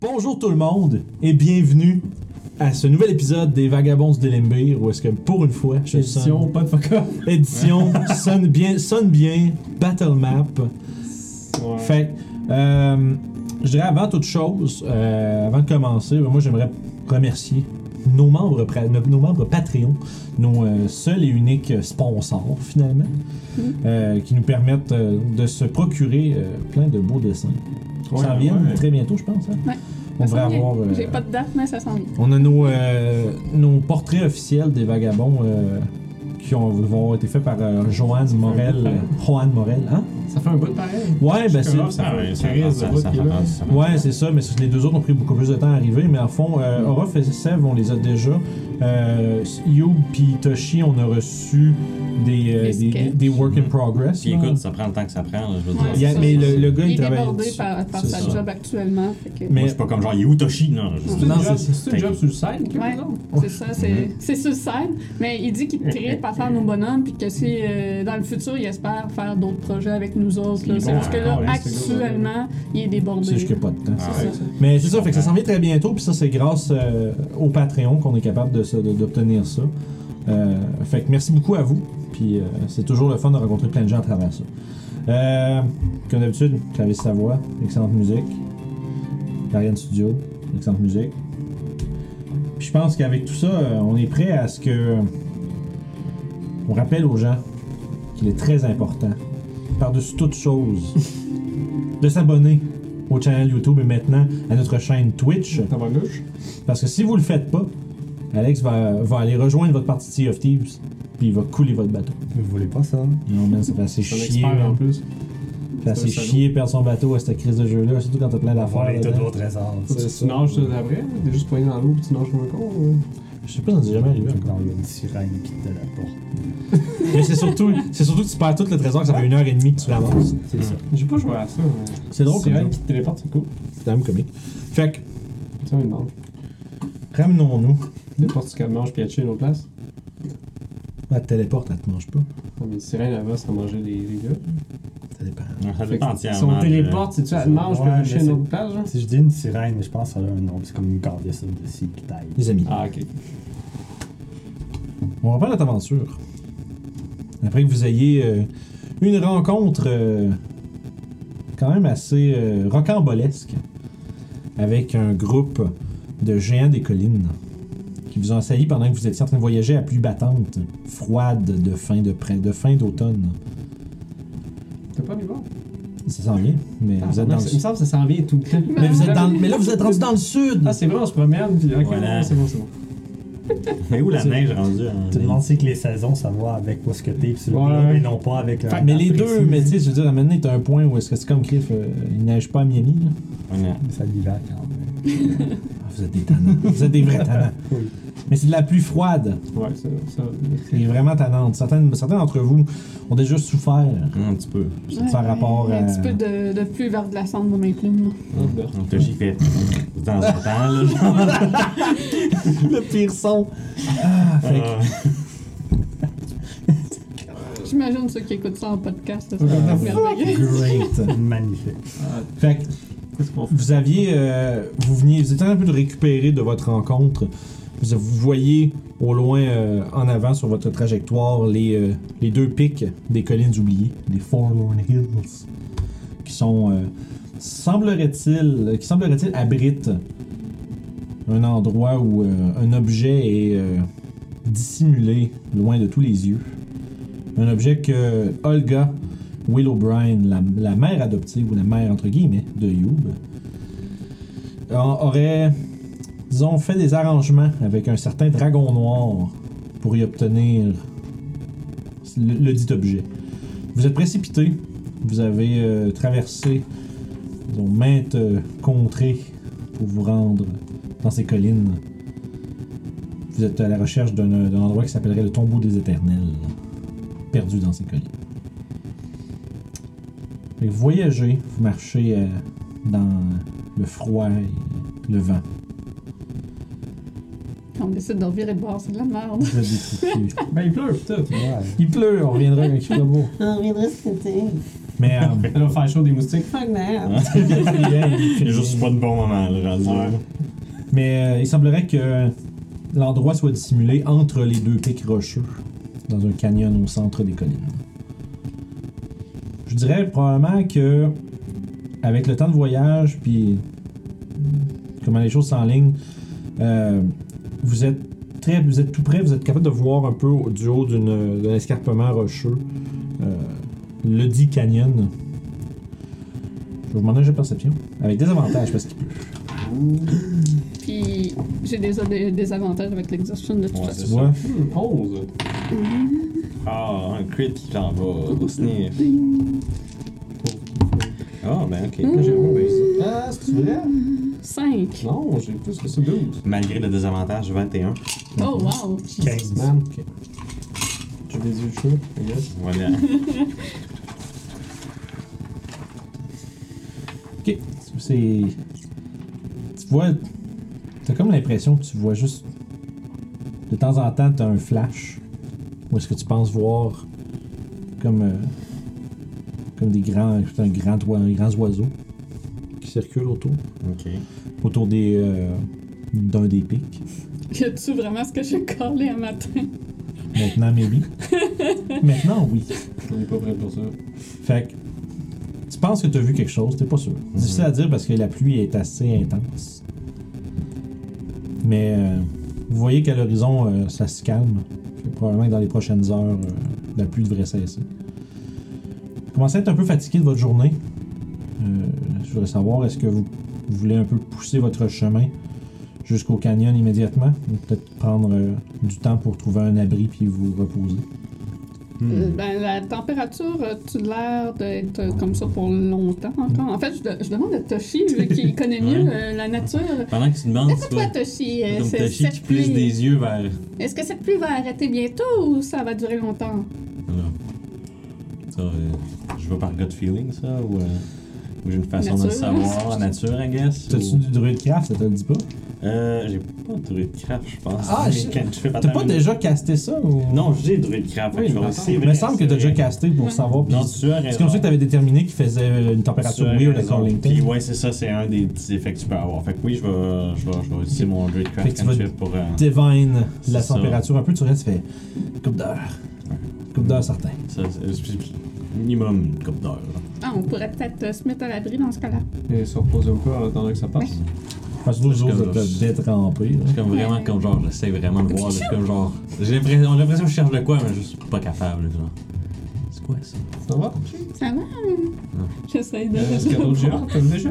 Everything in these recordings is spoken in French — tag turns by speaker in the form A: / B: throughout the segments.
A: Bonjour tout le monde et bienvenue à ce nouvel épisode des Vagabonds de Limbir où est-ce que pour une fois, je
B: Édition,
A: sonne,
B: pas de fuck up.
A: édition sonne bien, sonne bien, battle map. Fait, euh, je dirais avant toute chose, euh, avant de commencer, ben, moi j'aimerais remercier nos membres, pra- nos nos membres Patreon, nos euh, seuls et uniques sponsors finalement, euh, qui nous permettent euh, de se procurer euh, plein de beaux dessins.
B: Ouais,
A: ça vient
B: ouais.
A: très bientôt, je pense. hein?
C: Ouais.
A: On
C: Ça
A: devrait
C: s'en vient.
A: avoir. euh,
C: J'ai pas de date, mais ça s'en vient.
A: on a nos, euh, nos portraits officiels des vagabonds euh, qui ont, vont été faits par euh, Joanne Morel. euh, Joanne Morel, hein?
B: Ça fait un bout pareil.
A: Ouais, ben c'est.
B: Commence à faire une crise de bout qui est là.
A: Ouais, c'est ça, mais c'est- les deux autres ont pris beaucoup plus de temps à arriver, mais en fond,
C: Mm.
A: euh, Orof et Sev, on les a déjà. Euh, Youb puis Toshi, on a reçu des, euh,
C: Des
A: des,
C: sketchs.
A: des work in progress.
D: Puis
A: là.
D: écoute, ça prend le temps que ça prend, là, je veux
C: Ouais,
D: dire.
A: Il y a-
C: c'est
A: mais
C: ça,
A: le, le gars, il,
C: Il est
A: travaille.
C: débordé
A: dessus.
C: par, par
A: C'est
C: sa
A: ça.
C: job actuellement. Fait que...
D: Moi,
A: Mais
D: je suis pas comme genre, il est où Toshi? Non, je
B: C'est
A: Non,
B: un
A: c'est-
B: job- C'est un job sur le site,
C: Ouais, c'est ça, c'est c'est suicide. Mais il dit qu'il tripe à faire nos bonhommes, puis que si euh, dans le futur, il espère faire d'autres projets avec nous autres. là.
B: Il est
C: C'est
B: bon
C: parce que
B: à
C: là,
B: parler, ce gars-là.
C: actuellement, il est débordé.
A: hein, c'est juste qu'il n'y a pas de temps.
B: Ah,
C: C'est
D: Arrête.
C: ça.
A: Mais c'est ça, fait que ça s'en vient très bientôt, puis ça c'est grâce euh, au Patreon qu'on est capable de se- de- d'obtenir ça. Euh, fait que merci beaucoup à vous, puis euh, c'est toujours le fun de rencontrer plein de gens à travers ça. Euh, comme d'habitude, Clavis Savoie, excellente musique. Ariane Studio, excellente musique. Puis je pense qu'avec tout ça, euh, on est prêt à ce que. On rappelle aux gens qu'il est très important, par-dessus toute chose, de s'abonner au channel YouTube et maintenant à notre chaîne Twitch.
B: T'as pas gauche?
A: Parce que si vous le faites pas, Alex va, va aller rejoindre votre partie de Sea of Thieves, puis il va couler votre bateau.
E: Vous voulez pas ça?
A: Non, man, ça fait assez
B: C'est un
A: chier.
B: expert en
A: man.
B: plus.
A: Ça fait hein. assez
B: c'est un
A: chier perdre son bateau à cette crise de jeu-là, surtout quand t'as plein d'affaires.
E: Voler tous
A: dedans.
E: vos trésors.
B: Faut que Tu nages sur la vraie, t'es juste poigné dans l'eau puis tu nages comme un con. ouais.
A: Je sais pas, ça s'est jamais arrivé.
E: Genre, il y a une sirène qui te la porte.
A: Mais c'est surtout, c'est surtout que tu perds tout le trésor, que ça fait une heure et demie que tu ramasses.
E: C'est ça.
B: J'ai pas joué à ça. mais-
A: C'est drôle comme
B: Sirène
A: jeu.
B: qui te téléporte, c'est cool.
A: C'est quand même comique. Fait que,
B: Ça, une mange.
A: ramenons-nous.
B: N'importe ce qu'elle mange puis elle chie une autre place.
A: Elle te téléporte, elle te mange pas.
B: Non, mais sirène, elle va se manger les, les gars.
A: Ça dépend.
D: Ça
B: Fait que
D: dépend entièrement.
B: Son
D: de-
B: téléporte, c'est-tu
A: euh,
B: elle te mange puis
E: Ouais,
B: elle chie
E: mais
B: une
E: c'est-
B: autre place, genre?
E: Si je dis une sirène, je pense qu'elle a un nom. C'est comme une gardesse de scie qui taille.
A: Les amis,
B: Ah, ok.
A: on reprend notre aventure. Après que vous ayez euh, une rencontre euh, quand même assez euh, rocambolesque avec un groupe de géants des collines qui vous ont assailli pendant que vous étiez en train de voyager à pluie battante, froide de fin de près, de fin d'automne.
B: T'as pas l'hiver?
A: Ça s'en vient, mais
B: Ah,
A: vous êtes dans le
B: Il me
A: sud.
B: semble que ça s'en vient tout le temps.
A: Mais, vous êtes dans le- mais là, vous êtes rendu dans le sud!
B: Ah, c'est vrai, on se promène puis. Ok,
D: Voilà.
B: ouais, c'est bon, c'est bon.
D: euh, Mais où la neige rendue? hein?
E: Tout le monde sait que les saisons, ça va avec où ce que t'es pis sur le
B: Ouais.
E: globe et non pas avec
A: Fait
E: le.
A: que- mais les deux, mais tu sais, je veux dire, à un moment donné, t'as un point où est-ce que c'est comme Criff, euh, il neige pas à Miami, là.
D: Voilà.
E: Ça l'hiver quand même.
A: Ah, vous êtes des tannants. vous êtes des vrais tannants.
E: Oui.
A: Mais c'est de la pluie froide.
B: Ouais, ça. ça...
A: qui est vraiment tannante. Certaines, certains d'entre vous ont déjà souffert.
D: Un petit peu.
C: Ouais,
A: par rapport à-
C: Un petit peu de, de pluie vers de la cendre de mes plumes.
D: Donc, Toshi fait de temps en temps, là, genre.
A: Le pire son. Ah, fait que-
D: Euh,
C: J'imagine ceux qui écoutent ça en podcast, ça
B: Ouais.
C: va merveilleux.
A: Ah, great.
E: Magnifique.
A: Fait que
B: Qu'est-ce qu'on fait?
A: vous aviez, euh, vous veniez, vous étiez un peu de récupérer de votre rencontre. Vous, vous voyez au loin, euh, en avant sur votre trajectoire, les, euh, les deux pics des collines oubliées, les Forlorn Hills, qui sont, euh, semblerait-il, euh, qui semblerait-il abritent un endroit où euh, un objet est euh, dissimulé loin de tous les yeux. Un objet que Olga Will O'Brien, la, la mère adoptive ou la mère entre guillemets de Youb, a- aurait, disons, fait des arrangements avec un certain dragon noir pour y obtenir le, le dit objet. Vous êtes précipité, vous avez euh, traversé disons, maintes euh, contrées pour vous rendre dans ces collines. Vous êtes à la recherche d'un euh, d'un endroit qui s'appellerait le tombeau des éternels, perdu dans ces collines. Fait que vous voyagez, vous marchez euh, dans le froid et le vent.
C: On décide d'en virer de bord, c'est de la merde.
A: Vous êtes détruits.
B: Ben, il pleut, putain.
E: Ouais.
A: il pleut, on reviendra quand il fera beau.
F: On reviendra cet été.
A: Mais. euh,
B: Elle va faire chaud des moustiques. Fuck that!
A: yeah,
D: C'est juste pas de bon moment, là, rendu là.
B: Ouais.
A: Mais euh, il semblerait que l'endroit soit dissimulé entre les deux pics rocheux, dans un canyon au centre des collines. Je dirais probablement que, avec le temps de voyage, puis comment les choses s'enlignent, euh, vous êtes très, vous êtes tout près, vous êtes capable de voir un peu au- du haut d'une- d'un escarpement rocheux euh, le dit canyon. Je vais vous demander un jeu de perception. Avec des avantages parce qu'il pleut.
C: Puis j'ai des, des, des avantages avec l'exhaustion de toute
D: Ouais,
C: façon.
A: Tu vois?
B: Hmm, 11.
D: Ah, un crit qui s'en va au sniff. Ah, ben ok.
B: J'ai oublié ça. Ah, c'est vrai?
C: 5.
B: Non, j'ai plus que ça. 12.
D: Malgré le désavantage, 21.
C: Oh, wow.
A: 15.
B: Man, ok. J'ai des yeux chauds, I guess.
D: Voilà.
A: Ok, tu- c'est. Tu vois. T'as comme l'impression que tu vois juste. De temps en temps, t'as un flash. Où est-ce que tu penses voir. Comme. euh, comme des grands. Un grand, oi- un grand oiseau. Qui circule autour.
D: Ok.
A: Autour des. euh, d'un des pics.
C: Que tu vraiment ce que j'ai collé un matin?
A: Maintenant, maybe. Maintenant, oui.
B: On est pas prêt pour ça.
A: Fait que. Tu penses que t'as vu quelque chose, t'es pas sûr.
B: Mhm.
A: Difficile à dire parce que la pluie est assez intense. Mais euh, vous voyez qu'à l'horizon, euh, ça se calme. Fait que probablement que dans les prochaines heures, euh, la pluie devrait cesser. Vous commencez à être un peu fatigué de votre journée. Euh, je voudrais savoir, est-ce que vous, vous voulez un peu pousser votre chemin jusqu'au canyon immédiatement? Ou peut-être prendre euh, du temps pour trouver un abri puis vous reposer?
D: Hmm.
C: Euh, Ben, la température, euh, tu l'air d'être euh, comme ça pour longtemps encore. En fait, je, de- je demande à Toshi, vu qu'il connaît mieux
D: Ouais. Ah,
C: euh, la nature.
D: Pendant que tu demandes,
C: Est-ce que
D: tu
C: toi,
D: vois.
C: Toshi, euh,
D: Comme
C: c'est-
D: Tachi qui
C: cette pluie,
D: plisse des yeux vers.
C: est-ce que cette pluie va arrêter bientôt ou ça va durer longtemps?
D: Voilà. Ça, euh, je vais par gut feeling, ça, ou, euh, ou j'ai une façon de le
C: Nature.
D: savoir, nature, I guess.
A: T'as-tu
D: ou-
A: du druidcraft, ça te le dit pas?
D: Euh, j'ai pas de druide craft, je pense.
A: Ah,
D: Mais
A: je-
D: quand tu fais
A: T'as pas
D: de...
A: déjà casté ça ou...
D: Non, j'ai druide craft,
A: Oui,
D: fait que je vais-
A: mais
D: c'est
A: il
D: vrai,
A: me semble que
D: c'est
A: t'as déjà
D: vrai.
A: casté pour
C: Ouais.
A: savoir. puis
D: Non, tu as raison.
A: C'est comme ça que t'avais déterminé qu'il faisait une
D: Tu
A: température
D: as
A: weird
D: raison.
A: sur
D: Puis
A: LinkedIn.
D: ouais, c'est ça, c'est un des petits effets que tu peux avoir. Fait que oui, je vais, je vais, je vais utiliser mon druide
A: Fait que
D: craft
A: tu
D: quand
A: vas-
D: tu fais pour. euh,
A: Divine la
D: C'est ça.
A: température un peu, tu restes, tu fais coupe d'heure. Coupe d'heure certain.
D: ça, c'est- c'est- c'est minimum une coupe d'heure. là.
C: Ah, on pourrait peut-être euh, se mettre à l'abri dans ce cas-là.
B: Et se reposer au corps en attendant que ça passe.
A: Parce que vous
D: Parce que
A: autres, vous
D: je-
A: êtes détrempés. là.
D: C'est comme vraiment comme genre, j'essaie vraiment de voir, là, c'est comme genre. J'ai l'impression, j'ai l'impression que je cherche de quoi, mais juste pas capable, genre. C'est quoi ça?
B: Ça va? Euh,
C: Ça va?
D: Ah.
C: J'essaie de.
D: Euh,
B: Est-ce qu'il y a d'autres géants? T'as vu déjà?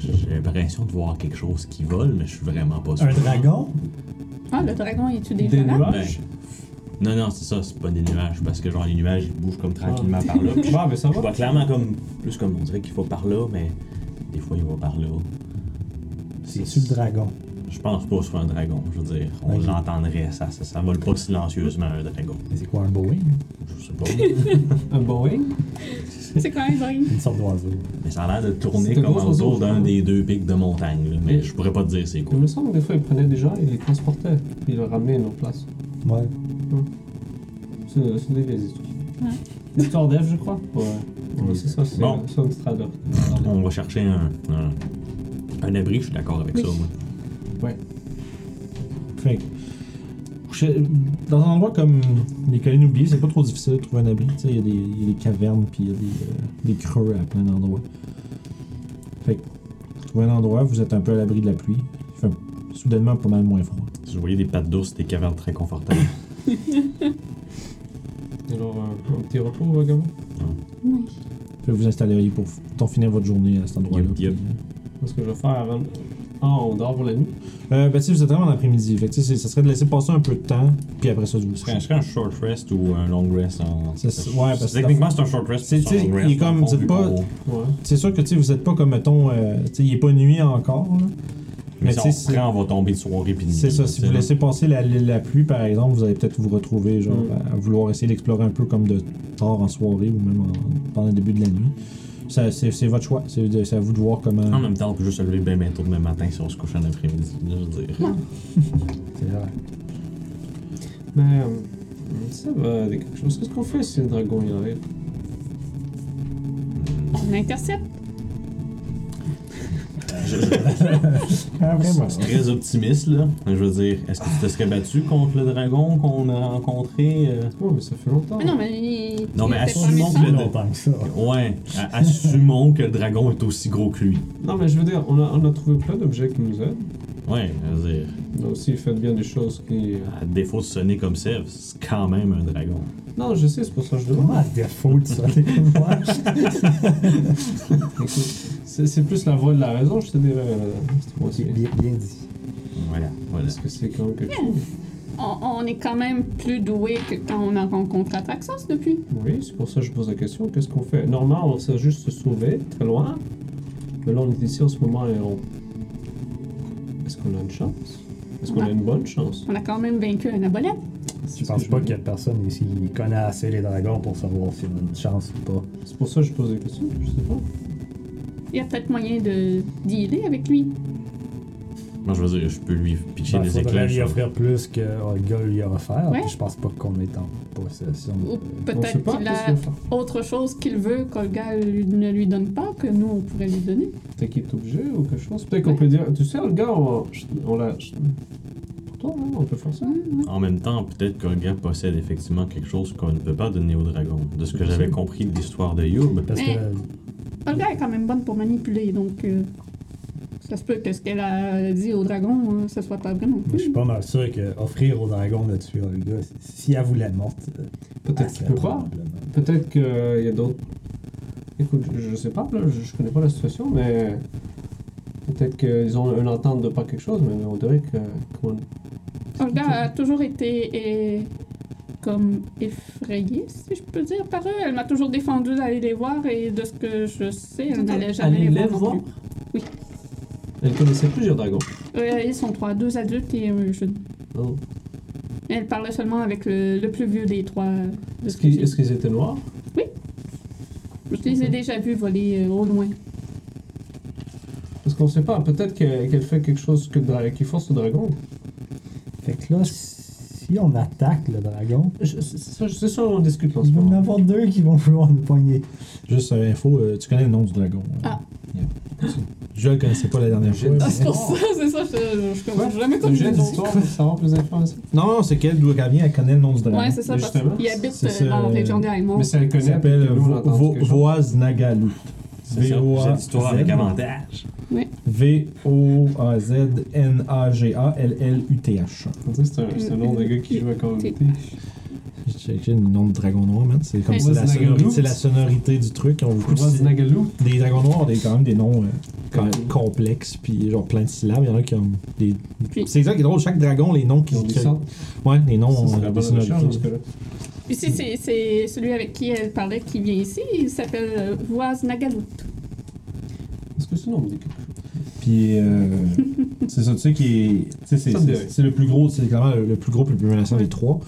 D: J'ai l'impression de voir quelque chose qui vole, mais je suis vraiment pas sûr.
A: Un dragon
C: Ah, le dragon, il tue des
B: Des
C: gens.
D: Ben,
B: nuages?
D: non, non, c'est ça, c'est pas des nuages, parce que genre les nuages ils bougent comme tranquillement
A: Ah.
D: par là. Puis
B: Bah, mais ça
D: Je
B: va.
D: vois clairement comme, plus comme on dirait qu'il faut par là, mais des fois il va par là.
E: C'est-tu le dragon?
D: Je pense pas sur un dragon, je veux dire. On
E: Ok.
D: l'entendrait, ça, ça, ça vole pas silencieusement un dragon.
E: C'est quoi un Boeing?
D: Je sais pas.
B: Un Boeing?
C: C'est quand même dingue.
E: Une sorte d'oiseau.
D: mais ça a l'air de
B: C'est
D: tourner
B: un
D: comme
B: gros
D: autour
B: oiseau,
D: d'un
B: je
D: des deux pics de montagne, là, mais je pourrais pas te dire c'est
B: Il
D: quoi.
B: me semble que des fois, ils prenaient des gens et ils les transportaient. Puis ils les ramenaient à une autre place.
E: Ouais.
B: C'est c'est des vieilles histoires.
C: Ouais.
B: Histoire d'Eve, je crois. Ouais. Ouais, c'est ça, c'est euh,
D: Bon.
B: ça, une strade.
D: On va chercher un, un, un abri, je suis d'accord avec
C: Oui.
D: ça. moi.
A: Fait que, je- dans un endroit comme les collines oubliées, c'est pas trop difficile de trouver un abri. Tu sais, Il y, a des- il y a des cavernes, puis il y a des, euh, des creux à plein d'endroits. Fait que, trouvez un endroit, vous êtes un peu à l'abri de la pluie. Il fait soudainement pas mal moins froid.
D: Je voyais des pattes d'ours, des cavernes très confortables.
B: Alors, euh, un, un petit repos, vagabond.
C: Oui.
A: Fait que vous installeriez pour t'en finir votre journée à cet endroit-là.
D: Yup, yup.
A: puis, euh,
B: Qu'est-ce que je vais faire avant. de- Ah, on dort pour la nuit.
A: Euh, ben, tu sais, vous êtes vraiment en après-midi. Fait que, tu sais, c'est- ça serait de laisser passer un peu de temps, puis après ça, de vous
D: Je serais,
A: coucher.
D: je serais un short rest ou un long rest en.
A: C'est- c'est- ouais, parce que-
D: Techniquement, c'est un short rest.
A: C'est-
D: c'est un
A: tu sais, il
D: long
A: est
D: rest, dans
A: comme-
D: le fond,
A: c'est
D: vu
A: pas-
D: qu'on-
B: Ouais.
A: C'est sûr que, tu sais, vous êtes pas comme, mettons, euh, tu sais, il est pas nuit encore, là.
D: Mais
A: Mais
D: si
A: tu
D: on
A: sais,
D: prend, on va tomber de soirée puis de
A: C'est
D: nuit,
A: ça,
D: là,
A: si
D: tu sais,
A: vous
D: là.
A: laissez passer la, la- la pluie, par exemple, vous allez peut-être vous retrouver, genre,
B: Mm.
A: à, à vouloir essayer d'explorer un peu comme de tard en soirée ou même en- pendant le début de la nuit. Ça, c'est, c'est votre choix, c'est, de- c'est à vous de voir comment.
D: En même temps, on peut juste se lever bien, bien tôt demain matin si on se couche en après-midi. là, Je veux dire.
E: C'est vrai.
B: Mais. euh, Ça va, il y a quelque chose. Qu'est-ce qu'on fait si le dragon y arrive
C: On intercepte.
A: Ah, vraiment.
D: C'est très optimiste, là. Je veux dire, est-ce que tu te serais battu contre le dragon qu'on a rencontré euh,
B: Ouais, mais ça fait longtemps.
C: Mais Ah non, mais. il-
D: Non,
C: il
D: mais
C: était pas
D: assumons
E: Plus
C: méchant.
E: longtemps que ça.
D: Ouais, a- assumons que le dragon est aussi gros que lui.
B: Non, mais je veux dire, on a, on a trouvé plein d'objets qui nous aident.
D: Ouais, je veux dire,
B: On a aussi fait bien des choses qui. euh,
D: à défaut de sonner comme ça, c'est quand même un dragon.
B: Non, je sais, c'est pour ça que je demande.
E: Comment à défaut de ça, les couloirs?
B: C'est c'est plus la voix de la raison, je te dirais. euh, c'est moi aussi.
E: Bien, bien dit.
D: Voilà, voilà.
B: Parce que c'est quand même quelque
C: Yeah.
B: chose.
C: On, on est quand même plus doué que quand on a rencontré Atraxos depuis.
B: Oui, c'est pour ça que je pose la question. Qu'est-ce qu'on fait Normalement, on s'est juste sauvé, très loin. Mais là, on est ici en ce moment et on. Est-ce qu'on a une chance Est-ce qu'on a une bonne chance
C: On a quand même vaincu un abolette.
B: C'est
E: Je
B: ce
E: pense
B: que
E: pas
B: veux
E: qu'il y
B: dire.
E: a personne ici qui connaît assez les dragons pour savoir si on a une chance ou pas.
B: C'est pour ça que je pose la question, je sais pas.
C: Il y a peut-être moyen de dealer avec lui.
D: Moi, je veux dire, je peux lui pitcher
E: Ben,
D: des
E: faudrait
D: éclairs.
E: lui
D: sur-
E: offrir plus que euh, le gars lui a offert.
C: Ouais.
E: puis Je pense pas qu'on est en possession.
C: Ou
E: de-
B: On sait
C: peut-être
B: pas
C: qu'il
B: qu'est-ce
C: a
B: qu'il va faire.
C: autre chose qu'il veut que le gars lui- ne lui donne pas, que nous, on pourrait lui donner.
B: T'as quitté objet ou quelque chose Peut-être qu'on peut dire. Tu sais, le gars, on, on l'a. Pour toi, hein, on peut faire ça.
D: En même temps, peut-être que le gars possède effectivement quelque chose qu'on ne peut pas donner au dragon. De ce que j'avais compris de l'histoire de Youb.
E: Parce que
C: Mais- Olga est quand même bonne pour manipuler, donc euh, ça se peut que ce qu'elle a dit au dragon, euh, ce soit pas vraiment.
E: je suis pas mal sûr que offrir au dragon de tuer le gars, si- si elle voulait morte, euh, elle
B: Peut-être qu'il
E: serait
B: peut pas.
E: probablement-
B: Peut-être qu'il y a d'autres. Écoute, je, je sais pas, là, je, je connais pas la situation, mais. Peut-être qu'ils ont une entente de pas quelque chose, mais on dirait que. qu'on-
C: Olga a toujours été eh, comme effrayée, si je peux dire, par eux. Elle m'a toujours défendu d'aller les voir et de ce que je sais, elle n'allait jamais
B: Allez,
C: les voir.
B: lève
C: non
B: voir.
C: plus. Oui.
B: Elle connaissait plusieurs dragons.
C: Euh, ils sont trois, deux adultes et euh, un jeune.
B: Oh.
C: Mais Elle parlait seulement avec le, le plus vieux des trois. euh, de ce
B: Est-ce
C: que
B: qu'ils
C: j'ai.
B: est-ce qu'ils étaient noirs
C: Je les ai déjà vus voler euh, au loin.
B: Parce qu'on sait pas, peut-être que- qu'elle fait quelque chose que, le dra- qui force le dragon.
E: Fait que là, si on attaque le dragon,
B: Je- C'est ça, c'est ça, on discute là, en ce
E: il va y en
B: moment.
E: avoir deux qui vont vouloir nous poigner.
A: Juste euh, info, euh, tu connais le nom du dragon. hein?
C: Ah.
A: Yeah. Je le connaissais pas la dernière fois. mais-
B: Ah,
C: c'est pour ça, c'est ça, je, je
B: Quoi?
C: jamais
B: C'est un jeu d'histoire pour savoir plus d'informations.
A: Non, non, c'est qu'elle, d'où elle vient, elle connaît le nom du dragon.
C: Ouais, c'est ça, parce
B: Justement,
C: qu'il habite
A: c'est
C: euh, dans la
A: ça,
C: région
A: euh,
C: des Highmonts.
B: Mais si elle
A: Il
B: connaît,
A: s'appelle
B: peut-être que nous, on
E: euh,
B: a entendu quelque chose.
A: Voaz Nagalu.
D: C'est ça, j'ai l'histoire avec avantage.
A: V-O-A-Z-N-A-G-A-L-L-U-T-H.
B: On dirait que c'est un- c'est un nom de gars qui joue à Call of Duty.
A: J'ai checké le nom de dragon noir, man. C'est comme
C: Mais-
A: c'est la,
B: Voaz
A: sonori-
B: Nagalu.
A: c'est la sonorité du truc. On vous
B: Voix de Nagalou.
A: Les dragons noirs ont des- quand même des noms euh, quand même complexes, puis genre plein de syllabes. Il y en a qui ont des.
C: Puis-
A: C'est ça qui est drôle, chaque dragon, les noms
B: Qui
A: qu'ils ont.
B: ont dit ça.
A: Ouais, les noms
B: Ça,
A: ont
B: c'est la
A: euh, des
B: bonne recherche dans ce
A: sonorités.
B: cas-là.
C: Ici, c'est- c'est celui avec qui elle parlait qui vient ici. Il s'appelle euh, Voaz Nagalut.
B: Est-ce que ce nom me dit quelque chose
A: Puis euh, c'est ça, tu sais, qui est. tu sais, c'est-
B: Ça me dit
A: c'est- C'est le plus gros, c'est clairement le le plus gros, puis le plus menaçant des trois.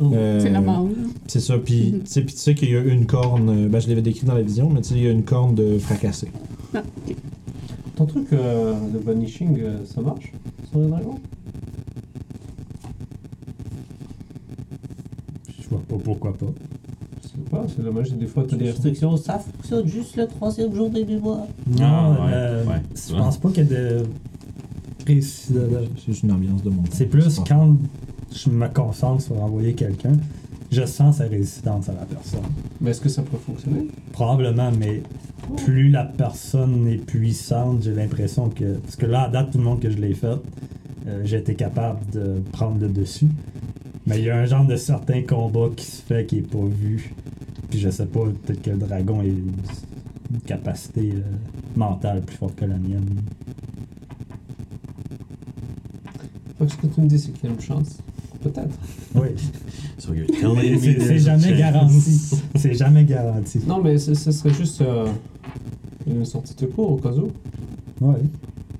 B: Oh.
A: Euh,
C: C'est la mort.
A: C'est ça, puis
C: Mhm.
A: tu sais, puis tu sais qu'il y a une corne, euh, ben je l'avais décrit dans la vision, mais tu sais, il y a une corne de fracassée.
B: Ton truc euh, de vanishing, euh, ça marche Sur les dragons
E: Je vois pas pourquoi pas.
B: Je sais pas, c'est la magie des fois. t'as
F: Les
B: des
F: restrictions, ça fonctionne juste le troisième jour des mémoires.
D: Ah, ouais,
E: euh,
D: ouais.
E: Je pense pas qu'il y a de. précis- de- de-
A: C'est juste une ambiance de monde.
E: C'est plus
A: pas-
E: quand je me concentre sur envoyer quelqu'un, je sens sa résistance à la personne.
B: Mais est-ce que ça pourrait fonctionner
E: Probablement, mais plus la personne est puissante, j'ai l'impression que. Parce que là, à date, tout le monde que je l'ai fait, euh, j'ai été capable de prendre le dessus. Mais il y a un genre de certain combat qui se fait qui est pas vu. Puis je sais pas, peut-être que le dragon a une une capacité euh, mentale plus forte que la mienne.
B: Donc, ce que tu me dis, c'est qu'il y a une chance. Peut-être.
E: Oui.
D: So you're telling me
E: C'est- C'est
D: there's a
E: jamais
D: chance.
E: garanti. C'est jamais garanti.
B: Non, mais ce ce serait juste euh, une sortie de cours au cas où.
E: Ouais.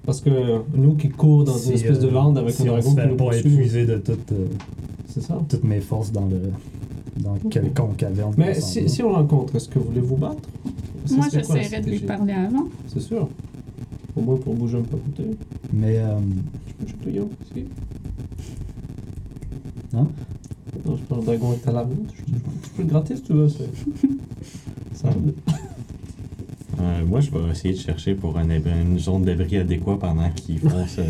B: Parce que euh, nous qui courons dans
E: Si,
B: une espèce de
E: euh,
B: lande avec
E: si
B: un
E: on
B: dragon
E: se
B: qui
E: fait
B: nous
E: pas
B: poursuit,
E: épuiser de toute, euh,
B: c'est ça.
E: toutes mes forces dans le dans quelconque caverne.
B: Mais
E: qu'on s'en
B: si,
E: va.
B: si on le rencontre, est-ce que vous voulez vous battre Ça
C: Moi,
B: serait quoi, la
C: j'essaierais de lui
B: stratégie?
C: parler avant.
B: C'est sûr. Au moins pour bouger un peu à côté.
E: Mais euh,
B: Je peux chatouiller un peu aussi.
E: Hein
B: Non, je parle dragon est à la main. Tu, tu- tu peux le gratter si tu veux. c'est- Ça,
E: Mm.
D: Ouais, Euh, moi, je vais essayer de chercher pour un abri- une zone d'abri adéquat pendant qu'ils font ce.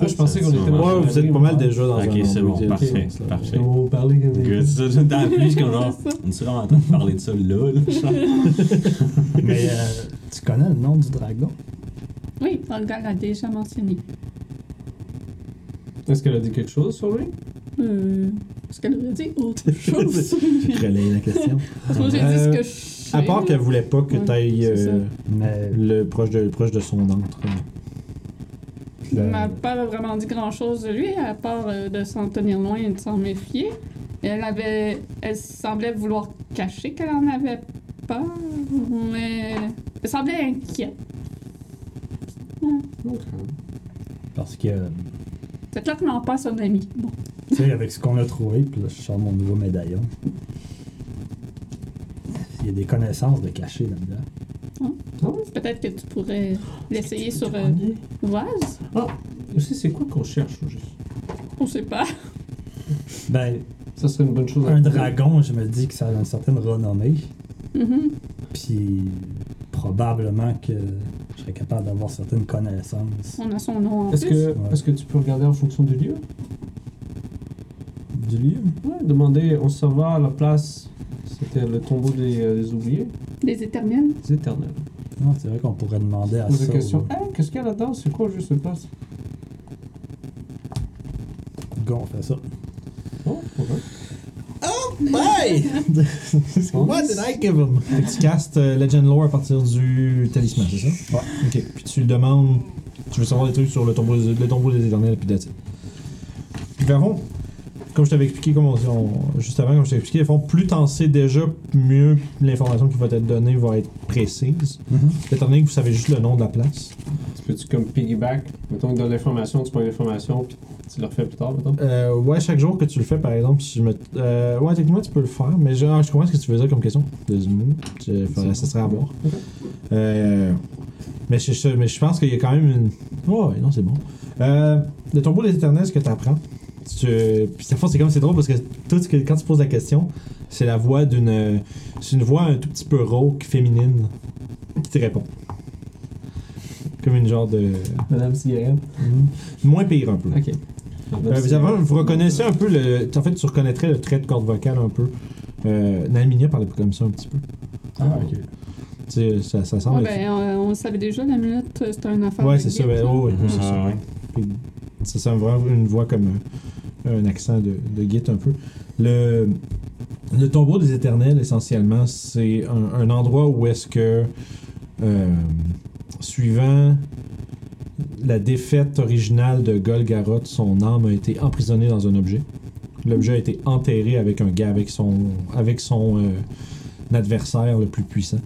B: Ah, je pensais qu'on était
A: Ouais, vous êtes pas mal déjà dans
D: Ok,
A: un
D: c'est
A: endroit
D: bon,
A: qui est-
D: parfait,
A: c'est-
D: parfait.
B: On va parler avec.
D: Good. C'est ça, Dans la pluie, je suis comme genre, on est vraiment en train de parler de ça là, là, genre.
E: Mais euh, tu connais le nom du dragon?
C: Oui, Olga l'a déjà mentionné.
B: Est-ce qu'elle a dit quelque chose sur lui
C: Euh, Est-ce qu'elle aurait dit autre chose?
A: Je relaye la question.
C: Parce que moi, j'ai dit ce que je sais.
A: À part qu'elle voulait pas que
C: Ouais,
A: t'ailles
C: c'est ça.
A: euh,
E: Mais
A: le proche de, proche de son ventre.
C: Elle
A: Ben,
C: m'a pas vraiment dit grand-chose de lui, à part euh, de s'en tenir loin et de s'en méfier. Elle avait... Elle semblait vouloir cacher qu'elle en avait peur, mais... Elle semblait inquiète.
E: parce que, euh,
C: C'est clairement pas son ami. Bon.
E: tu sais, avec ce qu'on a trouvé, puis là, je sors mon nouveau médaillon. Il y a des connaissances de cachées là-dedans.
B: Ah
C: Peut-être que tu pourrais l'essayer sur euh,
F: Attendez.
C: Vaz?
B: Aussi, c'est quoi qu'on cherche au juste
C: On sait pas.
E: Ben,
B: Ça serait une bonne chose à
E: un dragon, je me dis que ça a une certaine renommée.
C: Mhm.
E: Puis probablement que je serais capable d'avoir certaines connaissances
C: On a son nom en
B: Est-ce
C: plus.
B: que,
E: Ouais.
B: est-ce que tu peux regarder en fonction du lieu
E: du lieu.
B: Ouais, demander, on s'en va à la place. C'était le tombeau des, euh, des oubliés,
C: Des éternels?
B: des éternels.
E: Non, c'est vrai qu'on pourrait demander
A: Ah,
E: à
B: Pose des
E: ça.
B: questions.
E: au-
B: Hey, qu'est-ce qu'il y a là-dedans C'est quoi juste le place
E: Go, on fait ça.
B: Oh, ouais.
A: Bye!
B: Hein?
A: What did I give him? Hein? Fait que tu castes euh, Legend Lore à partir du talisman, c'est ça? Ouais. Ok, puis tu lui demandes. Tu veux savoir des trucs sur le tombeau, le tombeau des éternels, puis that's it. Puis, dans le fond, comme je t'avais expliqué, comme on, on- juste avant, comme je t'avais expliqué, dans le fond, plus t'en sais déjà, mieux l'information qui va être donnée va être précise. Étant donné que vous savez juste le nom de la place.
B: Tu peux-tu comme piggyback Mettons que dans l'information, tu prends l'information, puis tu le refais plus tard, mettons.
A: Euh, ouais, chaque jour que tu le fais, par exemple, si je me. Euh, ouais, techniquement, tu peux le faire, mais je, je comprends ce que tu veux dire comme question. Deux minutes, je- faudrait- ça serait à voir. Euh, mais, je, je- mais je pense qu'il y a quand même une. Ouais, ouais, non, c'est bon. Euh, le tombeau des éternels, ce que tu apprends, tu, puis cette fois, c'est comme c'est drôle parce que, tout ce que quand tu poses la question, c'est la voix d'une. C'est une voix un tout petit peu rauque, féminine, qui te répond. Comme une genre de.
B: Madame Cigarette.
A: Moins pire un peu.
B: Ok.
A: Euh, vous, avez- vous reconnaissez un peu le. En fait, tu reconnaîtrais le trait de corde vocale un peu. Euh, Nalminia parlait comme ça un petit peu.
E: Ah, ok.
A: Tu sais, ça, ça
C: Ouais,
A: semble. être-
C: ben, on, on le savait déjà, la minute, euh, c'est un affaire.
A: ouais,
C: de
A: c'est ça.
C: guide,
A: ben,
C: là.
A: oh, oui, c'est ça.
D: Ah, ouais.
A: Puis, ça sonne vraiment une voix comme euh, un accent de, de git un peu. Le, le tombeau des éternels, essentiellement, c'est un, un endroit où est-ce que, euh, suivant la défaite originale de Golgaroth, son âme a été emprisonnée dans un objet. L'objet a été enterré avec un gars, avec son, avec son euh, adversaire le plus puissant,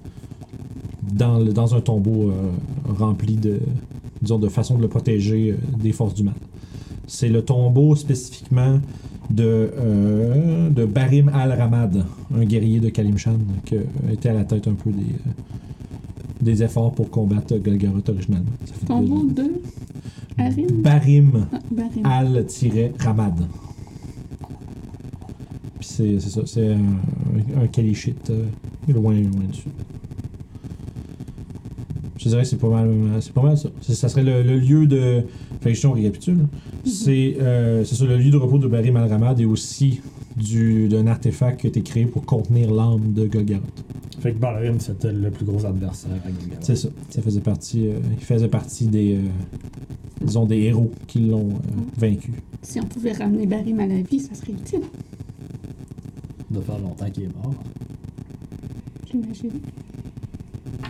A: dans, le- dans un tombeau euh, rempli de, disons, de façon de le protéger euh, des forces du mal. C'est le tombeau spécifiquement de, euh, de Barim al-Ramad, un guerrier de Kalimshan qui euh, était à la tête un peu des, euh, des efforts pour combattre Golgaroth originalement. Ça fait
C: Tombeau de
A: Ben,
C: Arim.
A: Barim
C: Ah, Barim.
A: al-Ramad. Puis c'est c'est ça, c'est un, un Kalishite euh, loin, loin dessus. Je dirais que c'est pas mal, euh, c'est pas mal ça. C'est- Ça serait le, le lieu de. Fait que si on récapitule, c'est euh, c'est ça le lieu de repos de Barim al-Ramad et aussi du- d'un artefact qui a été créé pour contenir l'âme de Golgaroth.
E: Fait que Balrim, c'était le plus gros adversaire à Gilgalad.
A: C'est ça. Ça faisait partie, euh, il faisait partie des, euh, disons, des héros qui l'ont euh, vaincu.
C: Si on pouvait ramener Barim à la vie, ça serait utile,
E: De faire longtemps qu'il est mort.
C: j'imagine.
B: Hein?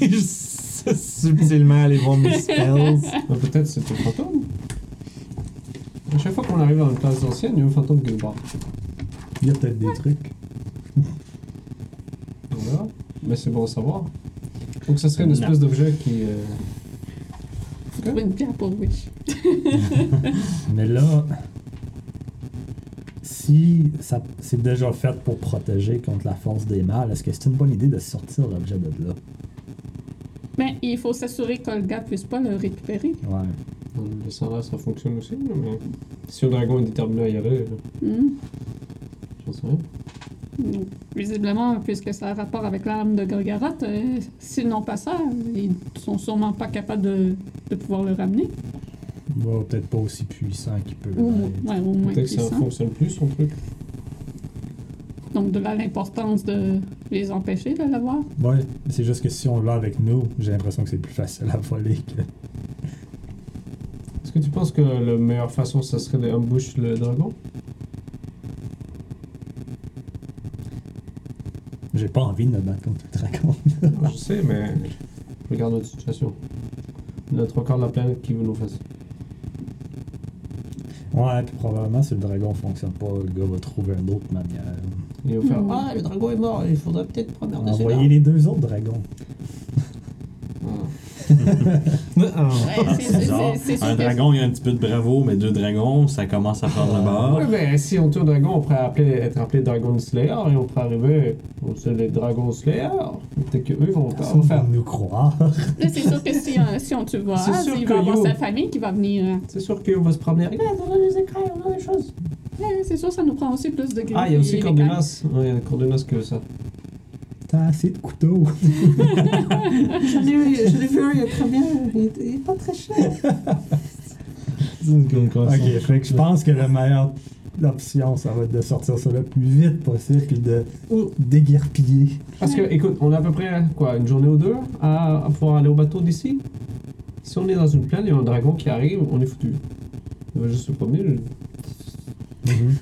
A: Juste subtilement aller voir mes spells.
B: Ah, Peut-être c'est un fantôme. À chaque fois qu'on arrive dans une place ancienne, il y a un fantôme qui nous parle.
E: Il y a peut-être des trucs.
B: On verra. Mais c'est bon à savoir. Donc ça serait une espèce d'objet qui. euh,
C: Faut trouver une pierre pour Wish.
E: Mais là, si ça c'est déjà fait pour protéger contre la force des mâles, est-ce que c'est une bonne idée de sortir l'objet de là?
C: Ben, il faut s'assurer qu'Olga puisse pas le récupérer.
E: Ouais.
B: Dans le descendant, ça fonctionne aussi, là, mais si le dragon est déterminé à y aller, là,
C: Hmm.
B: j'en sais rien.
C: Donc, visiblement, puisque ça a rapport avec l'arme de Golgaroth, euh, s'ils n'ont pas ça, ils sont sûrement pas capables de, de pouvoir le ramener.
E: Bon, peut-être pas aussi puissant qu'il peut.
C: Ou,
E: l'être.
C: ouais, au moins
B: Peut-être que ça
C: puissant.
B: fonctionne plus son truc.
C: Donc, de là l'importance de les empêcher de l'avoir.
E: Ouais, c'est juste que si on l'a avec nous, j'ai l'impression que c'est plus facile à voler que.
B: Est-ce que tu penses que la meilleure façon, ça serait d'emboucher le dragon
E: J'ai pas envie de me battre contre le dragon.
B: Je sais, mais regarde notre situation. On a trois quarts de la planète qui veut nous faire ça.
E: Ouais, puis probablement si le dragon fonctionne pas, le gars va trouver une autre manière.
B: Il va faire
C: Mm.
F: Ah, le dragon est mort, il faudrait peut-être prendre un de ceux-là.
E: Envoyer les deux autres dragons.
B: Ah.
A: Ah,
C: Ouais, c'est- c'est-
D: bizarre.
C: c'est- c'est sûr
D: Un
C: que-
D: dragon, il y a un petit peu de bravo, mais deux dragons, ça commence à prendre la barre.
B: ah. Ouais, mais si on tourne dragon, on pourrait appeler, être appelé Dragon Slayer et on pourrait arriver au seul des Dragon Slayer. Peut-être qu'eux vont
E: Personne
B: Ah, va faire.
E: va nous croire.
C: Là, c'est sûr que si, euh, si on tue voir,
B: C'est sûr
C: il
B: que
C: va avoir
B: yo-
C: sa famille qui va venir. hein.
B: C'est sûr qu'on va se promener. Regarde, on a des écrans, on a des choses.
C: Ouais, c'est sûr, ça nous prend aussi plus de griffes
B: Ah, il y a aussi
C: et-
B: Cordenas. Ouais, il y a Cordenas que ça.
E: T'as assez de couteaux.
F: J'en ai eu- je l'ai vu, il est très bien, il est, il est pas très cher.
A: c'est une bonne croissance.
E: Ok, fait que je pense que la meilleure option, ça va être de sortir ça le plus vite possible puis de déguerpiller.
B: Parce que, écoute, on a à peu près, quoi, une journée ou deux à, à pouvoir aller au bateau d'ici. Si on est dans une plaine et il y a un dragon qui arrive, on est foutu. On va juste se promener. je-
D: Mhm.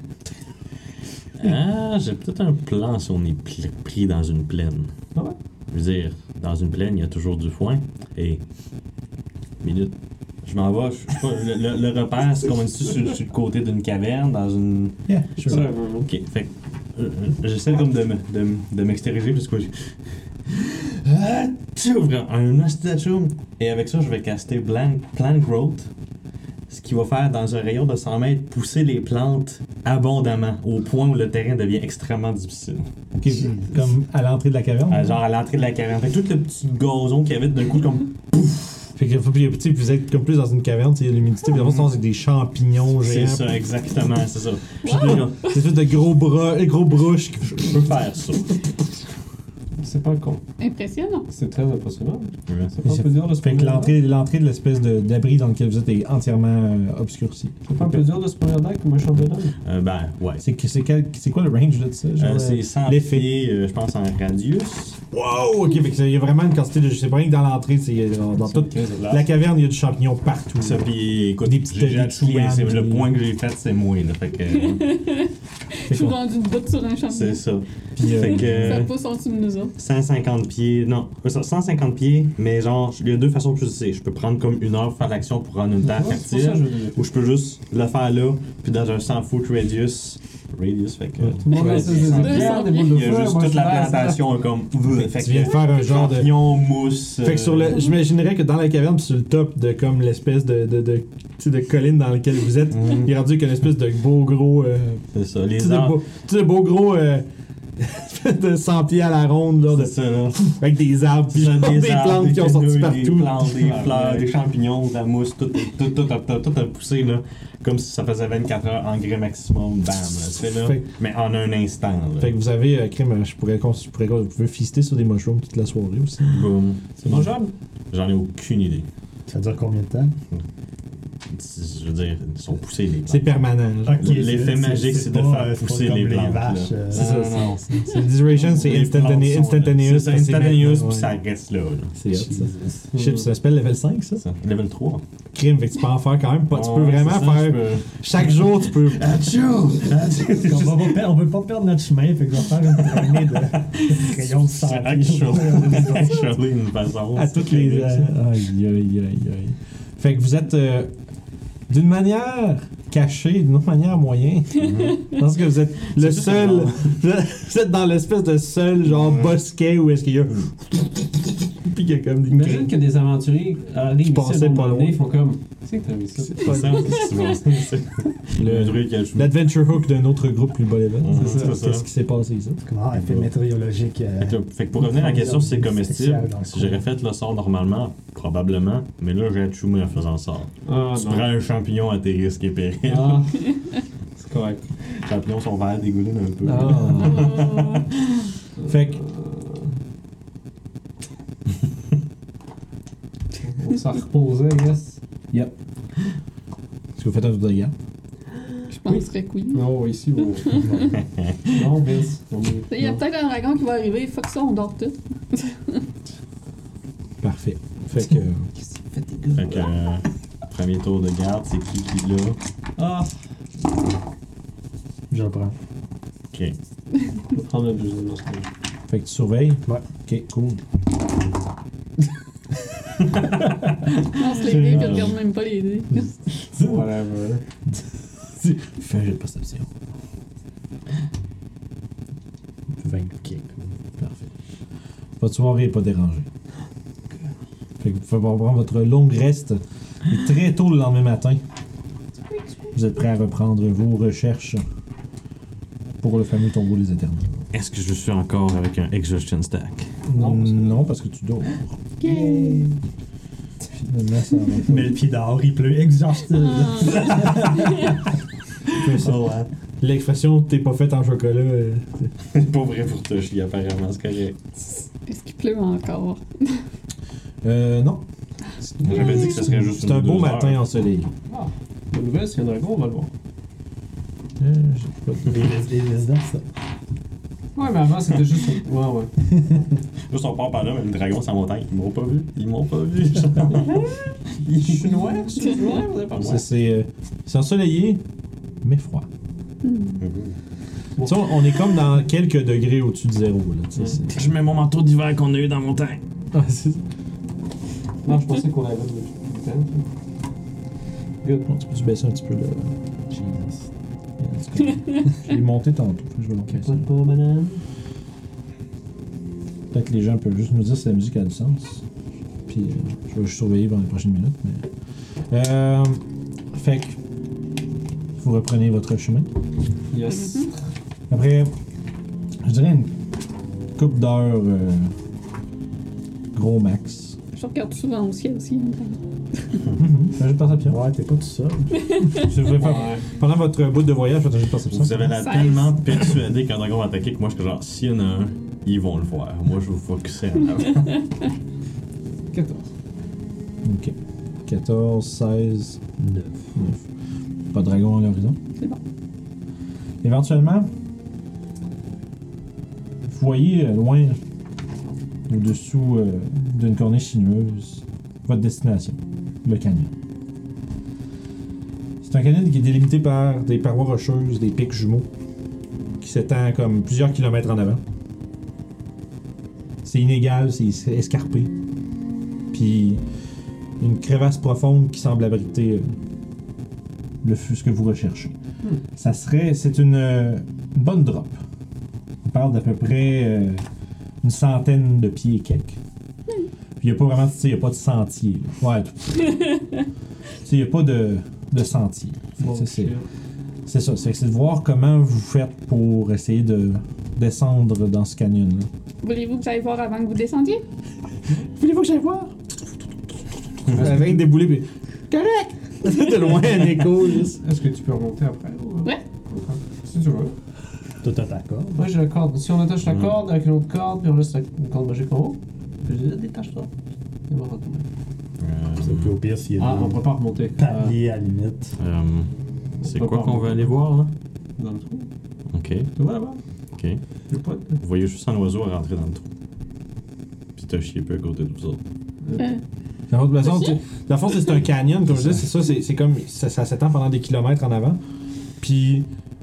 D: Ah, j'ai peut-être un plan si on est pl- pris dans une plaine.
B: Ah ouais?
D: Je veux dire, dans une plaine, il y a toujours du foin. Et. Minute. Je m'en vais. je- je sais pas, le, le- le repère, c'est comme une sur, sur le côté d'une caverne, dans une.
E: Yeah, sure.
B: Ouais, ouais,
D: Ok, fait que, euh, J'essaie comme de, me- de, me- de m'extériser parce que. Ah, tchou, vraiment, un astatchoum. Et avec ça, je vais caster Blank, Plant Growth. Ce qui va faire, dans un rayon de 100 mètres, pousser les plantes abondamment, au point où le terrain devient extrêmement difficile.
A: Ok, Comme à l'entrée de la caverne.
D: Euh, genre à l'entrée de la caverne. Fait que tout le petit gazon qu'il y avait d'un coup, comme.
A: Fait que faut- puis, tu sais, vous êtes comme plus dans une caverne, tu sais, il y a l'humidité, puis dans le fond, c'est des champignons
D: C'est
A: géants.
D: ça, exactement, c'est ça. Je
C: Wow!
A: C'est espèce de gros bras, euh, gros broches. qui-
D: je peux faire ça.
B: C'est pas con.
C: Impressionnant.
B: C'est très impressionnant.
D: Ouais.
B: C'est pas un peu dur de se
A: Fait
B: promener.
A: que
B: là-bas?
A: l'entrée, l'entrée de l'espèce de, d'abri dans lequel vous êtes est entièrement euh, obscurcie.
B: C'est pas un peu dur de se promener là-bas comme un championnat.
D: Euh, ben, ouais.
A: C'est, que- c'est, quel- c'est quoi le range là, de ça? genre,
D: Euh,
A: euh,
D: c'est 100
A: l'effet.
D: pieds, euh, je pense, en radius.
A: Wow! Ok, fait que il y a vraiment une quantité de. Je sais pas rien que dans l'entrée, c'est dans, dans toute la caverne, il y a du champignon partout.
D: Ça, puis écoute,
A: Des petites-
D: j'ai- j'ai
A: des
D: atchoué,
A: petites
D: c'est le
A: lianes,
D: point que j'ai fait, c'est moi, là. Fait que. euh,
C: Je
A: Fait
C: suis
A: qu'on-
C: rendu une botte sur un champignon.
D: c'est ça.
A: puis, euh,
D: Fait
C: Ça
D: que.
C: pousse en dessous de nous autres.
D: 150 pieds, non, euh, ça, 150 pieds, mais genre, il y a deux façons de l'utiliser. Je peux prendre comme une heure pour faire l'action pour rendre une tâche
B: C'est pour ça que
D: active,
B: je veux dire.
D: ou je peux juste le faire là, puis dans un 100 foot radius. Radius, fait que.
B: Tout le monde
D: Ouais,
B: lance des
D: c'est-
B: des bières, hein, des boules de
D: Il y a
B: feu,
D: juste
B: moi,
D: toute
B: je
D: la
B: lance-
D: plantation comme. Fait
A: tu viens de faire un genre de.
D: champignons, mousse.
A: Fait que sur le, j'imaginerais que dans la caverne, pis sur le top de comme l'espèce de, de, de, tu sais, de colline dans laquelle vous êtes,
D: Mhm.
A: il est rendu qu'une espèce de beau gros, euh,
D: C'est ça,
A: tu
D: les
A: sais, de
D: arbres.
A: beau, tu sais, de beau gros, euh, espèce de 100 pieds à la ronde, là, de-
D: C'est ça, là.
A: avec des arbres, pis
D: Des
A: genre des,
D: arbres,
A: plantes
D: des
A: qui ont sorti
D: quenouilles, Des
A: partout.
D: plantes, des fleurs,
B: ouais.
D: des champignons, de la mousse, tout, tout, tout, tout, tout, tout a poussé, là. Comme si ça faisait 24 heures en grès maximum, bam, là. C'est là.
A: Fait-
D: Mais en un instant, là.
A: Fait que vous avez, euh, crime, je pourrais, cons- je pourrais, vous pouvez fister sur des mushrooms toute la soirée aussi.
D: Boum.
B: C'est mangeable.
D: J'en ai aucune idée.
E: Ça dure combien de temps?
D: Je veux dire, ils sont poussés, les
A: C'est
D: plantes.
A: permanent. genre.
D: L'effet magique, c'est de
E: pas,
D: faire
E: euh, c'est pas
D: pousser
E: comme
D: les plantes,
E: vaches,
D: là.
E: euh,
A: C'est ça,
D: Non, non, non.
A: C'est le duration, c'est
D: Les plantes
A: instantané,
D: sont là.
A: instantaneous.
D: C'est ça,
A: parce que c'est
D: instantaneous,
A: maintenant,
D: puis
A: ouais.
D: ça reste là, là.
A: C'est hot, ça.
E: Jesus.
A: Chips, ça s'appelle level 5, ça?
D: Ça. Level 3.
A: Crime, fait que tu peux en faire quand même. pas- Tu peux
D: Ouais,
A: vraiment
D: c'est ça,
A: faire.
D: je peux-
A: Chaque jour, tu peux.
E: On va pas perdre- on veut pas perdre notre chemin, fait qu'on va faire une traînée de rayons de sang.
D: C'est actually, actually une façon.
A: à toutes les. euh, Aïe, aïe, aïe, aïe. Fait que vous êtes euh, d'une manière cachée, d'une autre manière moyen. Parce que vous êtes le
D: C'est
A: seul.
D: tout
A: Vous êtes dans l'espèce de seul, genre, bosquet où est-ce qu'il y a. Puis qu'il y a comme des.
B: Imagine que des aventuriers arrivent
A: Tu
B: ici,
A: pensais
B: à un
A: pas
B: moment
A: loin.
B: donné, ils font comme... C'est que t'as vu ça?
D: C'est ça, c'est bon. C'est le
A: Le-
D: truc qui a joué.
A: L'adventure hook d'un autre groupe plus bas level.
D: Mhm,
A: C'est ça.
D: c'est ça.
A: Qu'est-ce qui s'est passé, ça?
E: Comment effet météorologique. euh,
D: Fait que- Fait que pour revenir à la question, c'est comestible.
E: Spécial dans le
D: Si j'aurais fait le sort normalement, probablement, mais là, j'ai choumé en faisant le sort.
B: Ah,
D: Tu prends
B: non.
D: un champignon à tes risques et périls.
B: Ah, c'est correct.
D: champignons sont verts, dégoulinent un peu.
A: Ah. fait que
B: On s'en reposait, yes.
A: Est-ce que vous faites un tour de garde?
C: Je penserais que oui.
B: Non, ici, on... non, Vince, on est...
C: Il y a
B: non.
C: peut-être un dragon qui va arriver, fuck ça, on dort tout.
A: Parfait. Fait que.
F: Qu'est-ce que fait, des gars?
D: Fait que, euh, premier tour de garde, c'est qui qui l'a?
B: Ah!
E: Je le prends.
D: Ok.
B: Je vais prendre le deuxième dans ce cas-là.
A: Fait que tu surveilles?
E: Ouais.
A: Ok, cool.
C: Lance les dés, puis regarde même pas les dés.
B: Whatever.
A: Fais un jet de perception. 24. Parfait. Votre soirée n'est pas dérangée. Fait que vous pouvez reprendre votre longue reste. Et très tôt le lendemain matin, vous êtes prêt à reprendre vos recherches pour le fameux tombeau des éternels.
D: Est-ce que je suis encore avec un exhaustion stack?
B: Non, parce que-
A: non, parce que tu dors.
C: Yay!
A: Finalement, ça va.
E: Mais le pied dehors, il pleut exhaustif.
A: L'expression t'es pas faite en chocolat. euh,
D: C'est pas vrai pour te chier, apparemment, c'est correct.
C: Est-ce qu'il pleut encore?
A: Euh, non.
D: J'avais dit que ce serait juste
A: C'est un
D: une
A: beau
D: deux
A: matin
D: heures.
A: ensoleillé.
B: Ah, bonne nouvelle, s'il y a un dragon, on va le voir.
A: Euh, j'ai pas de-
E: les les résidents, ça.
B: Ouais, mais avant, c'était juste... Ouais, ouais.
D: Juste on part par là, mais le dragon sans montagne, ils m'ont pas vu. Ils m'ont pas vu.
B: Je suis noir, je suis noir, vous avez pas
A: Ça, C'est euh, c'est ensoleillé, mais froid. Tu sais, on on est comme dans quelques degrés au-dessus de zéro. Là, tu sais, c'est-
D: je mets mon manteau d'hiver qu'on a eu dans la montagne.
B: Non, je pensais qu'on l'avait depuis le temps. Good.
A: Bon, tu peux baisser un petit peu le. Jesus. Yeah, it's good. je l'ai monté tantôt. fait que Je vais le baisser.
B: pas, madame.
A: Peut-être que les gens peuvent juste nous dire si la musique a du sens. Puis euh, je vais juste surveiller pendant les prochaines minutes. Mais... Euh, fait que vous reprenez votre chemin.
B: Yes.
C: Mhm.
A: Après, je dirais une coupe d'heures euh, gros max.
C: Je regarde souvent au ciel aussi.
A: Fais un jeu de perception.
E: Ouais, t'es pas tout seul.
A: Je voudrais faire-
B: Ouais.
A: Pendant votre bout de voyage, faites un jeu de perception.
D: Vous avez l'air
C: Seize.
D: tellement persuadé qu'un dragon va attaquer que moi, je suis genre, s'il y en a un, ils vont le voir. Moi, je vais vous focuser en avant.
B: 14.
A: Ok. 14, 16,
E: 9.
A: 9. Pas de dragon à l'horizon.
C: C'est bon.
A: Éventuellement, vous voyez euh, loin, au-dessous euh, d'une corniche sinueuse, votre destination, le canyon. C'est un canyon qui est délimité par des parois rocheuses, des pics jumeaux, qui s'étend comme plusieurs kilomètres en avant. C'est inégal, c'est c'est escarpé. Puis une crevasse profonde qui semble abriter euh, le, fus- ce que vous recherchez. Ça serait. C'est une, euh, une bonne drop. On parle d'à peu près euh, une centaine de pieds et quelques. Il n'y a pas vraiment. Tu sais, il n'y a pas de sentier. là. Ouais. tout- tu sais, il n'y a pas de, de sentier. Fait que
B: Bon,
A: ça, c'est,
B: shit.
A: c'est ça. C'est, c'est de voir comment vous faites pour essayer de descendre dans ce canyon-là.
C: Voulez-vous que j'aille voir avant que vous descendiez?
A: Voulez-vous que j'aille voir? Avec des boulets, puis. Correct! de loin, un écho, juste.
B: Est-ce que tu peux remonter après ou-
C: Ouais.
B: D'accord. Si tu veux.
E: Tout à ta corde.
B: Moi, j'ai la corde. Si on attache la
D: Mm.
B: corde avec une autre corde, puis on laisse la une corde magique en haut, puis je dis, détache-toi. Il va retomber.
E: C'est
D: Euh,
E: plus au pire s'il y a
B: Ah, on
E: des
B: peut pas remonter. Euh,
E: paliers à la limite.
D: c'est
B: On peut
D: quoi
B: pas
D: qu'on
B: remonter.
D: veut aller voir, là?
B: Dans le trou.
D: Ok,
B: Tu vois là-bas
D: ok.
B: Le pote.
D: Vous voyez juste un oiseau à rentrer dans le trou. Puis t'as chié un peu à côté de vous autres.
C: Euh,
A: De toute façon,
C: Aussi?
A: tu- dans le fond, c'est un canyon, comme je disais, c'est ça, c'est c'est comme. Ça, ça s'étend pendant des kilomètres en avant. Puis,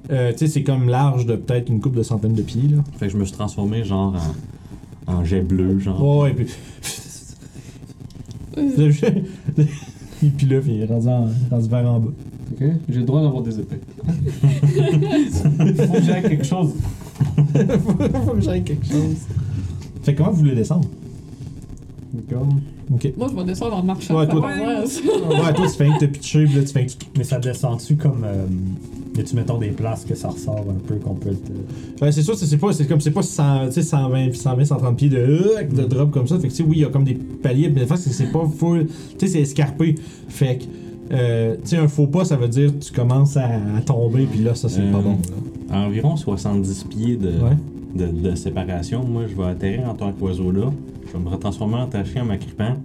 A: euh, tu sais, c'est comme large de peut-être une coupe de centaines de pieds, là.
D: Fait que je me suis transformé, genre, en, en jet bleu, genre.
A: Ouais, ouais, puis.
C: euh,
A: Et puis là, puis il est rendu, en, rendu vers en bas.
B: Ok. J'ai le droit d'avoir des épées. Faut que j'aille quelque chose.
A: Faut que j'aille quelque chose. Fait que comment vous voulez descendre?
B: D'accord.
A: Ok.
C: moi, je vais descendre en marchant.
A: Ouais, toi-
C: Ça va voir, ça.
A: Ouais, toi, tu fais que te pitcher, puis là, tu fais que
E: Mais ça descend-tu comme. Euh, y a-tu, mettons, des places que ça ressort un peu qu'on peut te.
A: Ouais, Ben, c'est sûr, c'est c'est pas, c'est comme c'est pas 100, tu sais, 120, 120, 130 pieds de, de
D: Mm.
A: drop comme ça. Fait que tu sais, oui, il y a comme des paliers, mais la face, c'est c'est pas full, tu sais, c'est escarpé. Fait que, euh, tu sais, un faux pas, ça veut dire que tu commences à, à tomber, puis là, ça c'est
D: Euh,
A: pas bon. là.
D: à environ 70 pieds de,
A: Ouais.
D: de, de séparation. Moi, je vais atterrir en tant qu'oiseau-là. Je vais me retransformer en tachin en m'accrupant.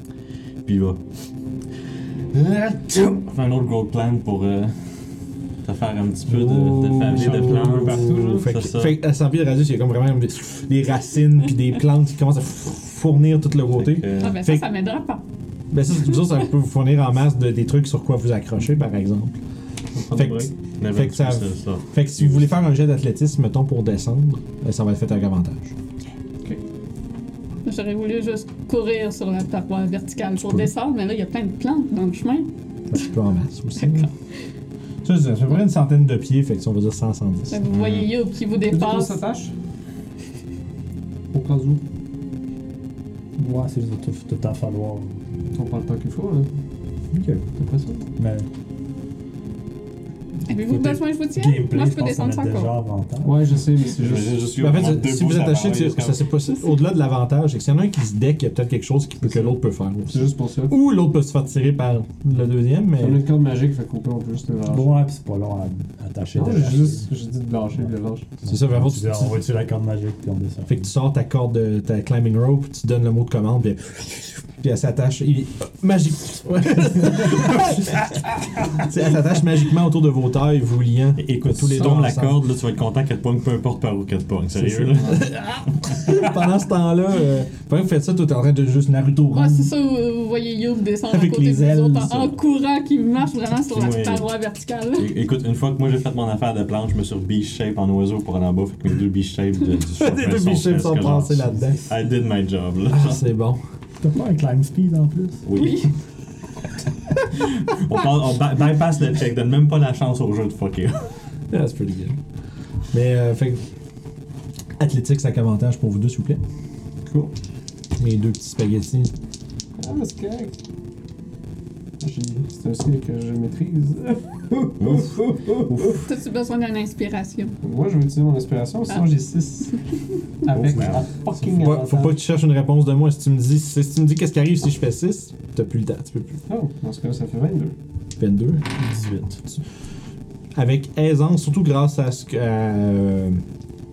D: Puis, il va. Faire un autre gold plan pour euh, te faire un petit peu de, de famille de plantes
B: Oh.
D: partout. là.
A: Fait
D: C'est
A: que,
D: ça.
A: fait que à 100 pieds de radius, il y a comme vraiment des, des racines puis des plantes qui commencent à fournir tout le
D: Fait
A: côté.
D: que, euh,
C: Ah, ben
A: Fait
C: ça,
A: que-
C: ça m'aidera pas.
A: Ben ça, c'est vous autres, ça peut vous fournir en masse de- des trucs sur quoi vous accrocher, par exemple.
D: Ah,
A: Fait que,
D: never
A: fait que ça-
D: mind, c'est ça.
A: fait que si vous voulez faire un jet d'athlétisme, mettons, pour descendre, ben, ça va être fait avec avantage.
C: J'aurais voulu juste courir sur la paroi verticale pour
A: peux.
C: descendre, mais là, il y a plein de plantes dans le chemin.
A: Un petit peu en masse aussi. Ça, c'est à peu près une centaine de pieds, fait que ça, on va dire 100, 110.
C: Là, vous voyez Youb qui vous
B: Veux-tu qu'on
C: dépasse.
B: s'attache Au cas où,
E: Ouais, c'est juste tout, tout à falloir.
B: on parle tant qu'il faut, hein.
A: Ok.
B: T'as pas ça
E: Mais
C: Avez-vous
E: Côté
C: besoin que je vous tienne?
E: gameplay,
C: Moi,
E: je
C: je peux
E: pense qu'on a
C: descendre sans
E: déjà
C: corps.
E: avantage.
B: Ouais, je sais, mais c'est
D: Je-
B: juste.
D: je suis
A: Mais ben, en
D: au moment
A: fait,
D: de
A: si vous
D: debout,
A: attachez,
D: ça
A: c'est-
D: paraît
A: ça c'est pas au-delà de l'avantage. C'est que s'il y en a un qui se deck, il y a peut-être quelque chose qui peut, que
B: C'est ça.
A: l'autre peut faire aussi.
B: C'est juste pour ça.
A: Ou l'autre peut se faire tirer par le deuxième, mais.
B: On a une corde magique, fait qu'on peut, on peut juste le lâcher.
E: Ouais, pis c'est pas long à attacher.
B: Non, j'ai
E: détacher.
B: juste j'ai dit de lâcher, de lâcher.
A: C'est ça, vraiment,
E: Tu dis, on va tuer la corde magique puis on descend.
A: Fait que tu sors ta corde de ta climbing rope, tu donnes le mot de commande, puis, puis elle s'attache. il- Magique. Ouais. Tu sais, elle s'attache magiquement autour de vos tailles, vous liant.
D: Écoute,
A: Tous
D: tous
A: les
D: les
A: deux
D: tombes la
A: ensemble.
D: corde, là, tu vas être content qu'elle te pogne peu importe par où qu'elle te pogne. Sérieux, là?
A: Pendant ce temps-là, euh, pendant que vous faites ça, toi, t'es en train de juste Naruto
C: Ouais,
A: run.
C: c'est ça, vous vous voyez Youb descendre à
A: Avec
C: côté
A: les
C: de vous
A: ailes,
C: autres
A: ça.
C: en, en courant qui marche vraiment sur la
D: Ouais.
C: paroi verticale.
D: É- Écoute, une fois que moi j'ai fait mon affaire de planche, je me suis re shape en oiseau pour aller en bas, fait que mes deux beach shapes de, du short
A: Les
D: press
A: deux bichets sont
D: presque
A: passés
D: genre,
A: là-dedans.
D: I did my job, là.
A: Ah, c'est bon.
E: T'as pas un climb speed en plus?
D: Oui. on passe- on by- bypass le check, donne même pas la chance au jeu de fucker.
A: Yeah, That's pretty good. Mais, euh, fait que. Athlétique, sac avantage pour vous deux, s'il vous plaît.
B: Cool.
A: Mes deux petits spaghettis.
B: Ah, mais c'est correct. Ah, J'ai- C'est un skill que je maîtrise.
D: Ouf.
C: T'as-tu besoin d'une inspiration?
B: Moi, je vais utiliser mon inspiration, sinon
C: Ah.
B: j'ai 6. Avec
D: Oh, merde.
B: la
A: Faut pas,
B: fucking
A: faut pas que
B: avantage.
A: tu cherches une réponse de moi. Si tu me dis, si tu me dis qu'est-ce qui arrive si je fais 6, t'as plus le temps. Tu peux plus.
B: Oh, dans ce cas-là, ça fait 22.
A: 22.
E: 18.
A: avec aisance, surtout grâce à ce que. à, euh,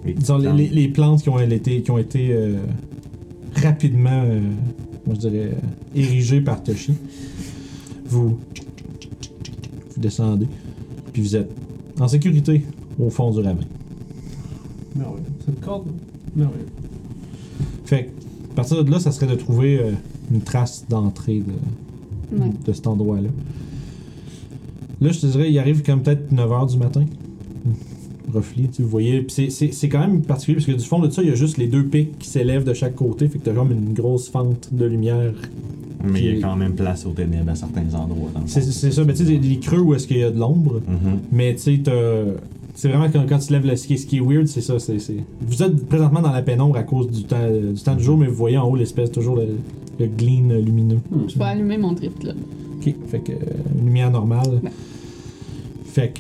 D: Les
A: disons, les, les- les plantes qui ont été, qui ont été euh, rapidement, euh, moi je dirais, euh, érigées par Toshi. Vous, vous descendez, puis vous êtes en sécurité au fond du ravin.
B: Merveilleux. Cette corde, merveilleux.
A: Fait que, à partir de là, ça serait de trouver euh, une trace d'entrée de.
C: Ouais.
A: de cet endroit-là. Là, je te dirais, il arrive comme peut-être 9h du matin. Reflet, tu vous voyez. Puis c'est- c'est c'est quand même particulier parce que du fond de ça, il y a juste les deux pics qui s'élèvent de chaque côté. Fait que t'as comme une grosse fente de lumière.
D: Mais il y a quand même place aux ténèbres à certains endroits. Dans le
A: C'est
D: fond.
A: c'est ça, mais tu sais, des- des creux où est-ce qu'il y a de l'ombre.
D: Mhm.
A: Mais tu sais, t'as- c'est vraiment quand, quand tu lèves le ski, ce qui est weird, c'est ça. c'est c'est- Vous êtes présentement dans la pénombre à cause du temps, du temps du jour, mais vous voyez en haut l'espèce, toujours le, le gleam lumineux.
C: Je vais allumer mon drift là.
A: Ok, fait que euh, lumière normale.
C: Ouais.
A: Fait que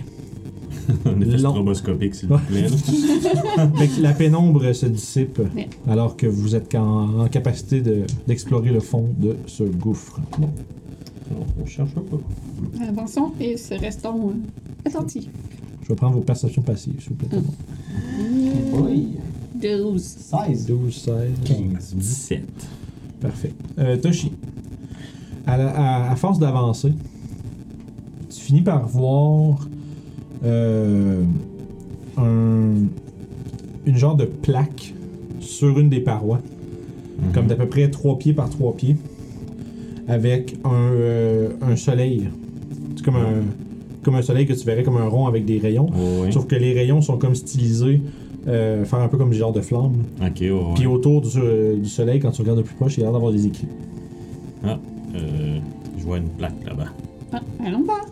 D: Un effet
A: Long.
D: stroboscopique, s'il vous
A: Ouais.
D: plaît. là.
A: Fait que la pénombre se dissipe
C: Ouais.
A: alors que vous êtes qu'en- en capacité de- d'explorer le fond de ce gouffre.
B: Alors, on cherche un peu.
C: Avançons et se restons euh, attentifs.
A: Je vais prendre vos perceptions passives, s'il vous plaît.
C: 12.
E: 16.
A: 12, 16.
E: 15.
D: 17.
A: Parfait. Euh, Toshi, à, la- à- à force d'avancer, tu finis par voir euh, un, une genre de plaque sur une des parois,
D: Mhm.
A: comme d'à peu près 3 pieds par 3 pieds, avec un, euh, un soleil. C'est comme un, comme un soleil que tu verrais comme un rond avec des rayons.
D: Ouais, ouais.
A: Sauf que les rayons sont comme stylisés, euh, faire un peu comme des genres de flammes.
D: Ok, ouais, ouais.
A: Puis autour du, euh, du soleil, quand tu regardes de plus proche, il y a l'air d'avoir des éclipses.
D: Euh, je vois une plaque là-bas.
C: Ah, allons voir.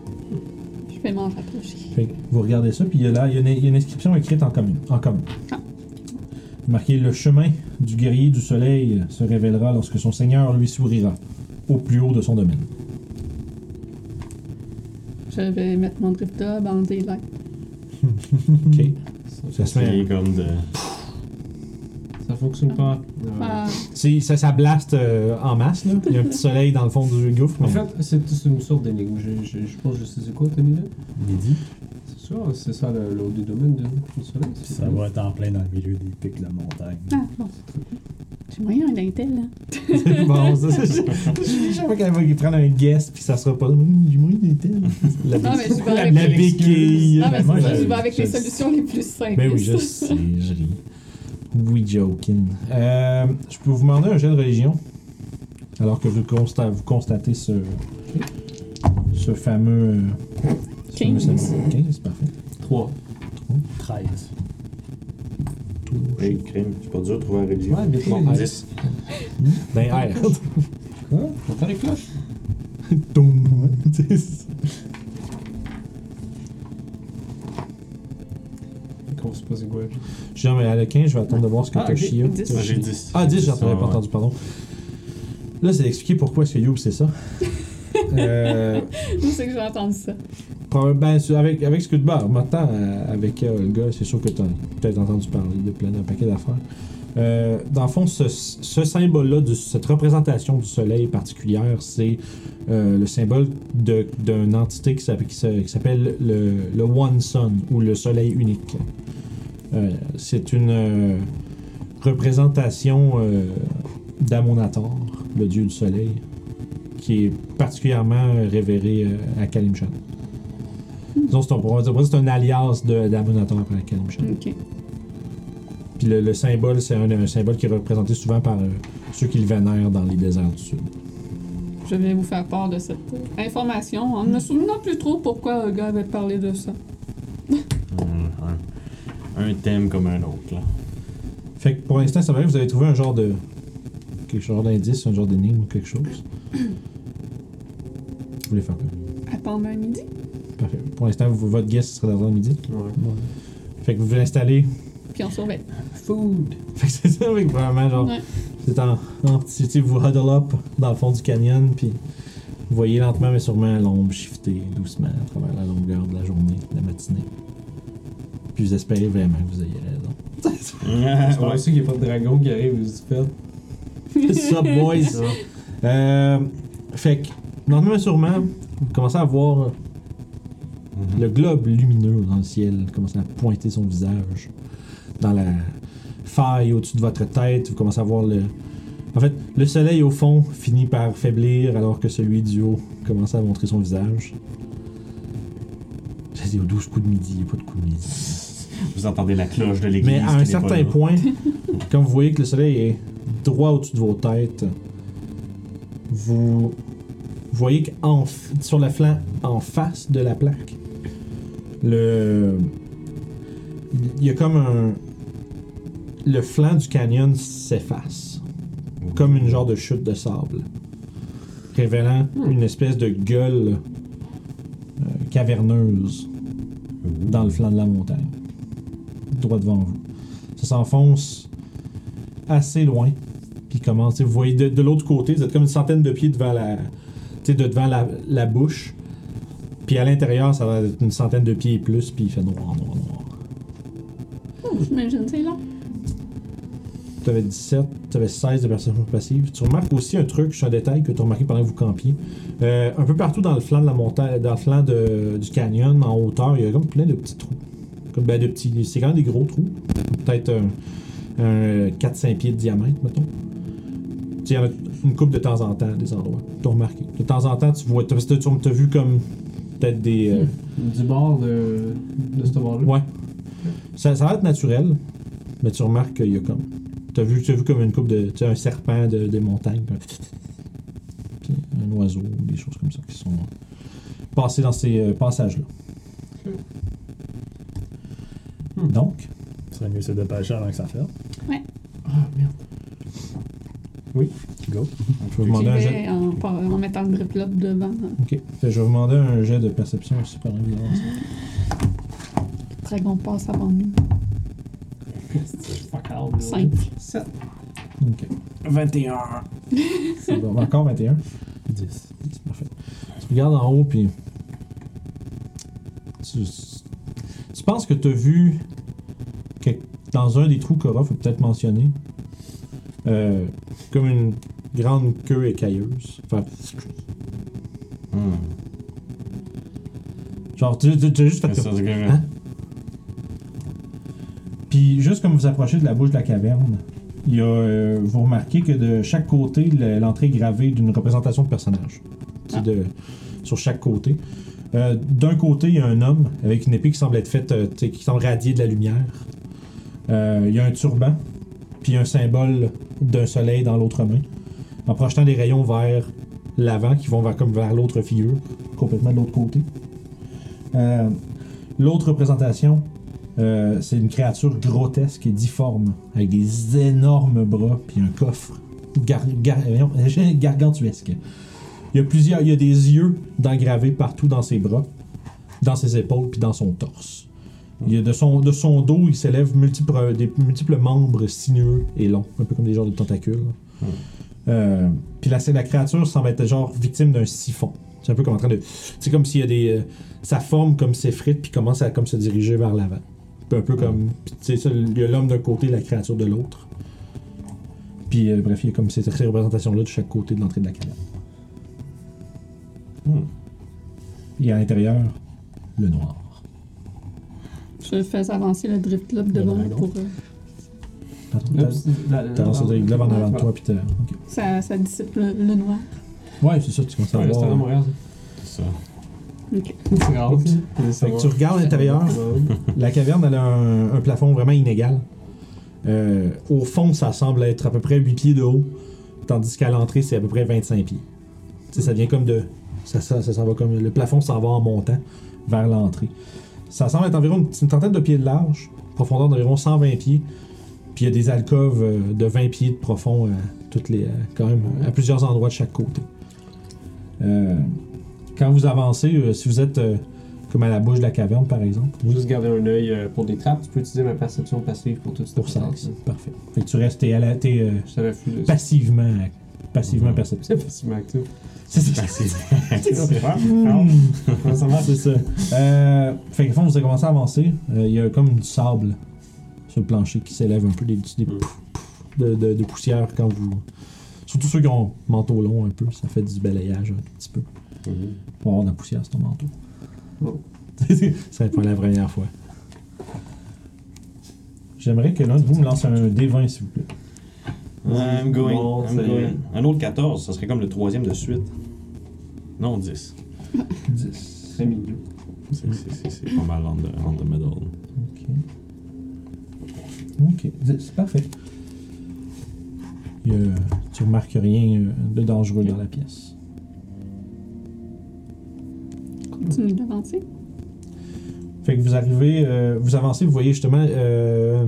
C: Je vais m'en rapprocher.
A: Fait que vous regardez ça, puis il y a là, il y a une, il y a une inscription écrite en commun. En commun.
C: Ah.
A: Marqué Le chemin du guerrier du soleil se révélera lorsque son seigneur lui sourira, au plus haut de son domaine.
C: Je vais mettre mon drift là dans des lights.
A: Ok. Ça se
D: C'est
A: met.
D: comme de.
B: Ça fonctionne pas.
C: Ah,
A: C'est- Ça, ça blaste euh, en masse, là. Il y a un petit soleil dans le fond du gouffre.
B: En
A: mais-
B: fait, c'est c'est une sorte d'énigme. Je, je, je pense que je sais c'est quoi, Tony, là.
E: Midi.
B: C'est sûr, c'est ça le, le haut des domaines de du soleil. c'est
E: Ça
B: ça.
E: va être en plein dans le milieu des pics de la montagne.
C: ah, bon. J'ai moyen hein. d'un tel, là.
A: bon, ça, ça, je- je- Chaque fois qu'elle va prendre un guest, puis ça sera pas. Hum, Du moins, il était. La,
C: Non, mais je vais
A: Ah, la,
C: avec
A: la
C: les
A: béquille.
C: Non, mais
A: Moi,
C: c'est ça,
A: je-
C: je vais avec les
A: je-
C: solutions les plus simples.
A: Ben oui, je sais, je ris. Oui, joking. Euh, je peux vous demander un jet de religion. Alors que vous, consta- vous constatez ce. Ce fameux. euh, ce fameux
C: 15.
A: symbole. 15, c'est parfait.
B: 3.
E: 13.
D: Hey, crime, c'est pas dur de trouver un religieux.
B: Ouais, mais
D: Bon,
B: ouais.
D: 10.
A: Ben, hey,
B: Quoi T'entends les cloches
A: Toum, tu sais,
B: Comment se passe quoi
A: Je dis, non, mais à le 15, je vais attendre de voir ce que
B: Ah, ok.
A: Toshio.
C: Dix.
D: Ah, j'ai 10.
A: Ah, 10, j'entendais pas
D: Ouais.
A: entendu, pardon. Là, c'est d'expliquer pourquoi est-ce que Youb, c'est ça. euh,
C: Je sais que j'ai entendu ça.
A: proba- ben, sur- avec, avec ce coup de barre, maintenant, euh, avec euh, le gars, c'est sûr que t'as peut-être entendu parler de plein d'un paquet d'affaires. Euh, dans le fond, ce, ce symbole-là, du- cette représentation du soleil particulière, c'est euh, le symbole de- d'une entité qui s'appelle- qui se- qui s'appelle le, le One Sun ou le Soleil unique. Euh, c'est une euh, représentation euh, d'Amonator, le dieu du soleil, qui est particulièrement révéré euh, à Kalimshan. Disons, c'est un- on va dire- on va dire que c'est un alias de- d'Amonator à Kalimshan.
C: Ok.
A: Puis le, le symbole, c'est un, un symbole qui est représenté souvent par euh, ceux qui le vénèrent dans les déserts du sud.
C: Je vais vous faire part de cette euh, information en ne me souvenant plus trop pourquoi le gars avait parlé de ça.
D: Un, un- un thème comme un autre, là.
A: Fait que pour l'instant, ça va, vous avez trouvé un genre de. quelque genre d'indice, un genre d'énigme ou quelque chose. Vous voulez faire quoi
C: Attendre un midi?
A: Parfait. Pour l'instant, vous- votre guest sera dans le midi.
B: Ouais.
A: Fait que vous vous installez.
C: Puis on surveille.
B: Food
A: Fait que c'est ça, fait que vraiment, genre,
C: Ouais.
A: c'est en, en petit, tu sais, vous huddle up dans le fond du canyon, puis vous voyez lentement mais sûrement l'ombre shifter doucement à travers la longueur de la journée, de la matinée. Puis vous espérez vraiment que vous ayez raison.
B: C'est pour
D: ouais,
B: ça qu'il n'y a pas de dragon qui arrive et se pète.
A: C'est ça, boys. Euh, fait que, lentement mais sûrement, vous commencez à voir euh, le globe lumineux dans le ciel commencer à pointer son visage dans la faille au-dessus de votre tête. Vous commencez à voir le. En fait, le soleil au fond finit par faiblir alors que celui du haut commence à montrer son visage. J'ai dit au 12 coups de midi, il n'y a pas de coups de midi.
D: Vous entendez la cloche de l'église.
A: Mais à
D: qui
A: un
D: n'est pas
A: certain
D: là.
A: point, quand vous voyez que le soleil est droit au-dessus de vos têtes, vous voyez que sur le flanc, en face de la plaque, le il y a comme un le flanc du canyon s'efface, comme une genre de chute de sable, révélant une espèce de gueule euh, caverneuse dans le flanc de la montagne, droit devant vous. Ça s'enfonce assez loin, puis commence. tu sais, Vous voyez de, de l'autre côté, vous êtes comme une centaine de pieds devant la, tu sais, de devant la, la bouche, puis à l'intérieur, ça va être une centaine de pieds et plus, puis il fait noir, noir, noir.
C: Oh, J'imagine, c'est long.
A: Tu avais 17, tu avais 16 de perception passive. Tu remarques aussi un truc, juste un détail que tu as remarqué pendant que vous campiez. Euh, un peu partout dans le flanc de la montagne, dans le flanc de- du canyon, en hauteur, il y a comme plein de petits trous. Comme ben, de petits. C'est quand même des gros trous. Peut-être un, un 4-5 pieds de diamètre, mettons. Tu sais, Il y en a une coupe de temps en temps, des endroits. Tu as remarqué. De temps en temps, tu vois. Tu as vu comme peut-être des. euh,
B: Du bord de, de ce bord-là.
A: Ouais. Ça, ça va être naturel, mais tu remarques qu'il y a comme. T'as vu, t'as vu comme une coupe de. Tu sais, un serpent de, des montagnes. comme- Puis un oiseau, des choses comme ça qui sont passées dans ces euh, passages-là.
B: Hmm.
A: Donc,
E: Ce serait mieux se dépêcher avant que ça ferme.
B: Ah merde.
E: Go.
A: je vais vous demander un
C: J'y
A: jet.
C: vais en, par- en mettant le grip lock devant.
A: Ok. Fait que je vais vous demander un jet de perception aussi pendant que vous avancez.
C: Le dragon passe avant nous.
B: Fuck out.
C: 5.
B: 7.
A: Ok.
D: 21.
A: C'est bon. Encore 21.
E: 10.
A: C'est parfait. Tu regardes en haut, puis. Tu, tu penses que tu as vu que dans un des trous qu'Orof a peut-être mentionné, euh, comme une grande queue écailleuse. Enfin,
D: Hmm.
A: genre, tu tu- tu as juste fait
D: Ça,
A: comme-
D: c'est que-
A: Hein? Puis juste comme vous approchez de la bouche de la caverne, il y a, euh, vous remarquez que de chaque côté, le- l'entrée est gravée d'une représentation de personnage. C'est
C: Ah.
A: de- sur chaque côté. Euh, D'un côté, il y a un homme avec une épée qui semble être faite, euh, tu sais, qui semble radier de la lumière. Euh, il y a un turban, puis un symbole d'un soleil dans l'autre main, en projetant des rayons vers l'avant qui vont vers, comme vers l'autre figure, complètement de l'autre côté. Euh, l'autre représentation, euh, c'est une créature grotesque et difforme, avec des énormes bras puis un coffre gar- gar- voyons, gargantuesque. Il y a plusieurs, il y a des yeux d'engravés partout dans ses bras, dans ses épaules puis dans son torse. Il y a de son, de son dos, il s'élève multiples, des multiples membres sinueux et longs, un peu comme des genres de tentacules. Euh, puis la, la créature semble être genre victime d'un siphon. C'est un peu comme en train de. C'est comme s'il y a des. euh, sa forme comme s'effrite puis commence à comme se diriger vers l'avant. Puis Un peu comme. puis Tu sais, ça, il y a l'homme d'un côté, la créature de l'autre. Puis euh, bref, il y a comme ces, ces représentations-là de chaque côté de l'entrée de la caverne. Et à l'intérieur, le noir.
C: Je fais avancer le drift club
A: Le
C: devant
A: dragon.
C: pour. euh,
A: T'as t'as lancé des glaives en avant de toi, puis t'as. ok.
C: ça, ça dissipe le, le noir.
A: Ouais, c'est ça, tu commences à
B: Ouais, c'est
A: voir.
B: à Montréal.
D: C'est ça.
C: Ok.
B: C'est grave.
A: Fait que tu regardes l'intérieur, La caverne, elle a un, un plafond vraiment inégal. Euh, au fond, ça semble être à peu près 8 pieds de haut, tandis qu'à l'entrée, c'est à peu près 25 pieds. Tu sais, ça vient comme de. Ça, ça, ça s'en va comme. Le plafond s'en va en montant vers l'entrée. Ça semble être environ une, une trentaine de pieds de large, profondeur d'environ 120 pieds. Puis il y a des alcôves euh, de 20 pieds de profond, euh, toutes les, euh, quand même, à plusieurs endroits de chaque côté. Euh, quand vous avancez, euh, si vous êtes euh, comme à la bouche de la caverne, par exemple,
B: Faut juste garder un œil euh, pour des trappes. Tu peux utiliser ma perception passive pour tout ça.
A: pour ça, c'est Parfait. Fait que tu restes, t'es, à la- t'es, euh,
B: Je savais plus de ça.
A: passivement, passivement
D: Mhm.
A: perceptif.
B: C'est facilement actif.
A: C'est ça.
B: Comment ça marche?
A: C'est Ah ça. Euh, fait que, au fond, vous avez commencé à avancer. Euh, Il y a comme du sable sur le plancher qui s'élève un peu, des, des pouf, pouf de, de- de poussière quand vous. Surtout ceux qui ont manteau long un peu, ça fait du balayage un petit peu. Pour avoir de la poussière sur ton manteau.
B: Bon.
A: ça va être pas la première fois. J'aimerais que l'un de vous me lance un D20, s'il vous plaît.
D: I'm going.
B: Bon,
D: I'm
B: c'est-
D: going. Un autre 14, ça serait comme le troisième de suite. Non, 10.
A: 10.
B: Très mignon.
D: C'est- c'est- C'est c'est pas mal en de, en de middle.
A: Ok. Ok, c'est parfait. Il y a- tu remarques rien euh, de dangereux dans la pièce.
C: Continue d'avancer.
A: Fait que vous arrivez, euh, vous avancez, vous voyez justement, euh,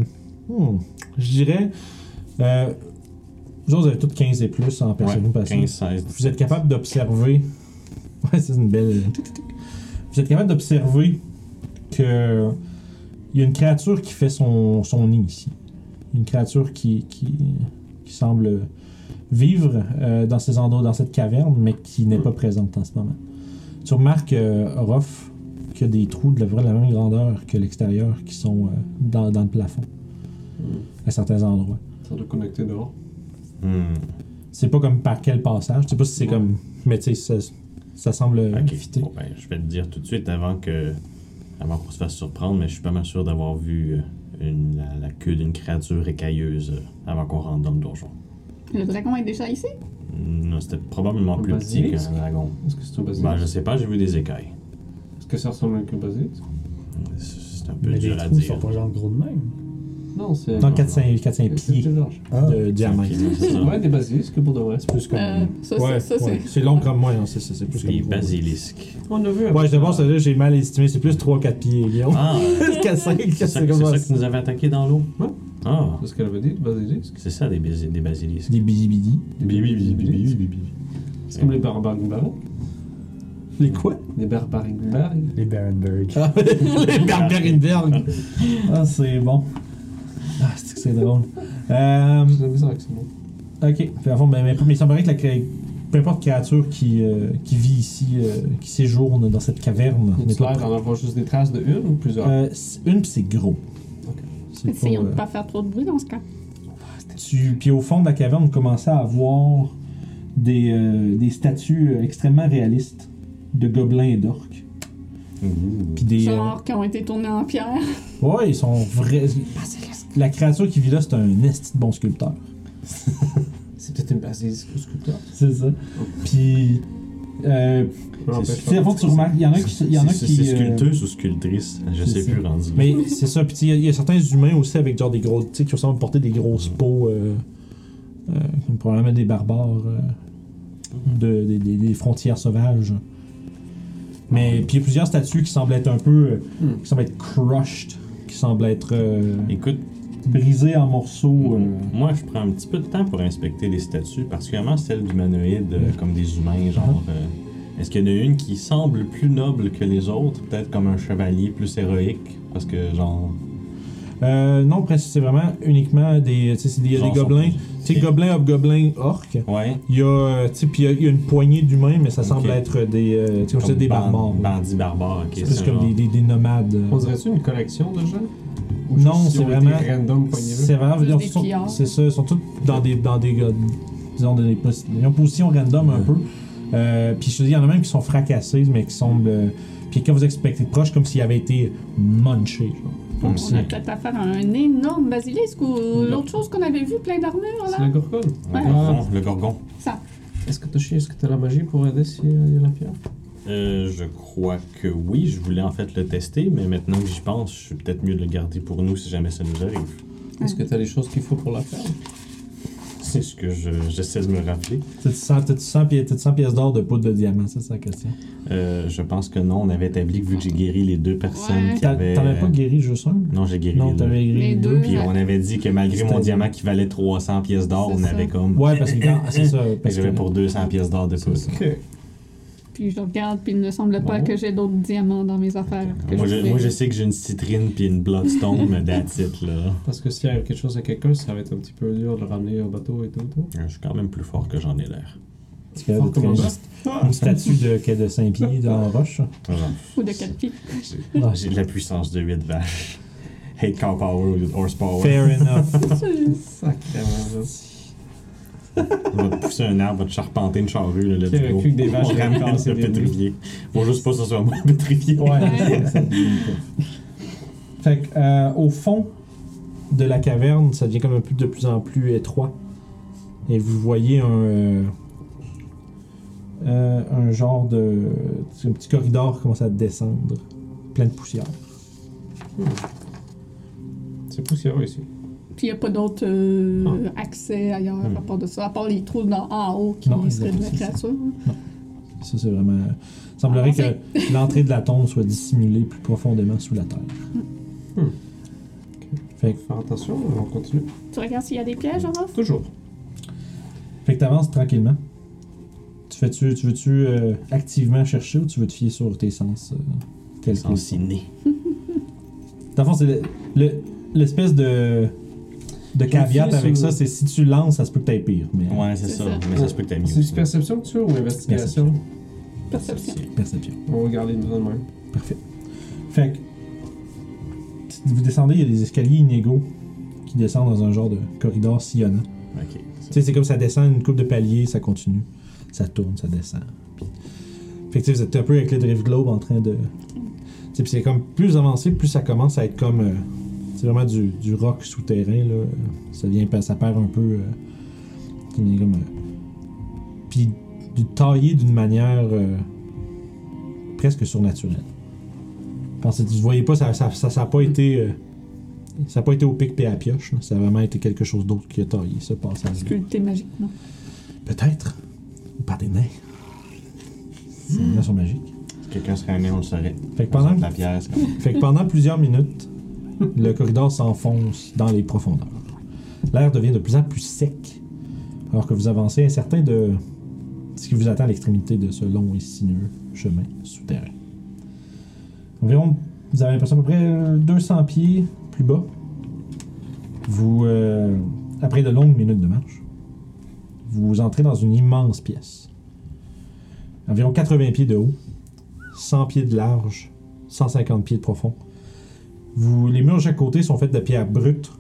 A: hmm, je dirais, euh, vous autres, vous avez toutes 15 et plus en personne
D: Ouais,
A: passive.
D: 15, 16.
A: Vous êtes capable d'observer. Ouais, ça, c'est une belle. Vous êtes capable d'observer que il y a une créature qui fait son, son nid ici. Une créature qui, qui, qui semble vivre euh, dans ces endroits, dans cette caverne, mais qui n'est pas présente en ce moment. Tu remarques, euh, Rof, qu'il y a des trous de la, de la même grandeur que l'extérieur qui sont euh, dans, dans le plafond, à certains endroits.
B: Ça doit connecter dehors.
D: Hmm.
A: C'est pas comme par quel passage. Je sais pas si c'est
B: Ouais.
A: comme. Mais tu sais, ça, ça semble euh,
D: Ok,
A: fitter.
D: bon, ben, je vais te dire tout de suite avant que. Avant qu'on se fasse surprendre, mais je suis pas mal sûr d'avoir vu euh, une- la, la queue d'une créature écailleuse euh, avant qu'on rentre dans le donjon.
C: Le dragon est déjà ici?
D: Non, c'était probablement
B: Un
D: plus petit
B: basilic?
D: qu'un dragon.
B: Est-ce que c'est un basilic?
D: Ben, je sais pas, j'ai vu des écailles.
B: Est-ce que ça ressemble à un basilic?
D: C'est c'est un peu
E: Mais les
D: dur à
E: trous
D: dire.
E: sont pas genre gros de même.
B: Non, c'est.
A: Dans 400, 400
B: c'est- c'est
A: pieds
B: large.
A: de diamètre.
D: C'est ça.
B: Ouais, des basilisques pour de vrai. C'est plus comme.
C: Euh, ça,
A: Ouais,
C: ça, ça,
A: ouais.
C: c'est.
A: C'est long comme moi, hein, c'est c'est- c'est plus
D: Des
A: comme moi.
D: basilisques.
B: On a vu. un-
A: Ouais, je pense que là, j'ai mal estimé. C'est plus 3-4 pieds, Guillaume.
D: Ah!
A: Jusqu'à 5,
D: C'est ça,
A: c'est
D: c'est
A: comme
D: ça
A: Oh, ça.
D: qui nous avait attaqué dans l'eau?
B: Ouais.
D: Ah!
B: C'est ce qu'elle avait dit, des basilisques.
D: C'est ça, des, basi- des basilisques.
A: Des bidi
B: basilisques. C'est comme les barbarigumbari.
A: Les quoi
B: Des
A: Mm.
B: barbarigumbari.
E: Les Barenberg.
A: Ah, Les Bergerinberg. Ah, c'est bon. Ah, c'est que c'est drôle. Euh,
B: J'ai mis ça avec ce mot.
A: Ok, Fait, en fond, ben, mais, mais il semblerait que la cré- peu importe créature qui, euh, qui vit ici, euh, qui séjourne dans cette caverne,
B: Il
A: n'est
B: tu
A: pas
B: l'air d'en avoir juste des traces de une ou plusieurs
A: Euh, c'est- Euh, une, pis c'est gros.
B: Ok.
A: C'est pas,
C: Essayons de
A: euh,
C: pas faire trop de bruit dans ce cas.
B: C'était
A: Tu, puis au fond de la caverne, on commençait à voir des, euh, des statues euh, extrêmement réalistes de gobelins et d'orques. Puis des. euh,
C: Genre qui ont été tournés en pierre.
A: ouais, ils sont vrais. La créature qui vit là, c'est un esti de bon sculpteur.
B: C'est peut-être une base des scooters.
A: C'est ça. Puis. Euh, puis, à fond, tu remarques, il y en a qui. il Y en a
D: C'est-
A: qui
D: C'est
A: euh,
D: sculpteuse ou sculptrice Je
A: c'est
D: sais
A: ça.
D: plus rendu.
A: Mais c'est ça, puis tu sais, il y, a- il y a certains humains aussi avec genre des gros, tu sais, qui ressemblent porter des grosses
D: Mm.
A: peaux, euh, euh, comme probablement des barbares, euh, de- des, des- des frontières sauvages.
D: Mm.
A: Mais puis il y a plusieurs statues qui semblent être un peu, euh,
B: Hmm.
A: qui semblent être crushed, qui semblent être euh,
D: Écoute,
A: brisées en morceaux. euh,
D: moi je prends un petit peu de temps pour inspecter les statues, particulièrement celles d'humanoïdes euh, comme des humains, genre.
A: Uh-huh.
D: euh, Est-ce qu'il y en a une qui semble plus noble que les autres Peut-être comme un chevalier plus héroïque Parce que, genre.
A: euh, non, presque c'est vraiment uniquement des, tu sais, c'est des- il y a
D: genre,
A: des gobelins,
D: sont-
A: tu sais, gobelins, hobgobelins, orques.
D: Ouais.
A: Il y a, euh, tu sais, puis il y a- il y, a une poignée d'humains, mais ça semble
D: Ok.
A: être des, euh, tu sais, comme je disais, des
D: ban-
A: barbares. là.
D: Bandits barbares, ok.
A: C'est plus comme des, des- des nomades. euh.
B: On dirait-tu une collection de gens Ou
A: Non,
B: juste ils
A: c'est
B: ont été
A: vraiment-
B: random poignés là?
A: C'est vraiment.
C: Juste
A: ils
C: des
A: sont-
C: pillards.
A: C'est ça, ils sont tous dans des. Dans des euh, disons, dans des posi- ils ont position random un peu. Euh, puis je te dis, il y en a même qui sont fracassés, mais qui semblent. euh, puis quand vous expectez proche, comme s'ils avaient été munchés. genre.
C: On
D: Aussi.
C: a peut-être affaire à un énorme basilisque ou l'autre chose qu'on avait vu plein d'armures
B: C'est
C: là.
B: la gorgone. Ah.
D: Le
C: Ouais.
D: gorgon. Le gorgon.
C: Ça.
B: Est-ce que Toshi, est-ce que t'as la magie pour aider s'il y a la pierre
D: Euh, je crois que oui. Je voulais en fait le tester, mais maintenant que j'y pense, je suis peut-être mieux de le garder pour nous si jamais ça nous arrive.
B: Est-ce que t'as les choses qu'il faut pour la faire
D: C'est ce que je- j'essaie de me rappeler.
A: T'as-tu 100, t'as-tu 100 pi- t'as-tu 100 pièces d'or de poudre de diamant, ça c'est la question.
D: Euh, je pense que non, on avait établi que vu que j'ai guéri les deux personnes
C: Ouais.
D: qui
A: T'as-
D: avaient.
A: T'en avais pas guéri juste un
D: Non, j'ai guéri
A: Non,
D: les deux.
A: t'avais guéri
C: Les deux.
D: Puis on avait dit que malgré mon
A: C'était-
D: diamant qui valait 300 pièces d'or,
C: C'est
D: on
C: ça.
D: avait comme.
A: Ouais, parce que quand- c'est ça.
D: Fait que
A: Parce que
D: J'avais pour 200 pièces d'or de plus.
B: Ok.
C: Puis je regarde, puis il ne semble pas
B: Bon.
C: que j'ai d'autres diamants dans mes affaires. que
D: Moi
C: je
D: je,
C: fais.
D: moi, je sais que j'ai une citrine puis une bloodstone, mais that's it, là.
B: Parce que s'il arrive quelque chose à quelqu'un, ça va être un petit peu dur de le ramener au bateau et tout. tout.
D: Je suis quand même plus fort que j'en ai l'air.
A: tu fais de
B: comment
A: très-
B: ça?
A: une statue de, qui est de saint pieds dans la roche.
C: Ou de quatre pieds.
A: Ah,
D: J'ai de la puissance de 8 vaches. Hate cow power ou horse power.
A: Fair enough.
B: Sacrément, là.
D: On va te pousser un arbre, on va te charpenter une charrue, là, let's
B: Qui aurait
D: go.
B: cru que des vaches
D: on
B: allaient
D: ramène
B: casser
D: le
B: des
D: pétrifié. Faut juste pas que ce soit moi le pétrifié.
A: Ouais. fait que, euh, au fond de la caverne, ça devient comme un peu de plus en plus étroit. Et vous voyez un. euh, euh, un genre de. c'est Un petit corridor commence à descendre, plein de poussière.
B: C'est poussiéreux ici.
C: Puis il n'y a pas d'autres euh, accès ailleurs
D: Hmm.
C: à part de ça, à part les trous dans- en haut qui
A: Non,
C: seraient de la
A: c'est ça.
C: créature.
A: Ça, c'est vraiment. Il semblerait
C: Ah,
A: que l'entrée de la tombe soit dissimulée plus profondément sous la terre.
B: Faire attention, on continue.
C: Tu regardes s'il y a des pièges, Orof?
B: Toujours.
A: Fait que t'avances tranquillement. Tu, fais -tu, tu veux-tu euh, activement chercher ou tu veux te fier sur tes sens euh, tels qu'ils sont?
D: Ensiné.
A: Dans le fond, c'est le- le- l'espèce de, de
B: me
A: caveat
B: fie
A: avec
B: sur-
A: ça, c'est si tu lances, ça se peut que t'ailles pire. Mais
D: Ouais, c'est
C: C'est
D: ça.
C: ça.
D: Mais ça se peut que t'aies mieux.
B: C'est perception que tu as ou investigation
C: Perception.
A: perception.
B: On va garder nous de même.
A: Parfait. Fait que si vous descendez, il y a des escaliers inégaux qui descendent dans un genre de corridor sillonnant.
D: Ok.
A: Tu sais, c'est comme ça descend une coupe de paliers, ça continue, ça tourne, ça descend. Puis... Fait que tu sais, vous êtes un peu avec le drift globe en train de. Tu sais, puis c'est comme plus vous avancez, plus ça commence à être comme. euh, c'est vraiment du, du rock souterrain, là. Ça devient. pas- Ça perd un peu. euh, ça devient comme. euh, puis du taillé d'une manière. euh, presque surnaturelle. Parce que vous voyez pas, ça n'a ça, ça, ça a pas été. euh, ça n'a pas été au pic et à la pioche. là. Ça a vraiment été quelque chose d'autre qui a taillé ce passage.
C: Sculpté magiquement.
A: Peut-être. Ou par des nains. Ces nains sont magiques.
D: Si quelqu'un serait un nez, on le saurait.
A: Fait que pendant,
D: La pierre, c'est comme.
A: fait que pendant plusieurs minutes, le corridor s'enfonce dans les profondeurs. L'air devient de plus en plus sec, alors que vous avancez incertain de ce qui vous attend à l'extrémité de ce long et sinueux chemin souterrain. Environ, vous avez l'impression à peu près euh, 200 pieds plus bas. Vous, euh, après de longues minutes de marche, vous entrez dans une immense pièce. Environ 80 pieds de haut, 100 pieds de large, 150 pieds de profond. Vous, les murs à côté sont faits de pierres brutes,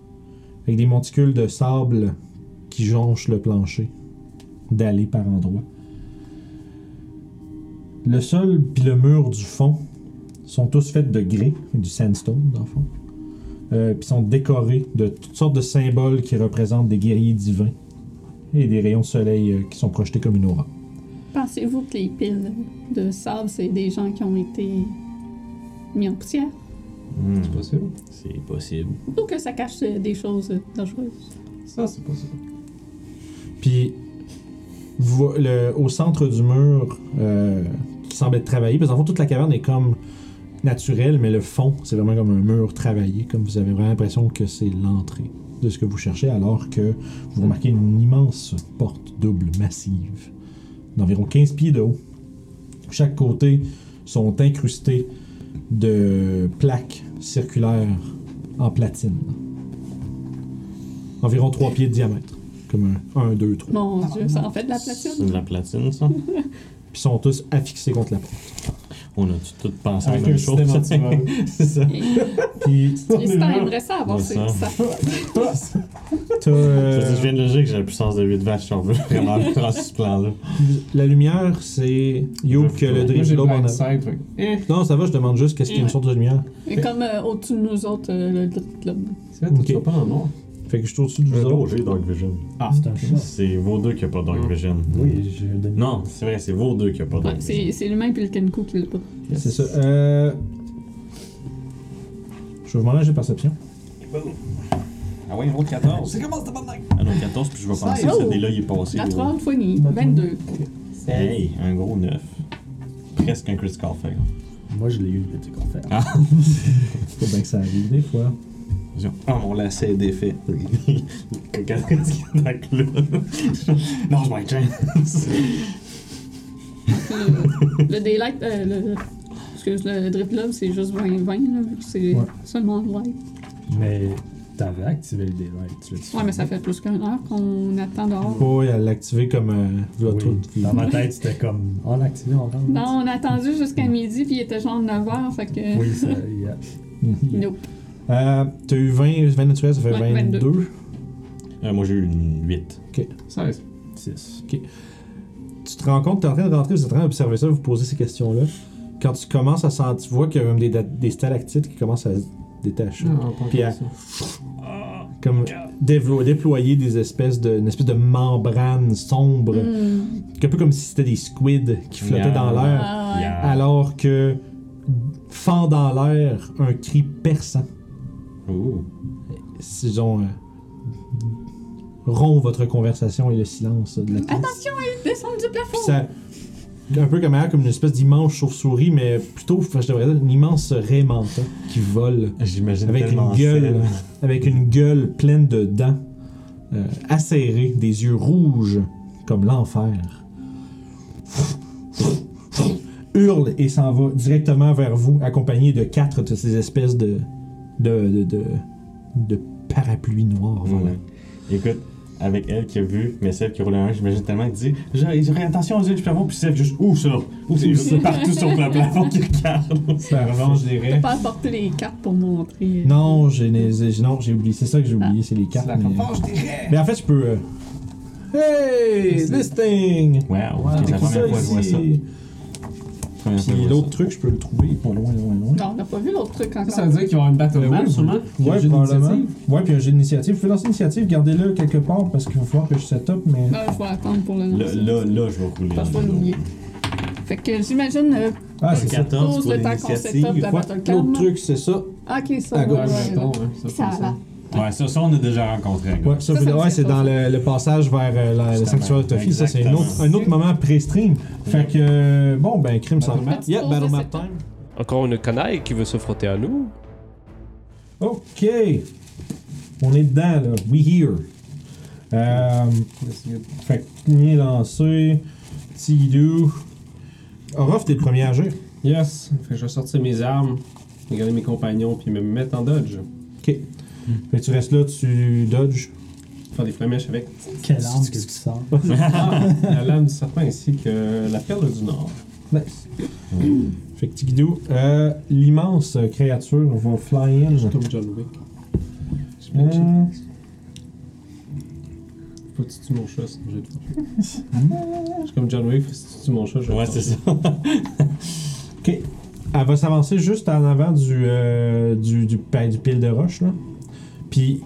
A: avec des monticules de sable qui jonche le plancher, d'aller par endroits. Le sol puis le mur du fond sont tous faits de grès, du sandstone dans le fond. Euh, puis sont décorés de toutes sortes de symboles qui représentent des guerriers divins et des rayons de soleil euh, qui sont projetés comme une aura.
C: Pensez-vous que les piles de sable, c'est des gens qui ont été mis en poussière?
D: Hmm,
B: C'est possible.
D: C'est possible.
C: Ou que ça cache euh, des choses euh, dangereuses?
B: Ça, c'est possible.
A: Puis, vous vo- le- au centre du mur, euh, qui semble être travaillé, parce qu'en fond, toute la caverne est comme naturelle, mais le fond, c'est vraiment comme un mur travaillé, comme vous avez vraiment l'impression que c'est l'entrée de ce que vous cherchez, alors que vous remarquez une immense porte double massive, d'environ 15 pieds de haut. Chaque côté sont incrustés de plaques circulaires en platine. Environ 3 pieds de diamètre. Comme un 1, 2, 3.
C: Mon Dieu, ça en fait de la
D: C'est
C: platine?
D: de la platine, ça.
A: Puis sont tous affixés contre la porte.
D: On a tout pensé
E: Ah,
D: à la
B: Avec
D: même
B: un
D: chose.
B: système antival.
D: C'est ça.
A: Puis
C: Tristan aimerait ça avoir
D: Ouais,
C: ces-
D: ça.
C: ça.
A: t'as, euh,
D: Ça, c'est- Je viens de le dire que j'ai la puissance de 8 vaches, j'en veux vraiment dans ce plan-là.
A: la lumière, c'est Yo que le
B: Moi, j'ai
A: drift globe en
B: blind
A: a.
B: sight, fait que, eh,
A: Non, ça va, je demande juste qu'est-ce qu'il y a une sorte de lumière.
C: Et comme euh, au-dessus de nous autres, euh, le Drit Club.
B: c'est vrai, tu
A: Ok.
B: vas pas dans le noir.
A: Fait que je suis au-dessus de vous
D: Oh,
A: autres.
D: j'ai Dark Vision.
B: Ah.
E: C'est un chat.
D: C'est vos deux qui a pas
B: Hmm.
D: Dark Vision.
E: Oui, je donne.
D: Non, c'est vrai, c'est vos deux qui a pas Dark
C: Ouais,
D: Vision.
C: c'est c'est l'humain puis le Kenku qui l'a pas.
A: C'est ça. Euh... Je vais vous demander un jet de perception.
D: Ah ouais, un autre 14. Ça commence de bonne Ah non, 14, puis je vais penser que
C: Oh.
D: ce délai il est passé.
C: La
D: gros.
C: 3 fois ni 22.
D: Hey, un gros 9. Presque un critical fail.
E: Moi, je l'ai eu, le petit confère.
A: Faut bien que ça arrive des fois.
D: Attention. Ah, mon lacet est défait. Regarde ce qu'il y a dans le club. Non, je manque chance.
C: le, le Daylight, euh, le, excuse, le Drip Club, c'est juste 20-20, là, vu que c'est
A: Ouais.
C: seulement le light.
E: Mais t'avais activé le daylight, tu l'as
C: Ouais, mais ça fait plus qu'une heure qu'on attend dehors.
A: Faut euh, l'activer comme euh, v'là
E: Oui.
A: tout.
E: Dans ma tête, c'était comme. Ah, On l'a activé, on rentre.
C: Non, on a attendu jusqu'à midi, puis il était genre 9h, fait que.
E: Oui, ça. yeah.
C: Nope.
A: Euh, T'as eu 20, 20 naturels, ça fait
C: Ouais,
A: 22.
C: 22.
D: Euh, moi, j'ai eu une 8.
B: 16.
E: 6.
A: tu te rends compte, tu es en train de rentrer, vous êtes en train d'observer ça, vous posez ces questions-là. Quand tu commences à sentir, tu vois qu'il y a même des, da- des stalactites qui commencent à se détacher.
B: Non, pas
A: Puis
B: comme
A: à-
B: ça.
A: Comme dévlo- déployer des espèces de, une espèce de membrane sombre,
C: Hmm.
A: un peu comme si c'était des squids qui flottaient
D: Yeah.
A: dans l'air.
C: Ah, ouais.
D: Yeah.
A: Alors que, fend dans l'air, un cri perçant,
D: Ouh.
A: disons, euh, rompt votre conversation et le silence de la pièce.
C: Attention, il descend du plafond!
A: Puis ça. Un peu comme, comme une espèce d'immense chauve-souris, mais plutôt, enfin, je devrais dire, une immense raie menton qui vole
D: J'imagine
A: avec
D: tellement
A: une gueule,
D: celle.
A: avec une gueule pleine de dents, euh, acérée, des yeux rouges comme l'enfer. Hurle et s'en va directement vers vous, accompagné de quatre de ces espèces de de, de, de, de parapluies noirs. voilà.
D: Ouais. Écoute, avec elle qui a vu, mais celle qui roule un, j'imagine tellement qu'elle dit J'ai j'ai attention aux yeux du plafond, puis Seth juste Où ça Où c'est juste partout sur le plafond qui regarde.
B: En revanche, je dirais.
C: pas apporter les cartes pour montrer.
A: Non, j'ai j'ai- non, j'ai oublié. C'est ça que j'ai oublié, c'est les cartes.
B: la
A: mais-
B: revanche
A: Mais en fait, je peux. euh, Hey, this thing!
D: Wow, ok, c'est la
A: Écris ça
D: première fois que je vois
A: ici.
D: ça. Première fois que
A: Puis
D: je vois
A: l'autre
D: ça.
A: truc, je peux le trouver, il est pas loin, loin, loin.
C: Non, on n'a pas vu l'autre truc
B: Ça,
C: encore.
B: ça veut dire qu'il va y avoir une battle
A: Euh,
B: map,
A: oui,
B: sûrement.
A: Ouais,
B: Jeu
A: probablement.
B: d'initiative.
A: Ouais, puis un jeu d'initiative. Vous pouvez lancer l'initiative, gardez-le quelque part parce qu'il va falloir que je set up, mais.
C: Ah, je vais attendre pour le
D: Là,
C: lancer.
D: là, là, je vais rouler.
C: Parce que je vais l'oublier. Fait que j'imagine euh,
A: Ah, c'est ça.
D: 14
C: pose
D: pour
C: le temps qu'on set up
D: l'initiative.
C: la
A: Ouais,
C: battle
A: L'autre
C: cam.
A: truc, c'est ça.
C: Ah, ok, ça.
A: À
C: ouais,
A: gauche.
C: ouais,
B: Mettons,
C: ouais.
B: hein, ça, je
C: Ça
B: pense
C: va.
D: Ouais, ça, ça, on a déjà rencontré. un gars.
A: Ouais, ça,
C: Ça,
A: vous-
C: ça me
A: ouais, c'est
C: dit pas.
A: dans le, le passage vers euh, la- le
D: Justement,
A: sanctuaire de Toffee. Ça, c'est une autre- un
D: exactement.
A: autre moment pré-stream. Fait que. euh, Bon, ben, crime sans.
B: Battle map.
A: Yeah,
C: Pose
A: battle
C: le
A: map
C: setup.
A: time.
G: Encore une canaille qui veut se frotter à nous.
A: Ok. On est dedans, là. We here. Euh. Fait que, Nien lancé. Tidou. Orof, t'es le premier à agir.
B: Yes. Fait que je vais sortir mes armes, regarder mes compagnons, puis me mettre en dodge.
A: Ok. Fait que tu restes là, tu dodges.
B: Faire des flamèches avec
E: Quelle arme que tu sors
B: Ah, la lame du serpent ainsi que la perle du nord.
A: Nice. Fait que Tigidou, euh, l'immense créature va fly in.
B: Euh. Comme John Wick.
A: Euh,
B: faut que tu tues mon chat, sinon j'ai trop chaud. Hmm? Je suis comme John Wick, si tu tues mon chat, je vais
D: Ouais,
B: te
D: c'est
B: tuer.
D: ça.
A: Ok. Elle va s'avancer juste en avant du, euh, du, du, pa- du pile de roche, là. Puis,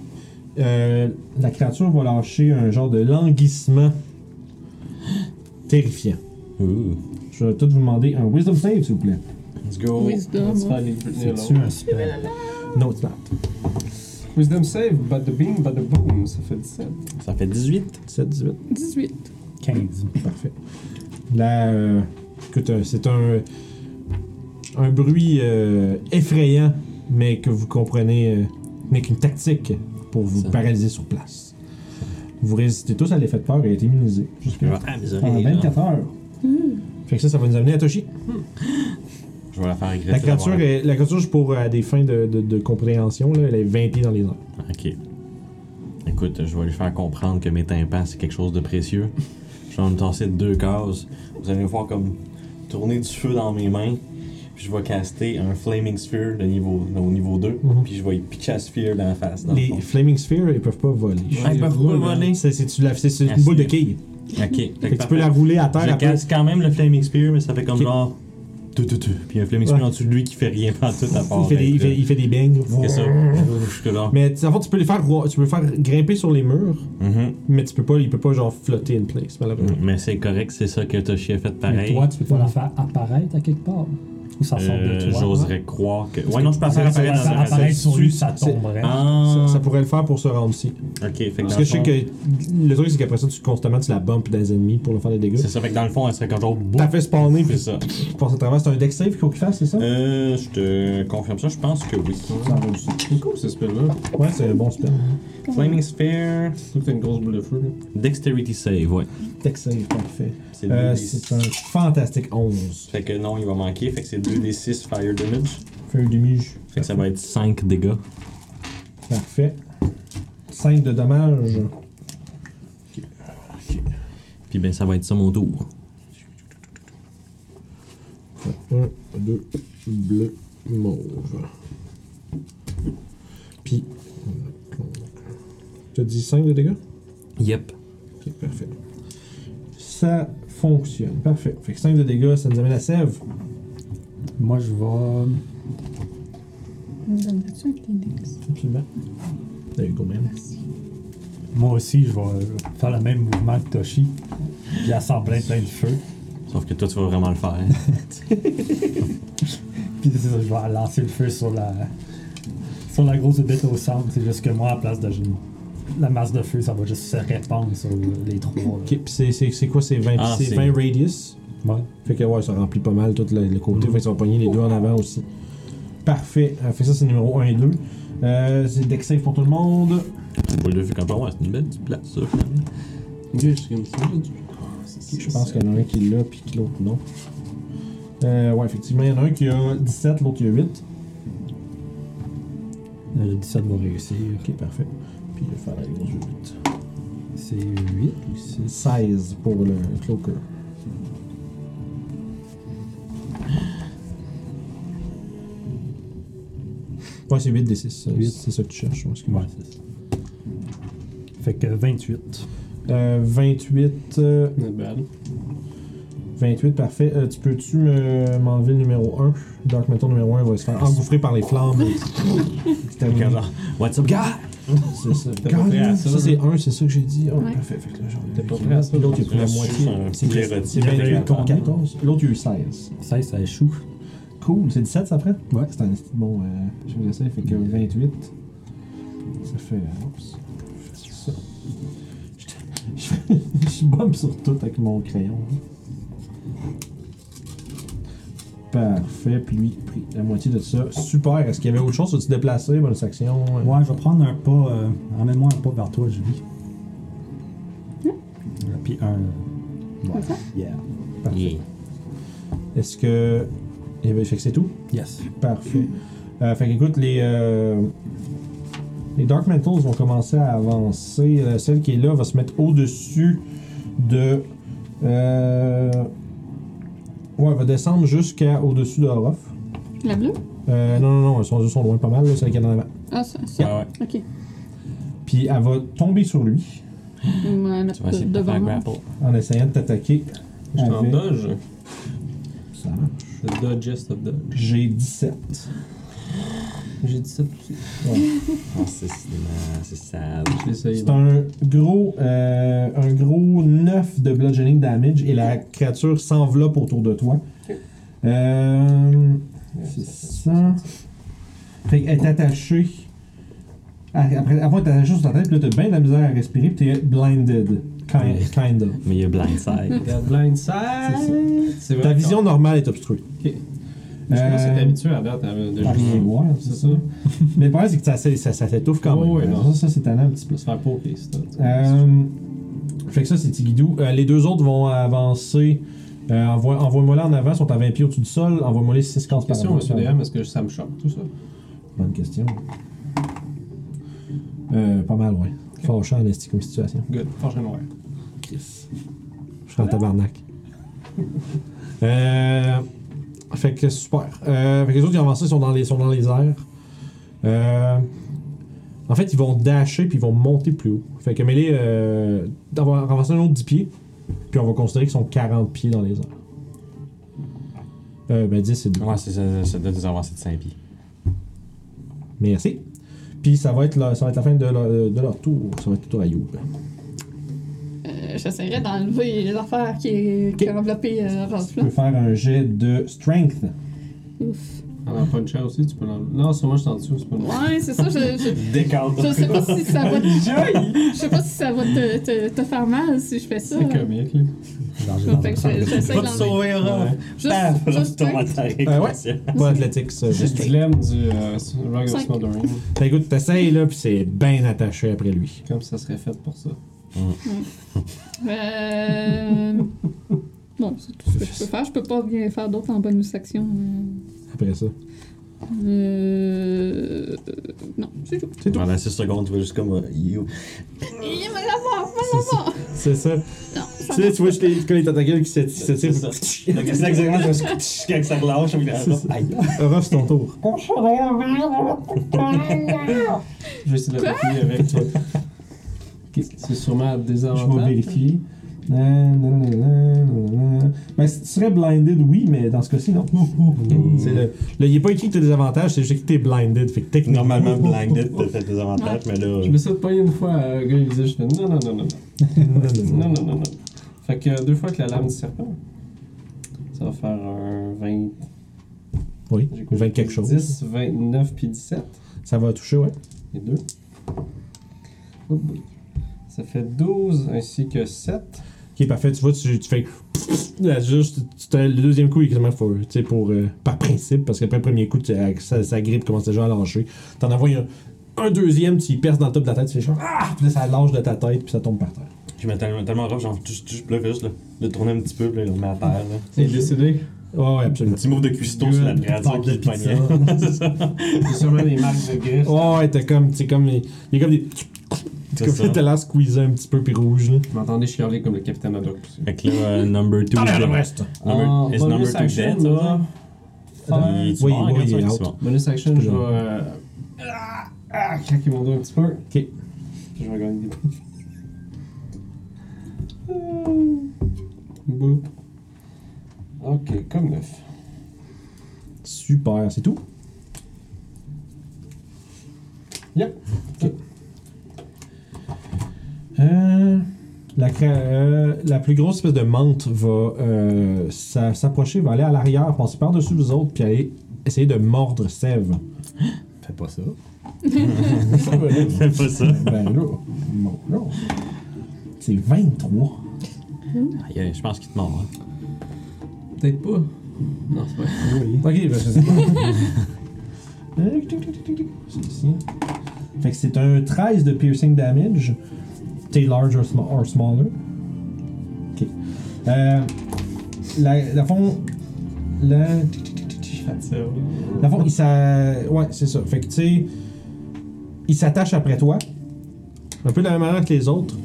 A: euh, la créature va lâcher un genre de languissement terrifiant.
D: Ouh.
A: Je vais tout vous demander un wisdom save, s'il vous plaît.
D: Let's go.
B: On va se
C: Wisdom.
B: faire les Britney
E: C'est-tu
B: Alone.
E: un super.
A: Non, it's not.
B: Wisdom save, bada bing, bada boom, ça fait 17.
D: Ça fait 18.
A: 17, 18.
C: 18.
E: 15.
A: Parfait. Là, euh, écoute, euh, c'est un, un bruit euh, effrayant, mais que vous comprenez, euh, mais qu'une tactique pour vous
D: Ça.
A: paralyser sur place. Vous résistez tous à l'effet de peur et êtes immunisés
D: Je
A: jusqu'à
D: vais ah, mes
A: pendant
D: oreilles, là.
A: 24 heures. Fait que ça, ça va nous amener à Toshi.
D: Je vais la faire regretter.
A: La créature,
D: d'avoir-
A: est, la créature, juste pour euh, des fins de, de- de compréhension, là, elle est 20 pieds dans les airs.
D: Ok. Écoute, je vais lui faire comprendre que mes tympans, c'est quelque chose de précieux. Je vais me tasser de deux cases. Vous allez me voir comme tourner du feu dans mes mains. Puis je vais caster un Flaming Sphere de niveau, au niveau 2.
A: Mhm.
D: Puis je vais y pitcher à Sphere dans la face. Dans le
A: Les
D: fond.
A: Flaming Spheres, ils peuvent pas voler.
D: Ah, ils peuvent pas voler.
A: C'est c'est- tu la- c'est- c'est une
D: Merci.
A: boule de quille.
D: Ok. Fait que
A: Fait que tu
D: parfait.
A: peux la rouler à terre
D: Je
A: après.
D: casse quand même le Flaming Spear, mais ça fait comme
A: Ok.
D: genre. Tout, tout, tout. Puis un Flaming Spear
A: Ouais.
D: en dessous de lui qui fait rien pas tout à part.
A: Il fait, des, il, fait, il fait des bangs.
D: C'est ça. Je suis comme genre.
A: Mais tu- en fait, tu peux les faire, roi- tu peux les faire grimper sur les murs,
D: Mhm.
A: mais tu peux pas, il peut pas genre flotter in place, malheureusement.
D: Mais c'est correct, c'est ça que Toshi a fait
H: Mais
D: Mm. pareil.
H: toi, tu peux pas la faire apparaître à quelque part. Ou ça sort
D: Euh,
H: de toi.
D: J'oserais croire que. Ouais, non, je peux la faire
E: Ça
D: apparaître dans un
E: apparaît sur lui, ça
A: c'est-
E: tomberait.
D: Ah,
A: Ça, ça pourrait le faire pour ce round-ci.
D: ok, fait que dans
A: Parce
D: le
A: que je sais
D: fond-
A: que le truc, c'est qu'après ça, tu constamment tu la bumpes dans les ennemis pour leur faire des dégâts.
D: C'est ça, fait que dans le fond, elle serait comme genre. boum,
A: T'as fait spawner,
D: C'est
A: puis
D: ça.
A: tu passes à travers. C'est un deck save qu'il faut qu'il fasse, c'est ça?
D: Euh, je te confirme ça, je pense que oui.
A: Ça va aussi.
B: C'est cool ce spell-là.
A: Ouais, c'est un bon spell.
D: Flaming Spear,
B: Surtout que t'as une grosse boule de feu. là.
D: Dexterity Save, ouais.
A: Deck save, parfait.
D: C'est
A: Euh,
D: 2d6.
A: c'est un fantastique 11.
D: Fait que non, il va manquer, fait que c'est 2d6 Fire Damage.
A: Fait un demi
D: Fait que ça va être 5 dégâts.
A: Parfait. 5 de dommages.
D: Puis ben ça va être ça mon tour.
A: 1, 2, bleu, mauve. Puis. T'as dit 5 de dégâts?
D: Yep.
A: Ok, parfait. Ça fonctionne. Parfait. Fait que 5 de dégâts, ça nous amène à Sèvres.
H: Moi, je vais.
F: Nous avons-tu un Kleenex?
A: Absolument. There you go, man.
E: Moi aussi, je vais faire le même mouvement que Toshi. Puis elle sort plein, plein de feu.
D: Sauf que toi tu vas vraiment le faire.
E: Puis c'est ça, je vais lancer le feu sur la. Sur la grosse bête au centre. C'est juste que moi, à la place de. La masse de feu, ça va juste se répandre sur les trois.
A: Ok, pis c'est- c'est c'est quoi, c'est 20,
D: Ah,
A: c'est
D: c'est-
A: 20 radius?
E: Ouais.
A: Fait que ouais, ça remplit pas mal tout le, le côté. Fait qu'ils sont pognés les deux en avant aussi. Parfait. Euh, Fait que ça, c'est numéro 1 et 2. Euh, c'est deck save pour tout le monde.
D: Au lieu vu quand on ouais, c'est une belle petite place ça. finalement.
B: Je suis comme ça. Ah,
A: Je pense qu'il y en a un qui l'a, puis que l'autre non. Euh, ouais, effectivement, il y en a un qui a 17, l'autre qui a 8. Euh,
E: Le 17 va réussir.
A: Ok, parfait. Puis il va faire la grosse 8.
E: C'est 8 ou 6
A: 16 pour le cloaker. Ouais, c'est 8 des 6.
E: Huit.
A: C'est ça que tu cherches, moi,
E: Ouais,
A: excuse-moi.
E: c'est ça. Fait que 28.
A: Euh, 28. euh,
B: Not bad.
A: 28, parfait. Euh, tu peux-tu me- m'enlever le numéro 1 Dark Metal numéro 1 va se faire engouffrer par les flammes. C'est terminé.
D: Comme genre, What's up, gars?
A: C'est ça.
B: T'es pas prêt à
A: ça,
B: ça,
A: c'est un, c'est ça que j'ai dit. Ah,
C: Ouais.
A: Parfait. Fait que là, j'en ai
B: T'es
A: un
B: pas
A: qui
B: prêt à
A: reste,
B: ça,
A: puis L'autre, il a
D: je
A: pris la
D: pense.
A: moitié.
D: Un
A: C'est
D: poulet
A: que-
D: rôti
A: c'est
D: avec
A: 28
D: un
A: contre
D: bâton.
A: 14. L'autre, il a eu 16.
E: 16, ça échoue.
A: Cool. C'est 17, ça prend
E: Ouais.
A: C'est un esti de bon. Euh, je vous essayer. Fait que 28. Ça fait. euh, Oups. Je fais ça. Je- Je je bombe sur tout avec mon crayon. Parfait, puis lui, il a pris la moitié de ça. Super, est-ce qu'il y avait autre chose? As-tu déplacé? Bonne section? euh,
E: Ouais, je vais prendre un pas. euh, Emmène-moi un pas vers toi, Julie. Euh, Puis un. Ouais.
C: Comme ça?
E: Yeah.
D: Yeah.
A: Est-ce que. eh Il y avait... Fait que c'est tout?
E: Yes.
A: Parfait. Euh, fait qu'écoute, les, euh, les Dark Mentals vont commencer à avancer. Euh, celle qui est là va se mettre au-dessus de. Euh, ouais, va descendre jusqu'à au-dessus de Orof.
C: La bleue?
A: Euh, non, non, non, elles sont, elles sont loin pas mal, là, celle qui est en avant.
C: Ah, ça, ça.
D: Ah ouais.
C: Ok.
A: Puis elle va tomber sur lui.
C: Ouais,
D: Tu vas essayer de
C: devant
D: faire
C: moi.
D: grapple.
A: En essayant de t'attaquer.
B: Je suis en
A: avec-
B: dodge.
A: Ça marche.
B: Le dodgest of dodge.
A: J'ai 17.
B: J'ai 17 aussi.
D: Ah, c'est c'est sad.
B: Je vais essayer.
A: C'est un gros, euh, un gros 9 de bludgeoning damage et la créature s'enveloppe autour de toi. Euh, c'est ça. Fait qu'elle est attachée. À- Après, avant d'être attachée sur ta tête, puis là, t'as bien de la misère à respirer, puis t'es blinded. Kind,
D: Ouais.
A: kind of.
D: Mais il y a blindside.
B: La blind side. C'est vrai.
A: Ta vision normale est obstruée.
B: Ok. Je
A: Euh, ah,
B: pense que t'es habitué à date à- de
A: à Euh, rien
B: jouer.
A: voir, c'est ça. Mais le problème, c'est que ça, s'é- ça, ça s'étouffe quand
B: Ouais,
A: même.
B: ouais, non.
A: ça, ça, c'est tannant un petit peu.
B: Se faire poker, c'est ça.
A: Euh, fait que ça, c'est Tigidou. Euh, les deux autres vont avancer. Euh, envoie- Envoie-moi là en avant, sont à 20 pieds au-dessus du sol. Envoie-moi les 6 cases par
B: Question,
A: avant.
B: monsieur DM, est-ce que ça me choque tout ça?
A: Bonne question. Euh, pas mal, ouais. Fâchant, en esti, comme situation.
B: Good. Forge noir.
A: Je serai en tabarnak. euh, fait que super. Euh, fait que les autres, ils ont avancé, ils sont dans les, sont dans les airs. Euh, en fait, ils vont dasher puis ils vont monter plus haut. Fait que mêlé, euh, d'avoir avancé un autre 10 pieds, puis on va considérer qu'ils sont 40 pieds dans les airs. Euh, ben 10 c'est 2.
D: Ouais, c'est ça, ça donne des avancées de 5 pieds.
A: Merci. Puis ça va être, leur- ça va être la fin de leur, de leur tour. Ça va être le tour à You.
C: Euh, J'essaierai d'enlever l'affaire qui est, qui est enveloppée euh, Ralph,
A: Tu
C: là.
A: peux faire un jet de strength.
C: Ouf.
B: En en punchant aussi, tu peux l'enlever. Non, sûrement, je suis en dessous, c'est pas une
C: Ouais, c'est ça, je, je,
D: Décale.
C: je sais pas si ça va te... Je sais pas si ça va te, te, te faire mal si je fais ça.
B: C'est comique, là.
C: Fait que je- j'essaie
D: Pas de
C: d'enlever.
D: sauver Ah, Rob. Bam!
C: Juste,
D: Là, tu
C: juste
D: tombes à
C: un.
D: terre
A: Euh, Ben ouais.
D: inconscient.
A: Pas athletics. ça,
B: C'est
A: juste
B: le dilemme du euh, Rug of
C: Cinq.
B: Smothering.
A: Fait écoute, t'essayes là, puis c'est bien attaché après lui.
B: Comme ça serait fait pour ça.
C: Euh... Bon, c'est tout ce que je peux faire. Je peux pas rien faire d'autre en bonus action.
A: Après ça.
C: Euh... Non, c'est tout.
D: Pendant 6 secondes, tu vas juste comme. euh, you.
C: Il va l'avoir!
A: C'est ça.
C: Non,
A: Tu sais, tu vois, je t'ai- quand les tentacules qui s'é-
D: C'est
A: s'étirent.
D: ça. Donc, C'est exactement juste quand ça relâche, avec
A: C'est ça. Orof, c'est ton tour.
B: Je vais essayer de la copier avec. euh, ok, C'est sûrement à
A: Ah, Je vais
B: désavantage.
A: vérifier. Nan, nan, nan, nan, nan, nan. Ben, si tu serais blinded, oui, mais dans ce cas-ci, non. C'est le, le- il est pas écrit que t'as des avantages, c'est juste que t'es blinded. Fait que techniquement.
D: Normalement, blinded, t'as fait des avantages, mais là.
B: Je me suis pogné une fois, euh, le gars, il disait, je fais non, non, non, non, non,
A: Non, non,
B: non,
A: non.
B: non, non, non. Fait que euh, deux fois avec la lame du serpent, ça va faire un 20.
A: Oui,
B: j'ai
A: je
B: coupé
A: vais quelque chose.
B: 10, 29 puis 17.
A: Ça va toucher, ouais.
B: Les deux. Oh boy. Ça fait 12 ainsi que 7.
A: Ok, parfait. Tu vois, tu, tu fais. Là, juste, tu t'as- le deuxième coup, il est quasiment fou. Tu sais, pour. euh, par principe, parce qu'après le premier coup, tu- sa, sa grippe commence déjà à lâcher. T'en envoies un, un deuxième, tu y perces dans le top de la tête, tu fais genre. Ah! Puis là, ça lâche de ta tête, puis ça tombe par terre.
D: Je mets tellement, tellement rough, genre, tu, tu, là, fais juste le, le tourner un petit peu, puis là, il le remet à terre. Là.
B: C'est décidé.
A: Ouais, ouais,
D: Un
A: absolument.
D: petit move de cuistot sur la créature qui le poignait. C'est ça.
B: C'est sûrement des marques de griffes.
A: Ouais, ouais, t'es comme. t'es comme. Il y a comme des. T'es
D: C'est ça.
A: comme. T'as l'air squeezé un petit peu, puis rouge, là.
B: Je m'entendais chialer comme le capitaine Haddock aussi.
D: Fait que là, euh, number 2
A: T'enlèves le reste.
B: En
D: Number, is number
B: bonus
D: 2
B: action,
D: dead?
B: là.
D: Ah, ça? Ah, Il est
A: Oui,
D: mort,
A: oui,
D: regarde ça,
A: il est
D: il est
A: out.
D: mort.
B: Bonus action,
A: C'est
B: je vais.
A: genre-
B: Euh, ah, ah, craquer mon dos un petit peu. Ok. Puis je vais gagner des points. Boop. Ok, comme neuf.
A: Super, c'est tout.
B: Yep.
A: Ok. Euh, la, cra- euh, la plus grosse espèce de menthe va euh, s'a- s'approcher, va aller à l'arrière, passer par-dessus vous autres, puis aller essayer de mordre Sève.
D: Fais pas ça.
A: ben
D: Fais pas ça.
A: là, bon, là. C'est 23.
D: Aïe, aïe, Ah, Je pense qu'il te mord. hein.
B: Peut-être pas. Non, c'est pas.
A: Ok, parce que c'est Euh, tic, tic, tic, tic, tic. C'est ici. Fait que c'est un 13 de piercing damage. T'es large or, sma- or smaller. Ok. Euh, la, la fond. La. tic, tic, tic, tic, tic. Dans le fond, il s'a... Ouais, c'est ça. Fait que, tu sais, il s'attache après toi. Un peu de la même manière que les autres.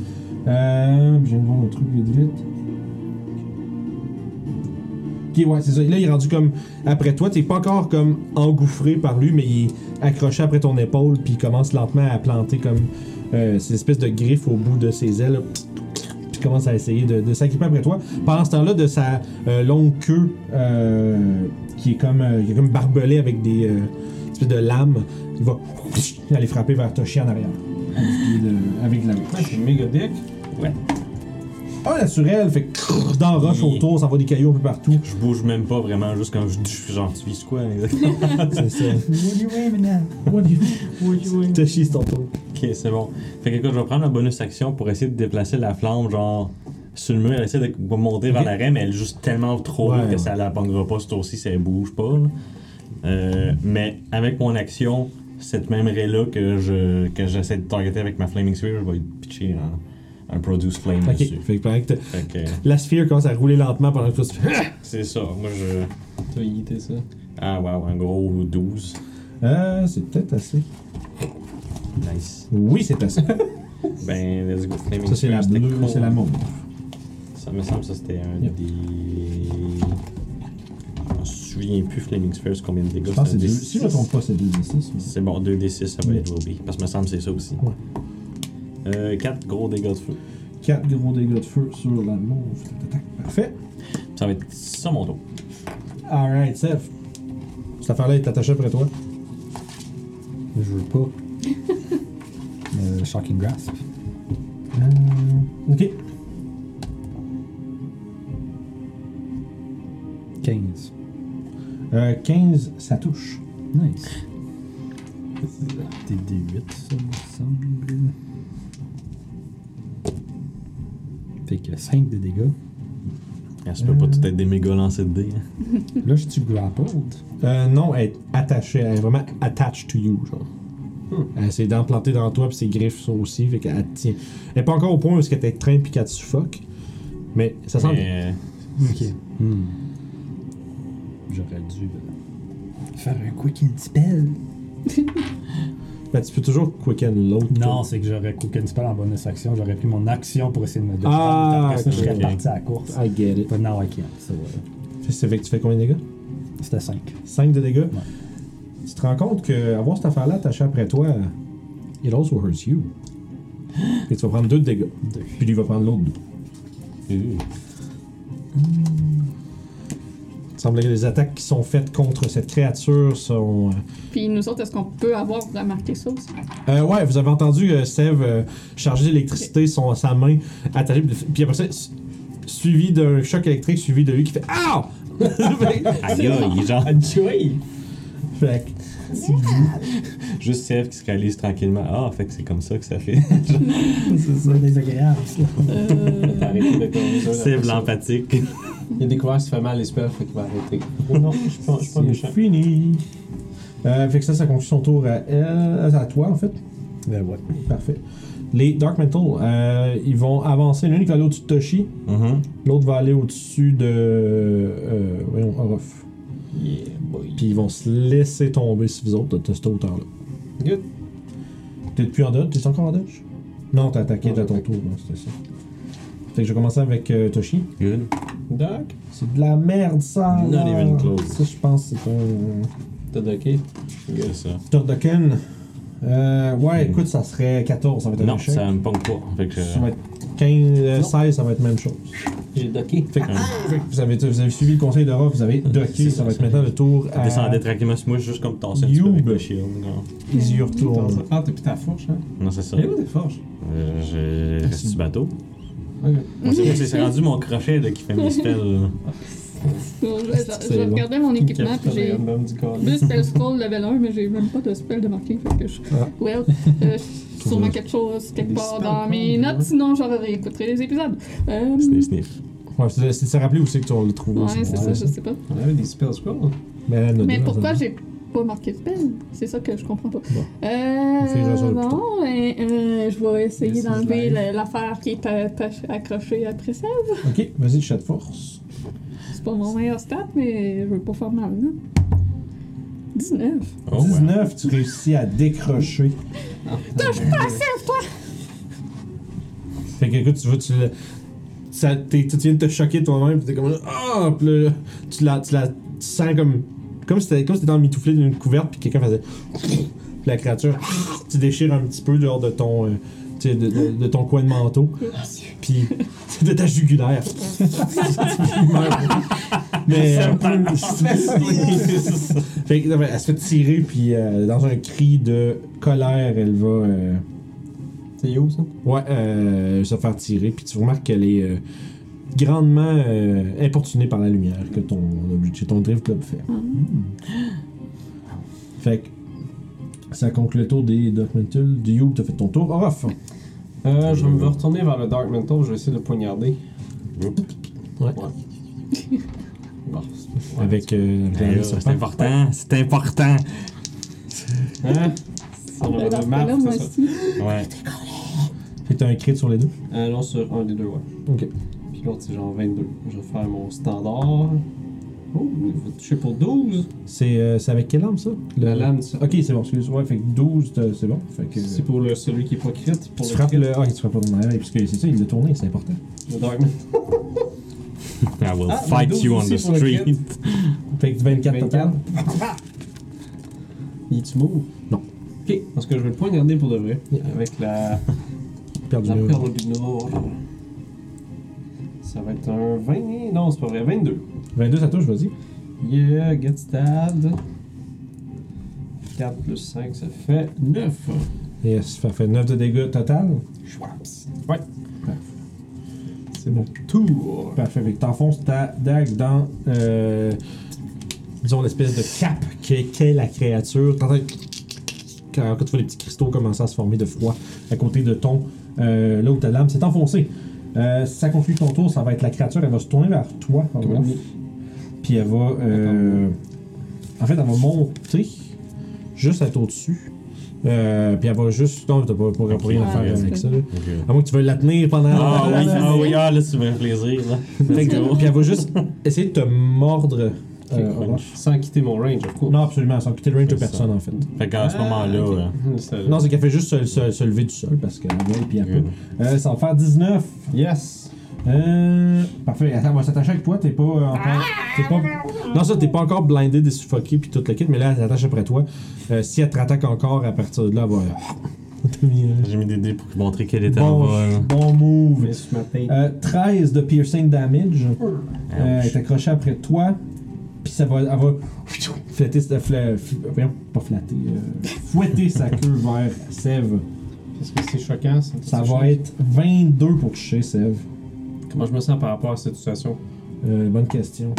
A: Euh, je viens de voir le truc vite vite. Ok, ouais, c'est ça. Là, il est rendu comme après toi. T'es pas encore comme engouffré par lui, mais il est accroché après ton épaule, puis il commence lentement à planter comme euh, ces espèces de griffes au bout de ses ailes. là, Puis commence à essayer de, de s'agripper après toi. Pendant ce temps-là, de sa euh, longue queue euh, qui est comme, euh, qui est comme barbelée avec des euh, espèces de lames, il va aller frapper vers Toshi en arrière. Avec le- Avec la
B: Ouais, je suis méga dick.
A: Ah, naturel, fait que dans roche
D: Yeah.
A: autour, ça va des cailloux un peu partout.
D: Je bouge même pas vraiment, juste quand je dis genre, tu vises quoi exactement?
A: C'est ça.
H: What you aiming at?
A: What do you- Toshi, c'est ton tour.
D: ok, c'est bon. Fait que écoute, je vais prendre la bonus action pour essayer de déplacer la flamme, genre, sur le mur. Elle essaie de monter vers
A: Ok.
D: l'arrêt, mais elle est juste tellement trop haut
A: Ouais,
D: que
A: ouais.
D: ça la pognera pas, ce tour-ci, ça bouge pas. là. Euh, mais avec mon action, cette même raie-là que je que j'essaie de targeter avec ma Flaming Sphere, je vais pitcher un, un Produce Flame
A: Ok,
D: dessus.
A: fait que pendant que t'as-
D: Fait que,
A: la sphère commence à rouler lentement pendant que toi tu fais.
D: c'est ça. Moi, je.
B: T'as yité ça.
D: Ah, wow, un gros 12.
A: Euh, c'est peut-être assez.
D: Nice.
A: Oui, c'est assez.
D: Ben, let's go. Flaming
A: Ça, c'est la
D: Sphere, c'était
A: bleue,
D: cool.
A: c'est la mauve.
D: Ça me semble que ça c'était un
A: Yep.
D: des. Je me souviens plus Flaming Spheres combien de dégâts
A: Je pense que c'est
D: c'était,
A: deux.
D: un
A: Si je me trompe pas, c'est deux des six. mais-
D: C'est bon, 2d6, ça va être Ruby. Parce que me semble que c'est ça aussi.
A: Ouais.
D: Euh, 4 gros dégâts de feu.
A: Quatre gros dégâts de feu sur la mauve. Tac, tac, tac. Parfait.
D: Ça va être ça mon tour.
A: Alright, Seth. Cette affaire-là est attachée après toi.
E: Je veux pas.
H: Euh, shocking grasp.
A: Euh, ok.
H: 15.
A: Euh, 15, ça touche.
H: Nice.
E: T'es D8, ça.
H: Ça me semble. Fait que 5 de dégâts.
A: Euh.
D: Ah, Ça peut pas tout être des méga lancers de dés. hein.
H: Là, je suis grappled.
A: Euh, non, elle est attachée. Elle est vraiment attached to you, genre. Elle s'est dents plantées dans toi, puis ses griffes sont aussi. Fait qu'elle te tient. Elle est pas encore au point où est-ce qu'elle t'étreint puis qu'elle te suffoque. Mais ça sent bien.
D: Mais,
H: Ok. Hmm.
E: J'aurais dû.
H: euh, Faire un quick and spell.
A: Ben, tu peux toujours quicken l'autre.
E: Non, c'est que j'aurais cooké une spell en bonus action. J'aurais pris mon action pour essayer de me défendre.
A: Ah,
E: Après ça, je serais
A: ok. Ah.
E: parti à la course.
A: I get it.
E: But now I can't. So, euh,
A: Fait- Ça fait que tu fais combien de dégâts
E: C'était 5.
A: 5 de dégâts. Tu te rends compte que avoir cette affaire-là attachée après toi, it also hurts you. Et tu vas prendre 2 de dégâts. Puis lui va prendre l'autre 2. Il semble que les attaques qui sont faites contre cette créature sont. euh,
C: Puis nous autres, est-ce qu'on peut avoir remarqué ça aussi?
A: Euh, ouais, vous avez entendu euh, Sev euh, charger d'électricité son, sa main, attacher, puis puis après ça, su- suivi d'un choc électrique, suivi de lui qui fait Ah! Ow!
D: euh, Aïe aïe, genre.
A: Fait que-
D: Juste Sèvres qui se réalise tranquillement. Ah, fait que c'est comme ça que ça fait.
H: C'est désagréable, ça.
B: T'as arrêté de corriger ça,
D: Sèvres
B: la personne.
D: l'empathique.
B: Il a découvert que ça fait mal les spells, fait qu'il va arrêter. non, je suis pas, je suis pas méchant.
A: C'est fini. Euh, fait que ça, ça conclut son tour à elle, à toi en fait.
E: Ben ouais.
A: Parfait. Les Dark Mental, euh, ils vont avancer. L'une qui va aller au-dessus de Toshi,
D: Mhm.
A: l'autre va aller au-dessus de. Euh, voyons, Orof.
B: Yeah, boy.
A: Puis ils vont se laisser tomber sur vous autres de, de cette hauteur-là.
B: Good.
A: T'es plus en dodge? T'es encore en dodge? Ah, Non, t'as attaqué
B: Non,
A: à
B: j'ai
A: ton tour, non, c'était ça. Fait que je vais commencer avec euh, Toshi.
D: Good.
B: Doc,
A: C'est de la merde, ça!
D: Not
A: là.
D: even close.
A: Ça, je pense, que c'est un...
B: t'as docké.
D: Good ça.
A: Turdoken. Euh, ouais, écoute, ça serait 14, ça va être un
D: Non,
A: échec.
D: ça me pogne pas. Fait que.
A: Ça va être 15, euh, 16, ça va être même chose.
B: J'ai docké.
A: Fait que, fait que vous, avez, vous avez suivi le conseil de Rob, vous avez docké,
B: C'est
A: ça
B: ça,
A: va être
B: ça.
A: maintenant le tour à...
D: Descendez tranquillement sur moi, juste comme tasser un petit peu
A: Youb.
D: avec le shield. genre.
A: It's your tour.
B: Ah, t'as plus ta fourche, hein?
D: Non, c'est ça.
B: Elle est où tes forges?
D: Euh, J'ai reste du bateau.
B: Ok.
D: Moi, c'est- moi, c'est c'est rendu mon crochet là, qui fait mes spells. là.
C: Je, je- je
A: bon.
C: regardais mon équipement, puis
B: Capitaine
C: j'ai
B: random du corps.
C: deux spell scroll level 1, mais j'ai même pas de spell de marquing. Fait que je.
A: Ah.
C: Well, euh, sûrement quelque chose quelque
B: Des
C: part
B: spell
C: dans mes
B: scroll,
C: notes,
B: ouais.
C: sinon je réécouterai les épisodes. Euh,
D: Sniff, sniff.
A: Ouais, c'est c'est- c'est rappelé où c'est que tu l'as trouvé.
C: ouais, c'est ça, je sais pas.
B: On avait des spells scrolls.
A: Mais, elle en a
C: Mais
A: deux,
C: pourquoi
A: elle en a
C: j'ai pas marqué de peine? C'est ça que je comprends pas.
A: finira ça
C: Euh,
A: plus tard.
C: non, mais, euh, je vais essayer
B: This is
C: d'enlever
B: life.
C: le- l'affaire qui est euh, pas- accrochée après ça.
A: deux. Ok, vas-y, chat de force.
C: C'est pas mon meilleur stat, mais je veux pas faire mal, hein. non? 19.
D: Oh, ouais.
A: 19, tu réussis à décrocher.
B: Touche pas ça!
A: Fait que, écoute, tu vois, tu le- ça, t'es- tu viens de te choquer toi-même, pis t'es comme là, ah, Puis là, tu la, tu la, tu sens comme, comme si t'étais, comme si t'étais emmitouflé d'une couverte, pis quelqu'un faisait, Puis la créature, tu déchires un petit peu dehors de ton, euh, tu sais, de, de- de ton coin de manteau.
C: Ah,
A: Puis de ta jugulaire. Mais. euh, Fait que, non, mais elle se fait tirer, puis euh, dans un cri de colère, elle va. euh,
B: C'est où ça?
A: ouais, euh, se faire tirer. Puis tu remarques qu'elle est euh, grandement euh, importunée par la lumière que ton objet, ton drift club fait. Hmm. Fait que. Ça conclut le tour des Dark Mantle. Du Youb, t'as fait ton tour. Orof!
B: Euh, je vais me retourner vers le Dark Mentor, je vais essayer de le poignarder.
A: Ouais.
B: Bon, c'est pas-
A: Avec. euh, la
D: Ben là,
A: serpent.
D: C'est important, c'est important.
B: Hein? On aurait
C: Alors,
B: deux maps,
C: là,
B: c'est
C: moi
B: ça.
C: aussi.
D: Ouais.
A: Fait que t'as un crit sur les deux.
B: Euh, non, sur un des deux, ouais.
A: Ok.
B: Puis l'autre, c'est genre 22. Je vais faire mon standard. Oh, il va toucher pour 12.
A: C'est euh, c'est avec quelle arme ça?
B: La lame, ça.
A: Ok, c'est bon, excuse-moi. Fait que 12, t'as- c'est bon. Fait que.
B: C'est pour le, celui qui est pas crit. Pour
A: tu
B: le,
A: frappes
B: crit,
A: le. Ah, tu frappes le nerf, parce que c'est ça, il l'a tourné, c'est important.
B: le Dark Mentor.
D: I will
B: Ah,
D: fight
B: douze
D: you on
B: aussi
D: the
B: pour le
D: street.
A: Fait que 24,
B: 24.
A: total.
B: Il est-tu mou?
A: Non.
B: Ok, parce que je vais le poignarder pour de vrai. Avec la,
A: Perdu
B: la
A: le-
B: perle du Nord. Ça va être un 20. Non, c'est pas vrai, 22.
A: 22, ça touche, vas-y.
B: Yeah, get stabbed. 4 plus 5, ça fait 9.
A: Yes, ça fait 9 de dégâts total.
B: Schwaps. Ouais. C'est mon tour.
A: Parfait. Fait que t'enfonces ta dague dans, euh, disons, l'espèce de cape qu'est qu'est la créature. T'entends quand, quand tu vois les petits cristaux commencer à se former de froid à côté de ton, euh, là où ta lame s'est enfoncée. Euh, si ça conclut ton tour, ça va être la créature, elle va se tourner vers toi, Orloff. Puis elle va. euh, en fait, elle va monter juste à être au-dessus. Euh, puis elle va juste. Non, t'as pas, pas, pas rien à faire
C: Ouais,
A: avec
C: c'est
A: ça. là. À moins que tu veuilles la tenir pendant.
D: Ah oui,
A: pendant-
D: ah oui, ah là, tu me fais plaisir. Là.
A: Fait que- Puis elle va juste essayer de te mordre. euh,
D: crunch.
A: Olaf.
B: Sans quitter mon range, of course.
A: non, absolument, sans quitter le range de
D: C'est ça.
A: personne en fait.
D: Fait qu'à ce moment-là, euh, ouais.
A: Non, c'est qu'elle fait juste se, se- se lever du sol parce qu'elle vole puis elle peut. Euh, ça va faire 19.
B: Yes!
A: Euh, parfait, elle va s'attacher avec toi, t'es pas euh, encore. t'es pas- non, ça, t'es pas encore blindé, des suffoqué puis tout le kit, mais là, elle s'attache après toi. Euh, si elle te rattaque encore, à partir de là, elle va. T'as mis, euh,
D: j'ai mis des dés pour montrer qu'elle était en
A: bon,
D: vol.
A: bon move.
B: Mais je m'appelle.
A: Euh, 13 de piercing damage. Euh,
B: Ah
D: Ouch.
A: elle est accrochée après toi. Puis ça va. Elle va. Flatter, sa- fla- fl- voyons, pas flatter. euh, fouetter sa queue vers Sève.
B: Est-ce que c'est choquant? Ça,
A: Ça va être 22 pour toucher, Sève.
B: Comment je me sens par rapport à cette situation?
A: Euh, bonne question.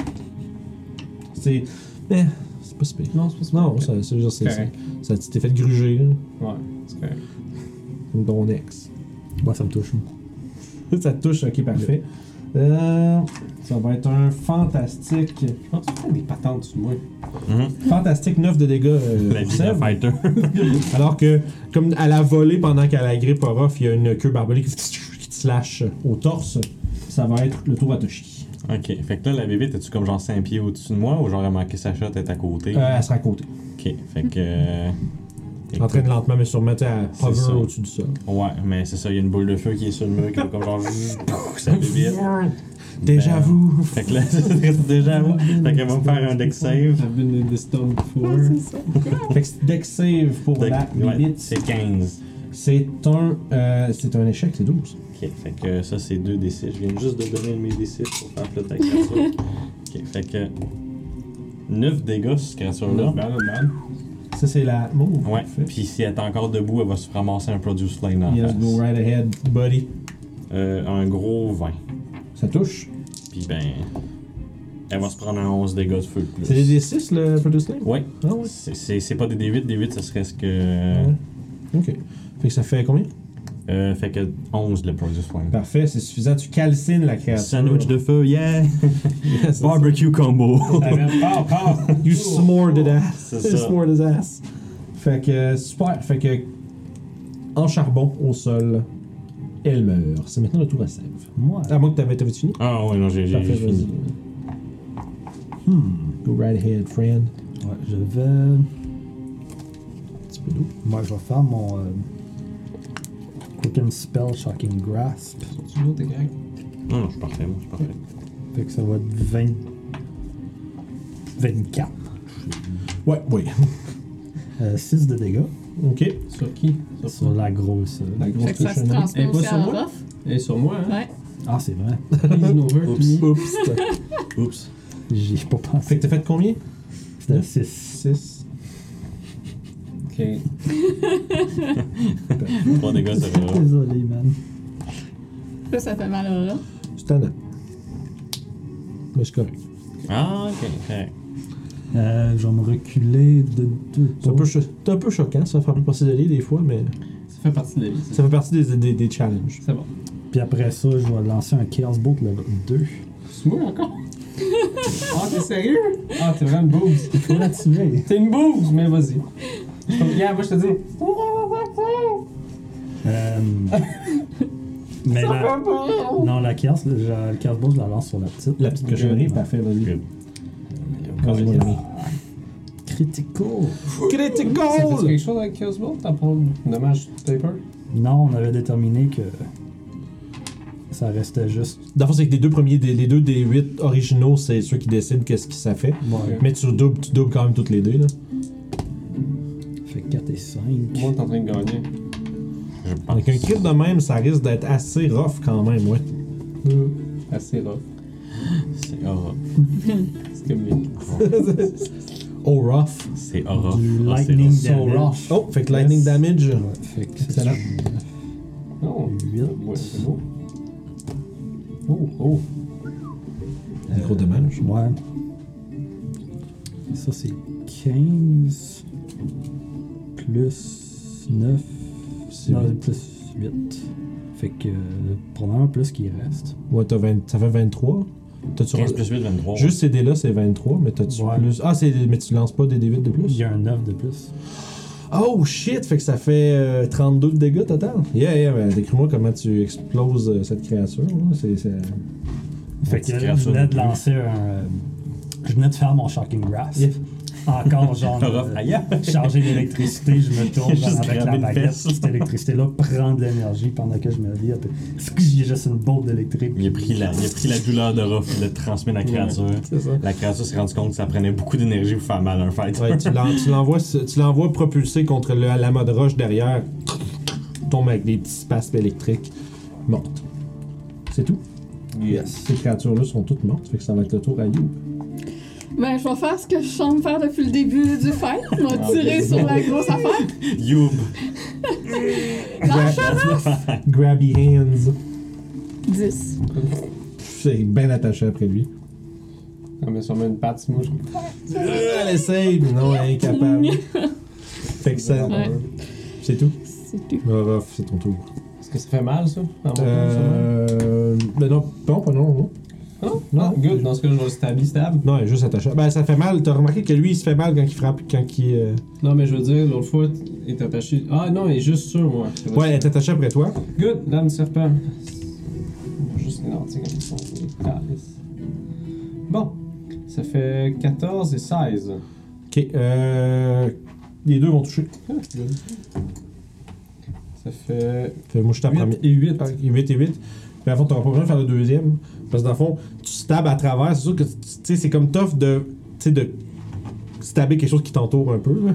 A: C'est. Eh, c'est pas super.
B: Non, c'est
A: Non, ça, c'est juste. c'est-
B: Correct.
A: Ça, tu t'es fait gruger, là,
B: Ouais, c'est correct.
A: comme ton ex.
H: Moi, ça me touche.
A: Ça te touche, ok, parfait. Euh, ça va être un fantastique.
B: Je pense que tu fais des patentes sur moi.
A: Fantastique 9 de dégâts. euh,
D: Mhm. La vie d'un
A: Sève.
D: fighter.
A: Alors que, comme elle a volé pendant qu'elle a grippe Orof, il y a une queue barbelée qui, qui te slash au torse. Ça va être le tour à Toshi.
D: ok, fait que là, la bébé, t'es-tu comme genre 5 pieds au-dessus de moi ou genre elle manquait sa shot, elle est à côté?
A: Euh, elle sera à côté.
D: Ok, fait que. euh,
A: En train de lentement, mais sûrement, tu sais, elle
D: C'est
A: hover
D: ça.
A: au-dessus du sol.
D: Ouais, mais c'est ça, il y a une boule de feu qui est sur le mur qui va comme genre. pouf, ça dévite.
A: Déjà
D: Ben,
A: vous.
D: Fait que là, c'est déjà moi. Fait qu'elle va me faire un deck save.
B: I've been in this storm before.
C: Ouais, c'est ça.
A: Fait que deck save pour
D: Deck-
A: la
D: ouais,
A: limite.
D: c'est 15.
A: C'est un, euh, c'est un échec, c'est 12.
D: Ok, fait que ça, c'est 2 D6. Je viens juste de donner mes D6 pour faire flot avec la créature. Ok, fait que. 9 dégâts sur cette créature-là.
B: Not bad, not bad.
A: Ça, c'est la move.
D: Ouais,
A: Fait.
D: puis si elle est encore debout, elle va se ramasser un Produce Flame dans la
A: Yes,
D: face.
A: go right ahead, buddy.
D: Euh, un gros 20.
A: Ça touche.
D: Puis ben. Elle va se prendre un 11 dégâts de feu de plus.
A: C'est des D6, le Produce Flame?
D: Ouais.
A: Ah ouais.
D: C'est- C'est c'est pas des D8, D8, ça serait ce que.
A: Ouais. Ok. Fait que ça fait combien?
D: Euh, fait que 11 le Produce Flame.
A: Parfait, c'est suffisant. Tu calcines la créature.
D: Sandwich de feu, yeah!
A: Yes.
D: Barbecue combo!
B: Pow, pow.
A: You smored his ass.
D: Oh. C'est
A: You
D: ça.
A: smored his ass. Fait que, super. Fait que, en charbon, au sol, elle meurt. C'est maintenant le tour à Sèvres.
H: Moi.
A: À moins que t'avais, t'avais fini?
D: Ah ouais, non, j'ai j'ai
A: Parfait, vas-y.
D: fini.
A: Go right ahead, friend.
H: Ouais, je vais. Un petit peu d'eau. Moi, je vais faire mon. euh, Quicken Spell Shocking Grasp.
B: Tu vois, t'es correct.
D: Non, non, je suis parfait, moi, je suis parfait.
H: Fait que ça va être 20. 24.
A: Ouais, oui.
E: euh,
H: 6 de dégâts.
A: Ok.
B: Sur qui Sur,
E: Sur la grosse. euh.
B: la
C: Fait
B: grosse
C: que ça se
B: cochonnerie.
C: transmet
B: Elle est pas
C: aussi
B: sur
C: à
B: moi
C: Orof.
B: Elle est sur moi, hein
C: Ouais.
E: Ah, c'est vrai.
B: He's no hurt
D: Oups.
B: me.
A: Oups.
D: Oups.
E: J'y ai pas
A: fait
E: pensé.
A: que t'as fait combien
E: C'était 6.
A: 6.
B: Ok.
D: 3 dégâts, ça va.
E: Désolé, man.
C: Ça, ça fait mal à Orof.
A: C'est tannant. Mais c'est correct.
D: Ah, ok, correct.
E: Euh, je vais me reculer de deux.
A: C'est un, peu cho- c'est un peu choquant, ça faire passer de l'île des fois, mais
B: Ça fait partie de la vie. ça.
A: ça fait partie des, des, des challenges.
B: C'est bon.
E: Puis après ça, je vais lancer un Chaos Bolt level 2.
B: C'est moi encore Ah, t'es sérieux Ah, t'es vraiment une boobs.
E: Faut la tuer.
B: T'es une boobs, mais vas-y. Je te- Regarde, moi je te dis.
E: Euh, Mais la... Non, la Chaos, je- le Chaos Bolt, je la lance sur la petite.
A: La petite cochonnerie, parfait, vas-y.
D: Good.
A: Vas-y, mon ami.
E: Critical.
B: Ça fait
A: Critical!
B: quelque chose avec Chaos Bolt T'as pas un dommage taper
E: Non, on avait déterminé que ça restait juste.
A: Dans le fond, c'est que les deux premiers, des- les deux des 8 originaux, c'est ceux qui décident qu'est-ce que ça fait.
E: Ouais.
A: Mais tu doubles, tu doubles quand même toutes les deux, là.
E: Fait 4 et 5.
B: Moi, t'es en train de gagner.
D: Je pense.
A: Avec un crit de même, ça risque d'être assez rough quand même, ouais.
B: Assez rough.
D: C'est aura.
B: C'est comme les.
A: Oh, rough.
D: C'est aura.
E: Du
D: Ah, c'est
E: lightning
D: rough.
E: damage.
A: Oh, fait que lightning
E: Yes.
A: damage.
E: Ouais, fait que c'est
A: Excellent.
B: Non.
E: Huit.
B: Ouais, c'est beau. Oh, oh.
A: Un gros dommage.
E: Ouais. Ça, c'est 15 plus 9.
A: C'est
E: Non,
A: huit.
E: plus 8. Fait que euh, probablement plus qu'il reste.
A: Ouais, t'as 20, ça fait 23. T'as-tu
D: 15 plus 8, 23.
A: Juste ces dés-là, c'est 23, mais t'as-tu
E: Ouais.
A: plus. Ah, c'est... mais tu lances pas des dés 8 de
E: Il
A: plus?
E: y a un 9 de plus.
A: Oh shit, fait que ça fait euh, 32 de dégâts total. Yeah, yeah, ben, décris-moi comment tu exploses euh, cette créature. là. C'est, c'est...
E: Fait que
D: petite
E: là, je
D: créature
E: venais
D: de
E: de lancer un. euh, Je venais de faire mon Shocking Grass.
A: Yeah.
E: Encore, genre.
D: Aura.
E: euh,
D: Aïe, aïe.
E: chargé d'électricité, je me tourne
D: Juste
E: genre, avec
D: grabé
E: la
D: une
E: baguette.
D: fesse.
E: Cette électricité-là prend de l'énergie pendant que je me vis. J'ai juste une bombe d'électrique.
D: Il a pris la, il a pris la douleur d'Aura, puis il l'a transmis à la créature.
B: C'est ça.
D: La créature s'est rendue compte que ça prenait beaucoup d'énergie pour faire mal à un fighter.
A: Ouais, tu, l'en- tu l'envoies, tu l'envoies propulsé contre le, la mode roche derrière. Tombe avec des petits spasmes électriques. Morte. C'est tout. Ces créatures-là sont toutes mortes, fait que ça va être le tour à You.
C: Ben, je vais faire ce que je semble faire depuis le début du fight. Je vais tirer sur la grosse affaire.
D: Youb.
A: Grabby hands.
C: 10.
A: C'est bien attaché après lui.
B: Ah, mais sûrement une patte, moi, je
A: Euh, Elle essaye, mais non, elle est incapable. fait que ça,
C: Ouais.
A: c'est tout.
C: C'est tout.
A: Orof, c'est ton tour.
B: Est-ce que ça fait mal, ça? Ah, bon,
A: Euh. Ben non, non, pas non, non.
B: sûrement. Non?
A: non.
B: Oh, Good, dans ce cas, je vais le stabby stab.
A: Non, elle est juste attachée. Ben, ça fait mal. T'as remarqué que lui, il se fait mal quand il frappe, quand il. euh,
B: Non, mais je veux dire, l'autre fois, il est attaché. Ah, non, il est juste sur moi. C'est vrai.
A: Ouais, elle est attachée après toi.
B: Good, lame du serpent. On va Juste les lentilles comme ils sont. les calices. Bon, ça fait 14 et 16.
A: Ok, euh. Les deux vont toucher.
B: Ça fait
A: Fait que moi, je tape
B: 8
A: premier.
B: et 8.
A: 8 et 8. Mais à fond, t'auras pas besoin de faire le deuxième. Parce que dans le fond, tu stabs à travers. C'est sûr que, tu tu sais, c'est comme tough de. Tu sais, de. Stabber quelque chose qui t'entoure un peu, là.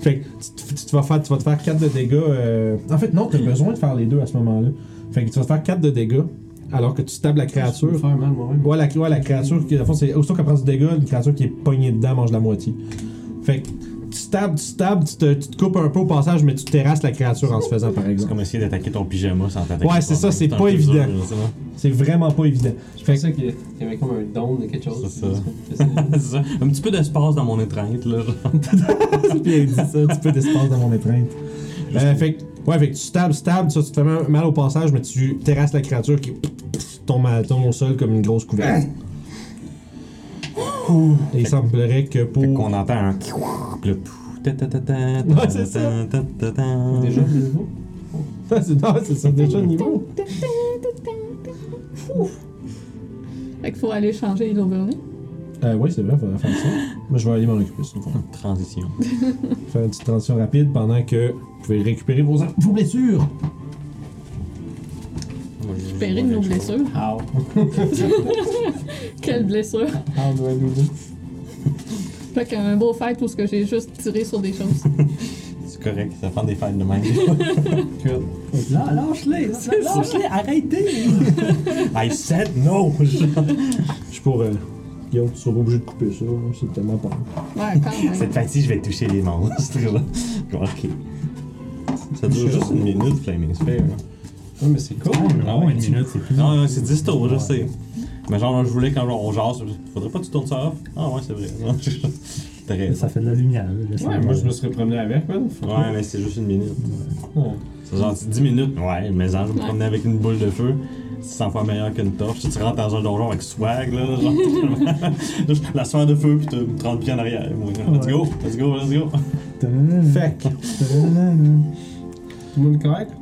A: Fait que tu, te- tu te vas faire, tu vas te faire 4 de dégâts. euh, En fait, non, t'as besoin de faire les deux à ce moment-là. Fait que tu vas te faire 4 de dégâts. Alors que tu stabs la
B: Je peux me
A: créature.
B: faire mal moi-même.
A: Ouais, la, ouais, la créature qui, à fond, c'est aussitôt qu'elle prend du dégât, une créature qui est pognée dedans mange la moitié. Fait que tu stabs, tu stabs, tu te, tu te coupes un peu au passage, mais tu terrasses la créature en se faisant, par
D: C'est
A: exemple.
D: comme essayer d'attaquer ton pyjama sans t'attaquer.
A: Ouais, c'est ça,
D: toi-même.
A: c'est
D: un
A: pas
D: peu
A: évident.
D: dur, là, ça.
A: C'est vraiment pas évident.
B: Je
A: Fait que
B: pensais qu'il y avait comme un don de quelque chose.
D: C'est ça. C'est ça. Un petit peu d'espace dans mon étreinte, là. genre.
A: Puis elle dit ça, un petit peu d'espace dans mon étreinte. Euh, fait que, ouais, fait que tu stabs, stabs, ça, tu te fais mal mal au passage, mais tu terrasses la créature qui tombe, à- tombe au sol comme une grosse couverte. Et il semblerait que pour.
D: Fait qu'on entend un. Puis le. ta ta ta ta ta
A: Ouais, c'est ça.
D: ta ta ta.
B: Déjà, le nouveau.
A: Ah, c'est non, c'est ça, déjà le niveau.
C: Fait qu'il faut aller changer l'overlay.
A: Euh, ouais, c'est vrai, faudrait faire ça. Moi, je vais aller m'en occuper, c'est une fois.
D: Transition.
A: Faire une petite transition rapide pendant que vous pouvez récupérer vos, vos blessures.
C: Pérer Ben, de nos blessures.
B: How?
C: Quelle blessure!
B: How do I do this?
C: Fait qu'un beau fight où ce que j'ai juste tiré sur des choses.
D: C'est correct, ça prend des fêtes de même.
H: Là, lâche-les! Lâche-les! Arrêtez!
D: I said no!
A: Je pourrais. Guillaume, tu seras obligé de couper ça, hein, c'est tellement pas.
C: Ouais, quand même.
D: Cette fois-ci, je vais toucher les monstres, là. ok. Ça dure juste une minute, Flaming Sphere. là.
B: Ouais, mais c'est cool.
D: Ah ouais,
E: une
D: tu-
E: minute, c'est plus.
D: Non, non, c'est 10 tours, je sais. Mais genre, je voulais quand genre, on jase, faudrait pas que tu tournes ça off. Ah ouais, c'est vrai. T'as raison.
E: Ça fait de la lumière. là, ça
B: Ouais,
E: va.
B: moi je me serais promené avec, man.
D: Ouais, mais c'est juste une minute.
B: Ouais.
D: C'est genre 10 minutes. Ouais, mais genre, je me
C: Ouais.
D: promenais avec une boule de feu. C'est 100 fois meilleur qu'une torche. Tu rentres dans un donjon avec swag, là. Genre, Juste la sphère de feu, pis t'as 30 pieds en arrière. moi. Let's go, let's go, let's go.
A: Fait que,
H: Ta-da-da-da.
B: Tout le monde correct?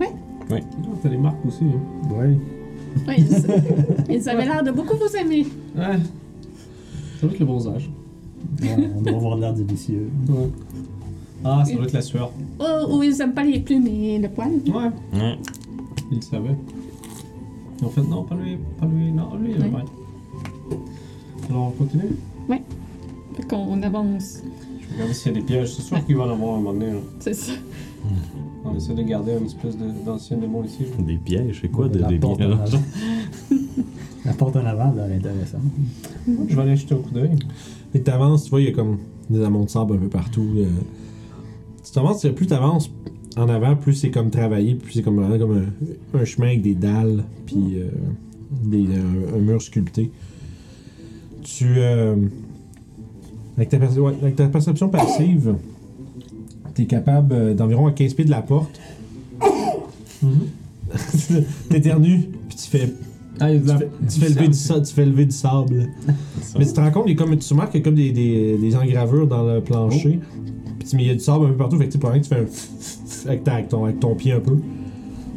C: Oui.
D: Oui.
B: Ah, T'as les marques aussi. Hein.
H: Ouais.
C: Ouais, ils- ils avaient l'air de beaucoup vous aimer.
B: Ouais. Ça doit être le bronzage.
E: Ouais, on doit avoir l'air délicieux.
B: Ouais. Ah, ça doit être la sueur.
C: Oh, ou ils aiment pas les plumes et le poil.
B: Ouais.
D: Ouais.
B: Il le savait. En fait, non, pas lui, pas lui, non, lui,
C: Oui.
B: ouais. Alors, on continue?
C: Fait qu'on avance.
B: Je vais regarder s'il y a des pièges. C'est sûr qu'il va en avoir un moment donné. là.
C: C'est ça.
B: On essaie de garder une espèce de- d'ancien démon ici.
D: Des pièges, c'est quoi
E: Ouais,
D: de,
E: la
D: des
E: porte
D: pièges?
E: en avant. La porte en avant, elle est intéressante.
B: Je vais aller jeter un coup d'œil.
A: fait que t'avances, tu vois, il y a comme des amonts de sable un peu partout. euh. Tu t'avances, plus t'avances en avant, plus c'est comme travailler, plus c'est comme, vraiment comme un, un chemin avec des dalles, puis euh, des, un, un mur sculpté. Tu. euh, avec, ta perce- ouais, avec ta perception passive, t'es capable euh, d'environ à 15 pieds de la porte. T'éternues, puis tu fais
B: Mm-hmm. Ah, il
A: Tu fais- tu fais, lever du sa- tu fais lever du sable. Mais tu te rends compte, il y a comme, tu remarques qu'il y a comme des, des, des engravures dans le plancher. Puis tu- mais il y a du sable un peu partout. Fait que tu sais, probablement que tu fais un avec, ta- avec ton, avec ton pied un peu.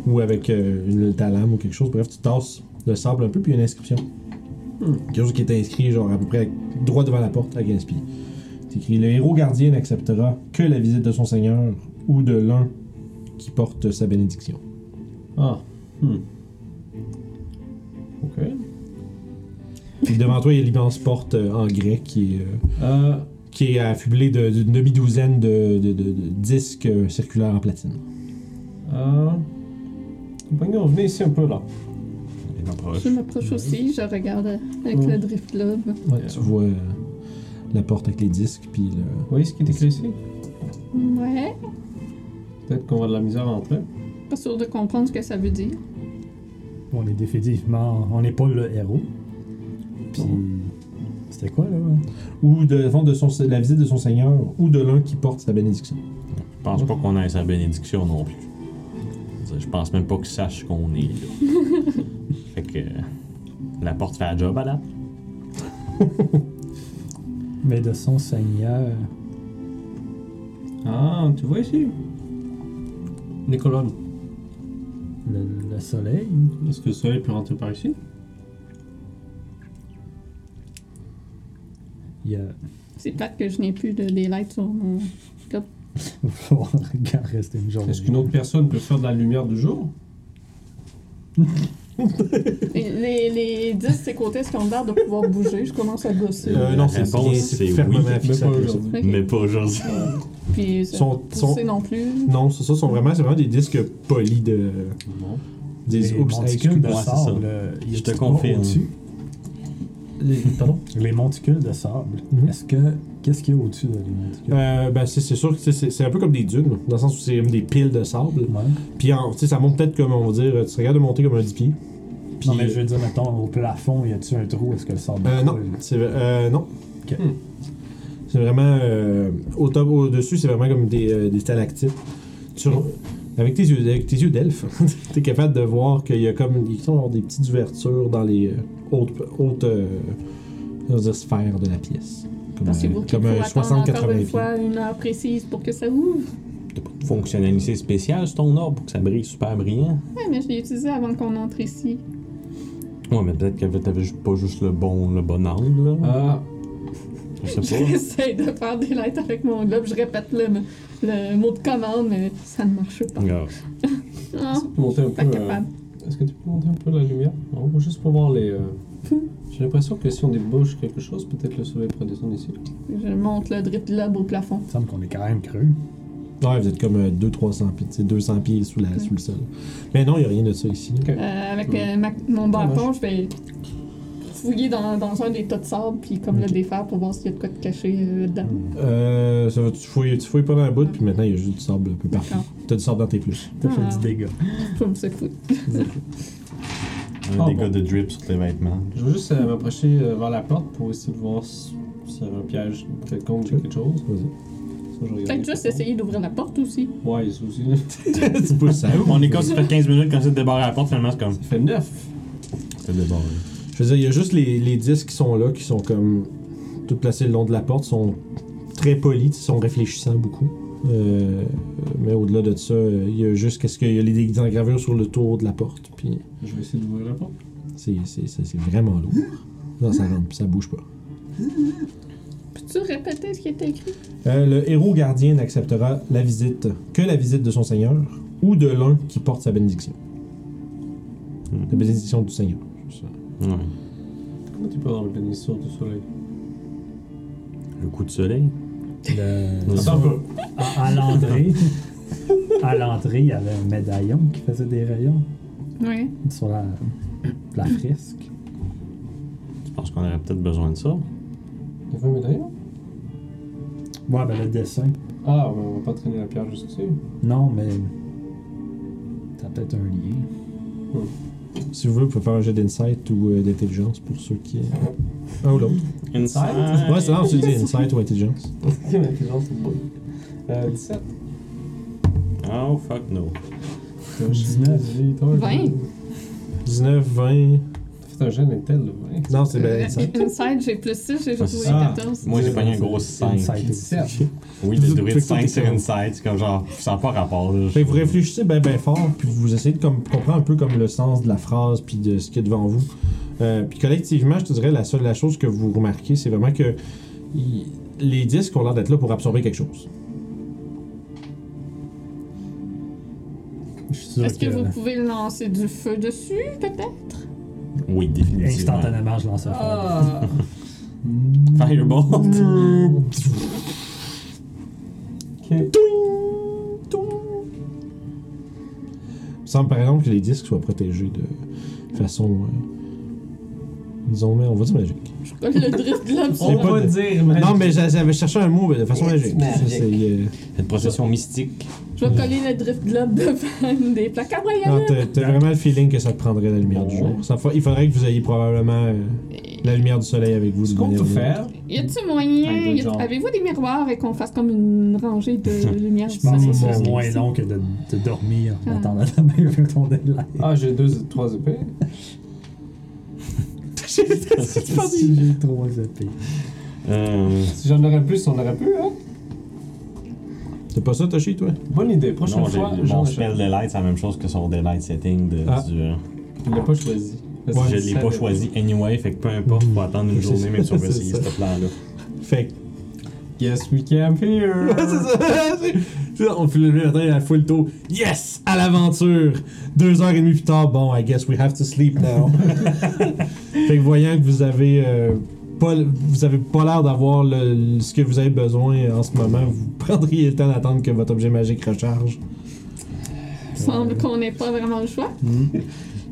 A: Ou avec euh, une, ta lame ou quelque chose. Bref, tu tasses le sable un peu, puis il y a une inscription. Quelque chose qui est inscrit, genre à peu près droit devant la porte, à 15 pieds. C'est écrit Le héros gardien n'acceptera que la visite de son seigneur ou de l'un qui porte sa bénédiction.
B: Ah. Hmm. Ok.
A: Puis devant toi, il y a l'immense porte euh, en grec qui est. euh,
B: Euh,
A: qui est affublé de- d'une demi-douzaine de, de- de- de disques euh, circulaires en platine.
B: euh... Compagnon, venez ici un peu là.
D: Il en proche.
C: Je m'approche aussi, je regarde avec le drift globe.
A: Ouais, Tu vois euh, la porte avec les disques, puis le...
B: Vous voyez ce qui est écrit ici?
C: Ouais,
B: Peut-être qu'on va de la misère à entrer.
C: pas sûr de comprendre ce que ça veut dire.
E: On est définitivement. On n'est pas le héros. Puis. C'était quoi, là?
A: ou de, fond, de son, la visite de son seigneur, ou de l'un qui porte sa bénédiction.
D: Je pense pas qu'on ait sa bénédiction non plus. C'est-à-dire, Je pense même pas qu'ils sachent qu'on est là. fait que euh, la porte fait la job à date.
E: Mais de son seigneur.
B: Ah, tu vois ici? Les colonnes.
E: Le, le soleil.
B: Est-ce que le soleil peut rentrer par ici?
E: Il y a.
C: C'est plate que je n'ai plus de daylight sur mon.
E: Il va falloir regarder rester une journée.
B: Est-ce qu'une autre personne peut faire de la lumière du jour?
C: Les, les, les 10 de ces côtés, ce qui ont l'air de pouvoir bouger, je commence à gosser.
A: Euh, non, c'est
D: réponse,
A: bien, c'est
D: c'est
A: fermement
D: oui,
A: fixé.
B: mais pas
A: après ça.
B: aujourd'hui.
C: Ok.
D: Mais pas aujourd'hui.
C: Puis ça
A: Sont-
C: poussé
A: sont-
C: non plus.
A: Non, c'est ça, sont vraiment, c'est vraiment des disques polis de...
B: Bon.
A: Des
E: Les
A: obs-
E: monticules de
D: excuse-moi, c'est ça.
E: sable. euh, y
D: Je
E: a
D: te
E: du
D: confirme.
E: bois au-dessus?
A: Pardon?
E: Les monticules de sable.
A: Mhm.
E: Est-ce que. Qu'est-ce qu'il y a au-dessus de les monticules?
A: Euh, ben, c'est c'est sûr que tu sais, c'est c'est un peu comme des dunes, dans le sens où c'est comme des piles de sable.
E: Ouais.
A: Puis en- tu sais, ça monte peut-être comme, on va dire, tu regardes de monter comme un 10 pieds. Puis-
E: Non, mais je veux dire, mettons, au plafond, y a-tu un trou? Est-ce que le sable.
A: Euh, non,
E: coule?
A: c'est vrai- euh, non.
E: Ok.
A: Hmm. C'est vraiment euh, au top, au dessus, c'est vraiment comme des, euh, des stalactites. Tu re- avec tes yeux, avec tes yeux d'elfe, t'es capable de voir qu'il y a comme ils sont des petites ouvertures dans les euh, hautes, hautes euh, on va dire sphères de la pièce. Comme,
C: Parce que
A: euh,
C: vous
A: comme un 60-80
C: encore une
A: pieds.
C: fois une heure précise pour que ça ouvre.
D: T'as pas de fonctionnalité spéciale sur ton or pour que ça brille super brillant.
C: Ouais, mais je l'ai utilisé avant qu'on entre ici.
D: Ouais, mais peut-être que t'avais ju- pas juste le bon, le bon angle, là.
B: Ah,
D: Je sais pas.
C: J'essaie de faire des lights avec mon globe, je répète le, le mot de commande, mais ça ne marche pas.
D: Regarde.
C: Non,
B: monter un peu.
C: pas
B: euh,
C: capable.
B: Est-ce que tu peux monter un peu la lumière? Non, juste pour voir les. euh, J'ai l'impression que si on débouche quelque chose, peut-être le soleil pourrait descendre ici.
C: Je monte le drip lobe au plafond.
H: Il me semble qu'on est quand même creux.
A: Ouais, vous êtes comme euh, 200-300 pieds, tu sais, 200 pieds sous, la, sous le sol. Mais non, il n'y a rien de ça ici.
C: Euh, avec euh, ma- mon bâton, je vais fouiller dans, dans un des tas de sable, puis comme le défaire pour voir s'il y a de quoi de caché euh, dedans.
A: Euh, ça va, tu fouilles, tu fouilles pendant un bout, puis maintenant il y a juste du sable un peu partout.
C: D'accord.
A: T'as du sable dans tes plus.
E: T'as fait
C: Ah.
E: du dégât.
C: Je vais me secouer.
D: Un
B: Ah,
D: dégât
B: bon.
D: de drip sur tes vêtements.
B: Je veux juste euh, m'approcher euh, vers la porte pour essayer de voir si- s'il y a un piège quelconque ou quelque chose.
A: Vas-y.
B: Ça, je regarde
C: Peut-être
B: les
C: juste
B: portes.
C: essayer d'ouvrir la porte aussi.
B: Ouais, ça aussi.
A: tu pousses ça.
B: Ah
D: On est comme ça fait 15 minutes quand c'est débarré à la porte, finalement c'est comme.
B: Ça fait 9.
D: C'est débarré.
A: Je veux dire, il y a juste les, les disques qui sont là, qui sont comme tout placés le long de la porte, sont très polis, ils sont réfléchissants beaucoup. Euh, mais au-delà de ça, euh, il y a juste qu'est-ce qu'il y a les des gravures sur le tour de la porte, puis
B: Je vais essayer d'ouvrir la porte.
A: c'est, c'est, c'est, c'est vraiment lourd. Non, ça rentre, puis ça bouge pas.
C: Peux-tu répéter ce qui était écrit?
A: Euh, le héros gardien n'acceptera la visite que la visite de son seigneur ou de l'un qui porte sa bénédiction.
D: Hmm.
A: La bénédiction du seigneur.
D: Ouais.
B: Comment tu peux avoir le bénédiction du soleil
D: Le coup de soleil.
E: Le-
D: Ouais.
B: Attends un peu.
E: À, à l'entrée, à l'entrée, il y avait un médaillon qui faisait des rayons
C: Oui.
E: sur la, la fresque.
D: Je pense qu'on aurait peut-être besoin de ça.
B: Il y avait un médaillon
E: Ouais, ben le dessin.
B: Ah, mais on va pas traîner la pierre jusqu'ici.
E: Non, mais. T'as peut-être un lien.
A: Si vous voulez, vous pouvez faire un jet d'insight ou euh, d'intelligence pour ceux qui. Un Ah, ou l'autre.
D: Inside.
A: Ouais, c'est là, tu dis insight ou intelligence.
B: L'intelligence, c'est beau. Euh, 17.
D: Oh fuck no.
E: 19.
C: 20.
A: 19, 20.
B: T'as fait un gène intel, le 20.
A: Non, c'est
C: Euh,
A: bien insight.
C: Inside, j'ai plus 6, j'ai trouvé
B: Ah.
C: 14.
D: Moi j'ai pogné un gros 5.
E: Insight.
B: 17.
D: Oui,
A: Vous-
D: le durée de
A: vous-
D: 5 sur
A: vous-
D: Inside, c'est comme genre, ça n'a pas rapport. là.
A: Fait que vous réfléchissez bien ben fort, puis vous essayez de comme, comprendre un peu comme le sens de la phrase, puis de ce qu'il y a devant vous. Euh, puis collectivement, je te dirais, la seule la chose que vous remarquez, c'est vraiment que y- les disques ont l'air d'être là pour absorber quelque chose.
E: Je suis sûr
C: Est-ce que
E: que
C: vous pouvez lancer du feu dessus, peut-être?
D: Oui, définitivement.
E: instantanément, je lance un feu.
F: Ah.
D: Fireball.
A: Mm. Il me semble par exemple que les disques soient protégés de façon. euh, disons, mais on va dire magique.
C: Je colle le drift globe
A: On
C: sur
A: va
B: le dire, mais.
A: Non, mais j'a- j'avais cherché un mot mais de façon magique.
F: magique.
A: Ça, c'est, euh,
D: Cette procession mystique.
C: Je vais coller le drift globe devant une des plaques à
A: non,
C: voyage.
A: t'as, t'as vraiment le feeling que ça te prendrait la lumière du jour. Ça fa- il faudrait que vous ayez probablement euh, la lumière du soleil avec vous.
B: Ce
A: de
B: qu'on
A: manière
B: peut
A: ou d'une autre.
B: faire,
C: Y a-t-il moyen?
B: Un peu de
C: y a-
B: genre.
C: Avez-vous des miroirs et qu'on fasse comme une rangée de lumière
E: Je
C: du
E: pense que
C: soleil?
E: c'est
C: ici?
E: moins long que de, de dormir en attendant la même ton deadline.
B: ah, j'ai deux, trois épées.
E: Si j'ai trois épées.
D: Euh,
B: Si j'en aurais plus, on aurait pu, hein.
A: T'as pas ça, Toshi, toi
B: Bonne idée. Prochaine
D: non, j'ai-
B: fois,
D: mon
B: j'en
D: spell
B: achète.
D: daylight, c'est la même chose que son daylight setting de,
A: Ah.
D: du. euh,
B: Il l'a pas choisi. Parce que
D: je
B: ça
D: l'ai pas
B: avait-
D: choisi anyway, fait que peu importe, on va attendre une
A: C'est
D: journée,
A: ça,
D: même si on va
A: c'est
D: essayer
A: ça.
D: ce plan-là.
A: Fait que.
B: Guess we camp here.
A: Ouais, c'est ça. C'est ça, On fait le matin à full tôt. Yes! À l'aventure! Deux heures et demie plus tard, bon, I guess we have to sleep now. fait que voyant que vous avez euh, pas, vous avez pas l'air d'avoir le- le- ce que vous avez besoin en ce moment, vous prendriez le temps d'attendre que votre objet magique recharge.
C: semble qu'on n'ait pas vraiment le choix.
D: Moi,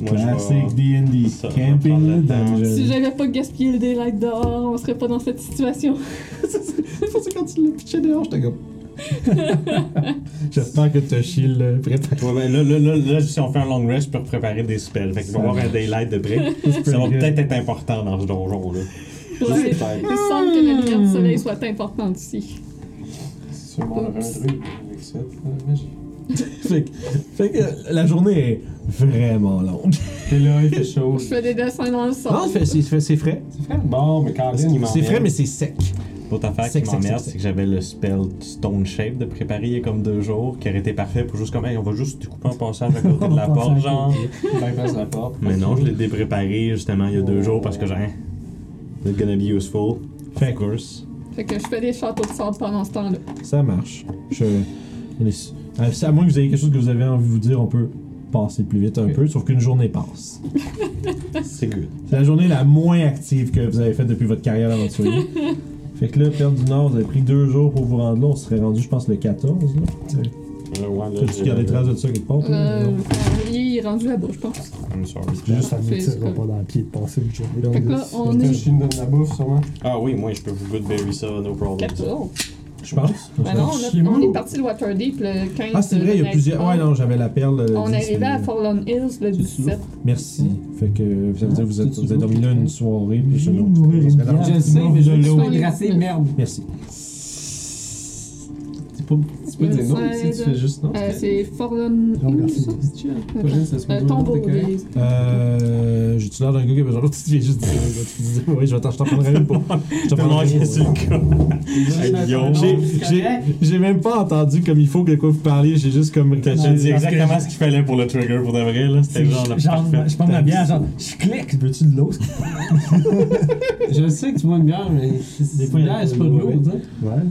D: je vais-
A: D&D.
D: ça, on va Camping, prendre le là, temps. dans
A: Euh.
D: le
C: Si j'avais pas gaspillé le daylight dehors, on serait pas dans cette situation.
A: C'est pour ça que quand tu l'as pitché dehors, j'étais comme... J'espère que Toshi le prépare.
D: Ouais, ben là, là, là, là, si on fait un long rest, je peux préparer des spells. Fait qu'il va y avoir un daylight de break. ça va peut-être être important dans ce donjon-là.
C: Ouais. Il semble que la lumière
F: Hmm.
C: du soleil soit importante ici.
B: C'est sûrement on aurait un druide avec cette euh, magie.
A: fait, que, fait que la journée est vraiment longue.
B: Et là, il fait chaud.
C: Je fais des dessins dans le
A: Non,
C: sol.
A: Ah, fait- c'est fait- c'est frais.
B: C'est vrai? Bon, mais quand
D: Parce qu'il
B: même.
A: C'est frais,
D: m'emmerde.
A: mais c'est sec.
D: L'autre affaire
A: Sec,
D: qui
A: sec,
D: m'emmerde,
A: sec,
D: c'est
A: sec.
D: que j'avais le spell Stone Shape de préparer il y a comme deux jours, qui aurait été parfait pour juste comme, hey, on va juste couper un passage à côté de la porte, genre.
B: Ben, passe la porte.
D: Mais non, je l'ai dépréparé justement il y a deux jours parce que j'ai. hein, It's gonna be useful.
A: Fait
D: Of course.
C: Fait que je fais des châteaux de sable pendant ce temps-là.
A: euh, Ça marche. Je... on est- À à moins que vous ayez quelque chose que vous avez envie de vous dire, on peut passer plus vite un
B: Ok.
A: peu, sauf qu'une journée passe.
D: C'est good.
A: C'est la journée la moins active que vous avez faite depuis votre carrière aventurière. fait que là, Perle du Nord, vous avez pris deux jours pour vous rendre là. On serait rendu, je pense, le 14. Là.
D: Euh, ouais, là,
A: T'as-tu
D: j'ai-
A: gardé trace de ça quelque part? toi?
C: Euh,
A: Non.
C: il est rendu là-bas, je pense.
D: I'm sorry.
H: Juste, ça me
C: C'est-
H: tirera pas dans le pied de passer une journée.
C: Fait que là, on
B: Je
C: est
B: chine donne la bouffe, sûrement.
D: Ah oui, moi, je peux vous goodberry ça, no problem.
C: 14.
A: Je pense.
C: Ben non, on, a- on est parti de Waterdeep le 15.
A: Ah, c'est vrai, il y a plusieurs. Ouais, non, j'avais la perle. le
C: On
A: 10,
C: est arrivé
A: mais-
C: à Forlorn Hills le 17.
A: Merci. Fait que euh, ça veut dire que vous êtes,
F: C'est
A: vous êtes dormi là une soirée. puis
F: Je
A: c'est
F: vais
A: l'autre.
F: mourir
A: Ça
F: une
A: serait la-
F: bière. Je le sais, mais je l'ai
C: Soyez
F: oublié.
C: vous-
F: Merde.
A: Merci.
B: C'est pas, c'est pas des noms, tu sais, tu fais juste non.
C: Euh, c'est Forlorn
H: Non,
C: Hills.
H: merci.
C: ça?
B: C'est chill.
C: Attends.
B: Pas juste, ça se
C: Euh,
B: peut pas,
C: tombeau
B: t'es correct.
C: des-
A: Ah, Euh. J'ai-tu l'air d'un gars qui a besoin d'autre? Tu viens juste de dire. tu dis, Oui, je vais t'en je t'en prendrai une pour. Je t'en prendrai une pour. J'ai- j'ai- J'ai même pas entendu comme il faut de quoi vous parliez, j'ai juste comme
D: Je
A: caché.
D: te dis
H: parce que
D: exactement ce qu'il fallait pour le trigger pour de vrai, là. C'était genre le
H: Genre,
D: parfait.
H: je prends ma bière, genre, je clique, veux-tu de l'eau?
B: Je sais que tu bois une bière, mais c'est
H: fois,
B: une
H: il y a
B: bière, c'est
H: des
B: pas de hein. l'eau,
H: mauvais.
B: tu sais.
H: Ouais.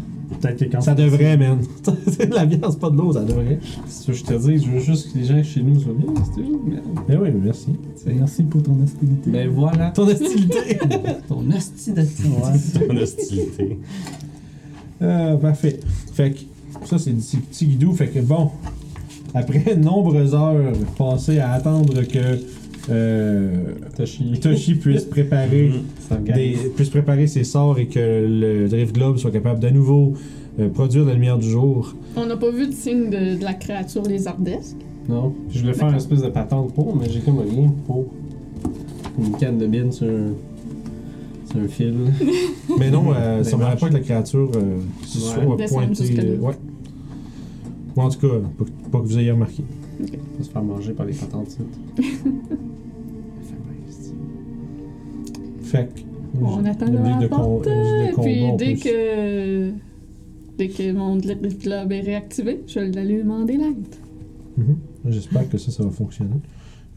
H: Peut-être que quand
A: Ça devrait, man. la bière, c'est pas de l'eau, ça devrait.
B: Si tu veux que je te dise, je veux juste que les gens chez nous soient bien, c'est tout. merde,
A: Mais Eh oui, mais merci.
B: tu sais.
H: Merci pour ton hostilité.
B: Ben voilà
A: Ton hostilité.
B: ton hostie de
H: Ouais.
D: Ton hostilité.
A: euh, parfait. Fait que ça, c'est du petit guidou. Fait que bon, après nombreuses heures passées à attendre que euh,
B: T'as chié.
A: Itoshi puisse préparer
B: Ça me
A: des, puisse préparer ses sorts et que le Drift Globe soit capable de nouveau euh, produire la lumière du jour.
C: On n'a pas vu de signe de, de la créature lézardesque.
B: Non, je voulais faire une espèce de patente pour, mais j'ai comme rien pour. Une canne de bine sur un. sur un fil.
A: Mais non, euh,
B: Ben,
A: ça ne m'aurait
B: marche.
A: pas que la créature euh, se
B: Ouais.
A: soit
C: Descende
A: pointée.
C: jusque là.
A: euh, ouais. Ou en tout cas, pas que, pas que vous ayez remarqué.
B: On va se faire manger par les patentes, ça.
A: Fait que.
C: On attend
A: le
C: le
A: but de con-
C: rapport.
A: le but de
C: Et euh, puis
A: combat,
C: dès
A: on peut-
C: que. Dès que mon Drift Globe est réactivé, je l'allume en délite.
A: Mhm. J'espère que ça, ça va fonctionner.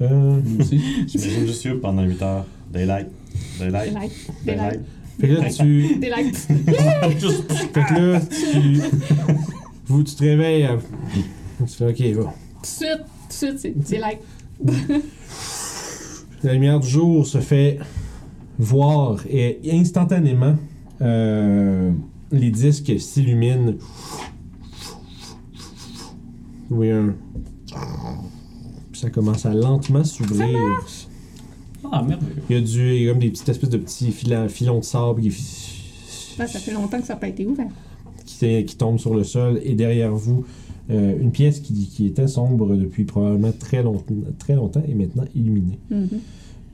A: Euh,
B: Nous aussi.
D: J'imagine juste you pendant 8 heures. Daylight. Daylight.
C: Délite.
D: Daylight.
C: Délite.
A: fait que là, tu.
C: Délite.
D: Juste
A: fait que là, tu. Vous, tu te réveilles. euh, tu fais OK, bon.
C: Tout de suite, tout de suite, c'est délite.
A: La lumière du jour se fait voir et instantanément, euh, les disques s'illuminent. Oui, un. Puis Ça commence à lentement s'ouvrir.
B: Ah, merveilleux.
A: Il y a du, il y a comme des petites espèces de petits filons, filons de sable qui,
C: Ah, ça fait longtemps que ça n'a pas été ouvert.
A: qui, qui tombent sur le sol. Et derrière vous, euh, une pièce qui, qui était sombre depuis probablement très, long- très longtemps est maintenant illuminée.
C: Mhm.